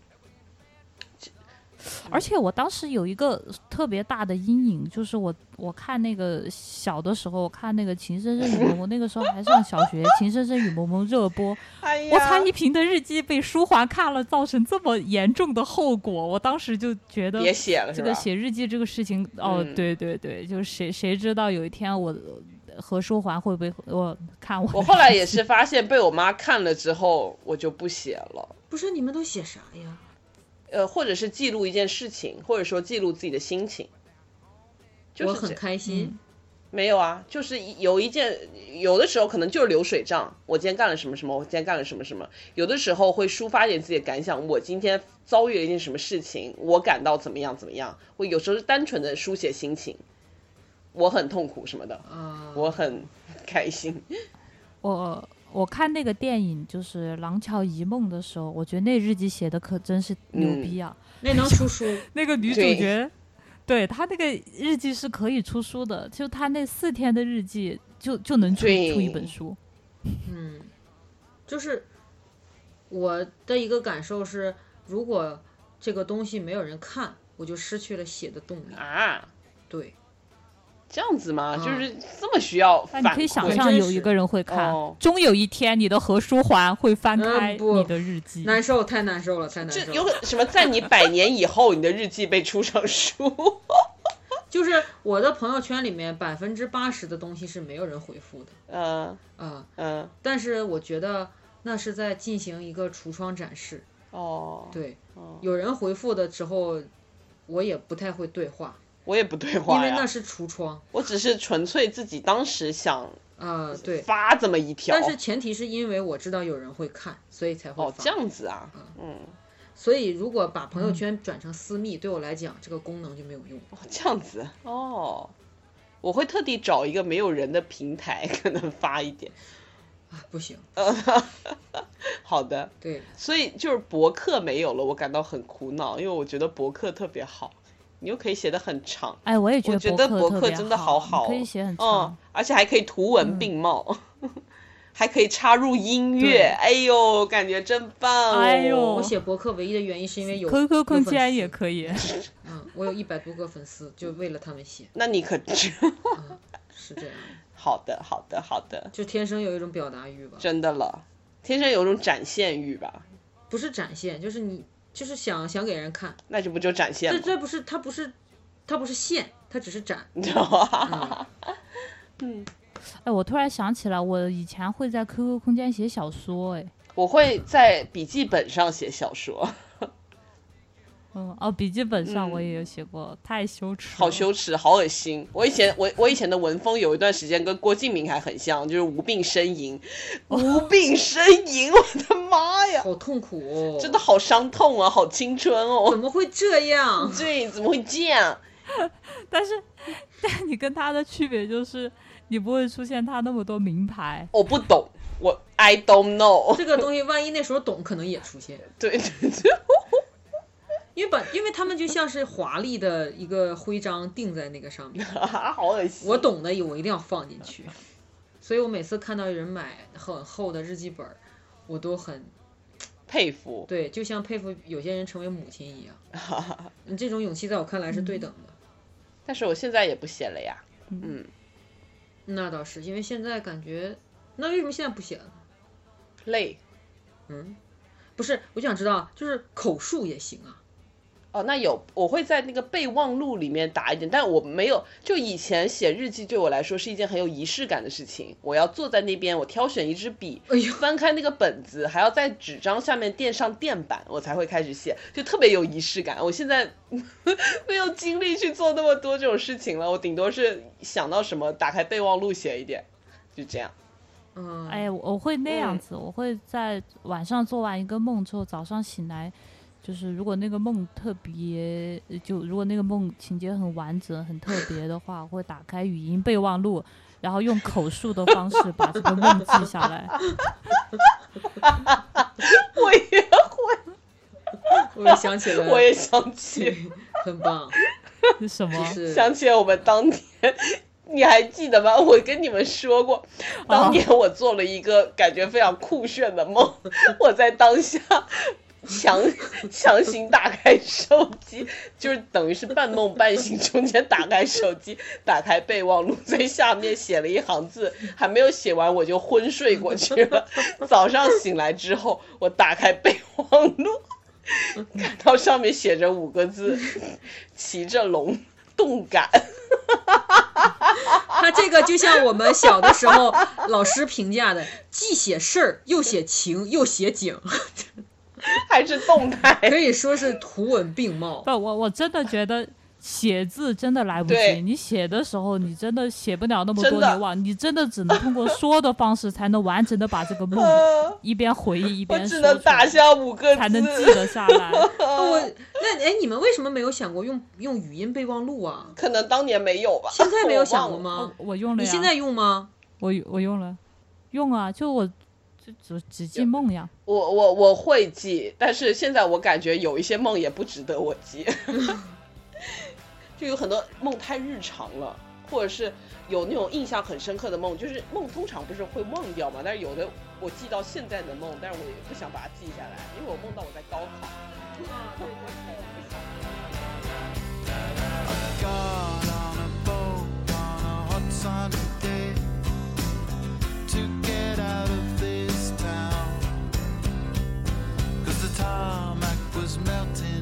A: 而且我当时有一个特别大的阴影，就是我我看那个小的时候，我看那个《情深深雨蒙蒙》，那个时候还上小学，《情深深雨蒙蒙》热 播，
B: 哎呀，
A: 我蔡一平的日记被舒华看了，造成这么严重的后果，我当时就觉得
B: 别写了是
A: 这
B: 吧？
A: 个写日记这个事情，哦，
B: 嗯
A: 对对对，就是谁谁知道有一天我何书桓会不会我看我的
B: 我后
A: 日
B: 来也
A: 记
B: 是发现被我妈看了之后，我就不写了。
C: 不是你们都写啥呀？
B: 呃，或者是记录一件事情，或者说记录自己的心情，就
C: 我
B: 是
C: 很
B: 这
C: 开心，
B: 没有啊，就是一有一件，有的时候可能就是流水账，我今天干了什么什么，我今天干了什么什么，有的时候会抒发一点自己的感想，我今天遭遇了一件什么事情，我感到怎么样怎么样，我有时候是单纯的书写心情，我很痛苦什么的，
C: 啊、
B: 嗯我很开心，
A: 我我看那个电影就是《廊桥遗梦》的时候，我觉得那日记写的可真是牛逼啊！
C: 那能出书？
A: 那个女主
B: 嗯对
A: 角，对她那个日记是可以出书的，就她那四天的日记就就能出
B: 对
A: 出一本书。
C: 嗯，就是我的一个感受是，如果这个东西没有人看，我就失去了写的动力。
B: 啊，
C: 对，
B: 这样子
C: 啊
B: 吗？就是这么需要
A: 那
B: 反
A: 你
B: 馈？
A: 可以想
C: 馈
A: 象
C: 真
A: 有一
C: 实
A: 个人会看，
B: 哦
A: 终有一天你的何书桓会翻
C: 嗯
A: 开
C: 不
A: 你的日记。
C: 难受，太难受了，太难
B: 这
C: 受
B: 嗯有
C: 了。
B: 可什么？在你百年以后，你的日记被出成书？
C: 就是我的朋友圈里面百分之八十的东西是没有人回复的
B: 嗯
C: 啊、
B: 嗯
C: 但是我觉得那是在进行一个橱窗展示。
B: 哦，
C: 对，
B: 哦，
C: 有人回复的时候，我也不太会对话，
B: 我也不对
C: 因
B: 话
C: 为那
B: 呀，
C: 是橱窗。
B: 我只是纯粹自己当时想
C: 啊、对，
B: 发这么一条。
C: 但是前提是因为我知道有人会看，所以才会
B: 哦，
C: 发。
B: 这样嗯子啊，嗯，
C: 所以如果把朋友圈转成私密，对我来讲这个功能就没有用。
B: 哦，这样子哦，我会特地找一个没有人的平台，可能发一点。
C: 啊，不行，
B: 好的，
C: 对，
B: 所以就是博客没有了，我感到很苦恼，因为我觉得博客特别好，你又可以写的很长。
A: 哎，我也
B: 我觉
A: 觉
B: 得
A: 博
B: 博
A: 特
B: 客
A: 别
B: 真的
A: 你
B: 好
A: 可
B: 好
A: 以写很长
B: 嗯。，而且还可以图文并茂， 还可以插入音
A: 对
B: 乐，哎呦，感觉真棒、哦！
A: 哎呦
C: 我写博客唯一的原因是因为有
A: QQ 空间
C: 有
A: 也
C: 粉丝
A: 可以，
C: 嗯，我有一百多个粉丝，就为了他们写，
B: 那你可真
C: 是这样的，
B: 好的，好的，好的，
C: 就天生有一种表达欲吧，
B: 真的了，天生有种展现欲吧？
C: 不是展现，就是你就是想想给人看，
B: 那就不就展现
C: 这
B: 了，
C: 这不是它不是它不是线，它只是展，
B: 你知道吗？
C: 嗯，
A: 哎，我突然想起来，我以前会在 QQ 空间写小说，哎，
B: 我会在笔记本上写小说，
A: 嗯，哦，笔记本上
B: 嗯
A: 我也有写过，太羞耻了，
B: 好羞耻，好恶心。我以前我我以前的文风有一段时间跟郭敬明还很像，就是无病呻吟，
C: 哦
B: 无病呻吟，我的妈呀！
C: 好痛苦哦，
B: 真的好伤痛啊，好青春哦
C: 怎。么会这样？
B: 对，怎么会这样？
A: 但是，但 你跟他的区别就是，你不会出现他那么多名牌。
B: 我不懂，我 I don't know
C: 这个东西万一那时候懂，可能也出现。
B: 对。对对
C: 因为把，因为他们就像是华丽的一个徽章钉在那个上面，
B: 啊好恶心。
C: 我懂的我一定要放进去，所以我每次看到有人买很厚的日记本儿，我都很
B: 佩服，
C: 对，就像佩服有些人成为母亲一 样，你这种勇气在我看来是对
B: 嗯
C: 等的。
B: 但是我现在也不写了呀。
C: 那倒是，因为现在感觉，那为什么现在不写了？
B: 累，
C: 嗯，不是，我想知道，就是口述也行啊，
B: 哦，那有，我会在那个备忘录里面打一点，但我没有。就以前写日记对我来说是一件很有仪式感的事情，我要坐在那边，我挑选一支笔，
C: 哎呦
B: 翻开那个本子，还要在纸张下面垫上垫板，我才会开始写，就特别有仪式感。我现在 没有精力去做那么多这种事情了，我顶多是想到什么打开备忘录写一点，就这样。
C: 嗯，
A: 哎，我我会那样子，我会在晚上做完一个梦之后，早上醒来，就是如果那个梦特别，呃就如果那个梦情节很完整、很特别的话，我会打开语音备忘录，然后用口述的方式把这个梦记下来。
B: 我也
C: 我也想 起来了，
B: 我也 想起。
C: 对，很 棒，
A: 是什么
C: 就？是
B: 想起了我们当年，你还记得吗？ 我跟你们说过，当年我做了一个感觉非常酷炫的梦， 我在当下强 强行打开手机，就是等于是半梦半醒中间打开手机， 打开备忘录，在下面写了一行字，还没有写完我就昏睡过去了。 早上醒来之后，我打开备忘录。 看到上面写着五个字： 骑着龙动感。
C: 他这个就像我们小的时候老师评价的，既写事儿，又写情，又写景，
B: 还是 动态。
C: 可以说是图文并茂
A: 不，。我我 真的觉得写字真的来不及。
B: 对
A: 你写的时候，你真的写不了那么多，
B: 真的
A: 你往你真的只能通过说的方式才能完整的把这个 梦一边回忆一
B: 我
A: 边
B: 只
A: 说
B: 能
A: 出
B: 打
A: 来
B: 下五个
A: 才能记
B: 字，
A: 得下来。
B: 呃
C: 我那哎，你们为什么没有想过用用语音备忘录啊？
B: 可能当年没有吧。
C: 现在没有想
B: 我
C: 过
B: 忘了？
A: 哦
C: 吗？
A: 我用了
C: 你
A: 呀，
C: 现在用吗？
A: 我我用了，用啊，就我就只只记
B: 有
A: 梦呀。
B: 我我我会记，但是现在我感觉有一些梦也不值得我 记，就有很多梦太日常了，或者是有那种印象很深刻的梦，就是梦通常不是会忘掉嘛，但是有的我记到现在的梦，但是我也不想把它记下来，因为我梦到我在高考。
D: God on a boat on a hot sunny day to get out of this town. 'Cause the tarmac was melting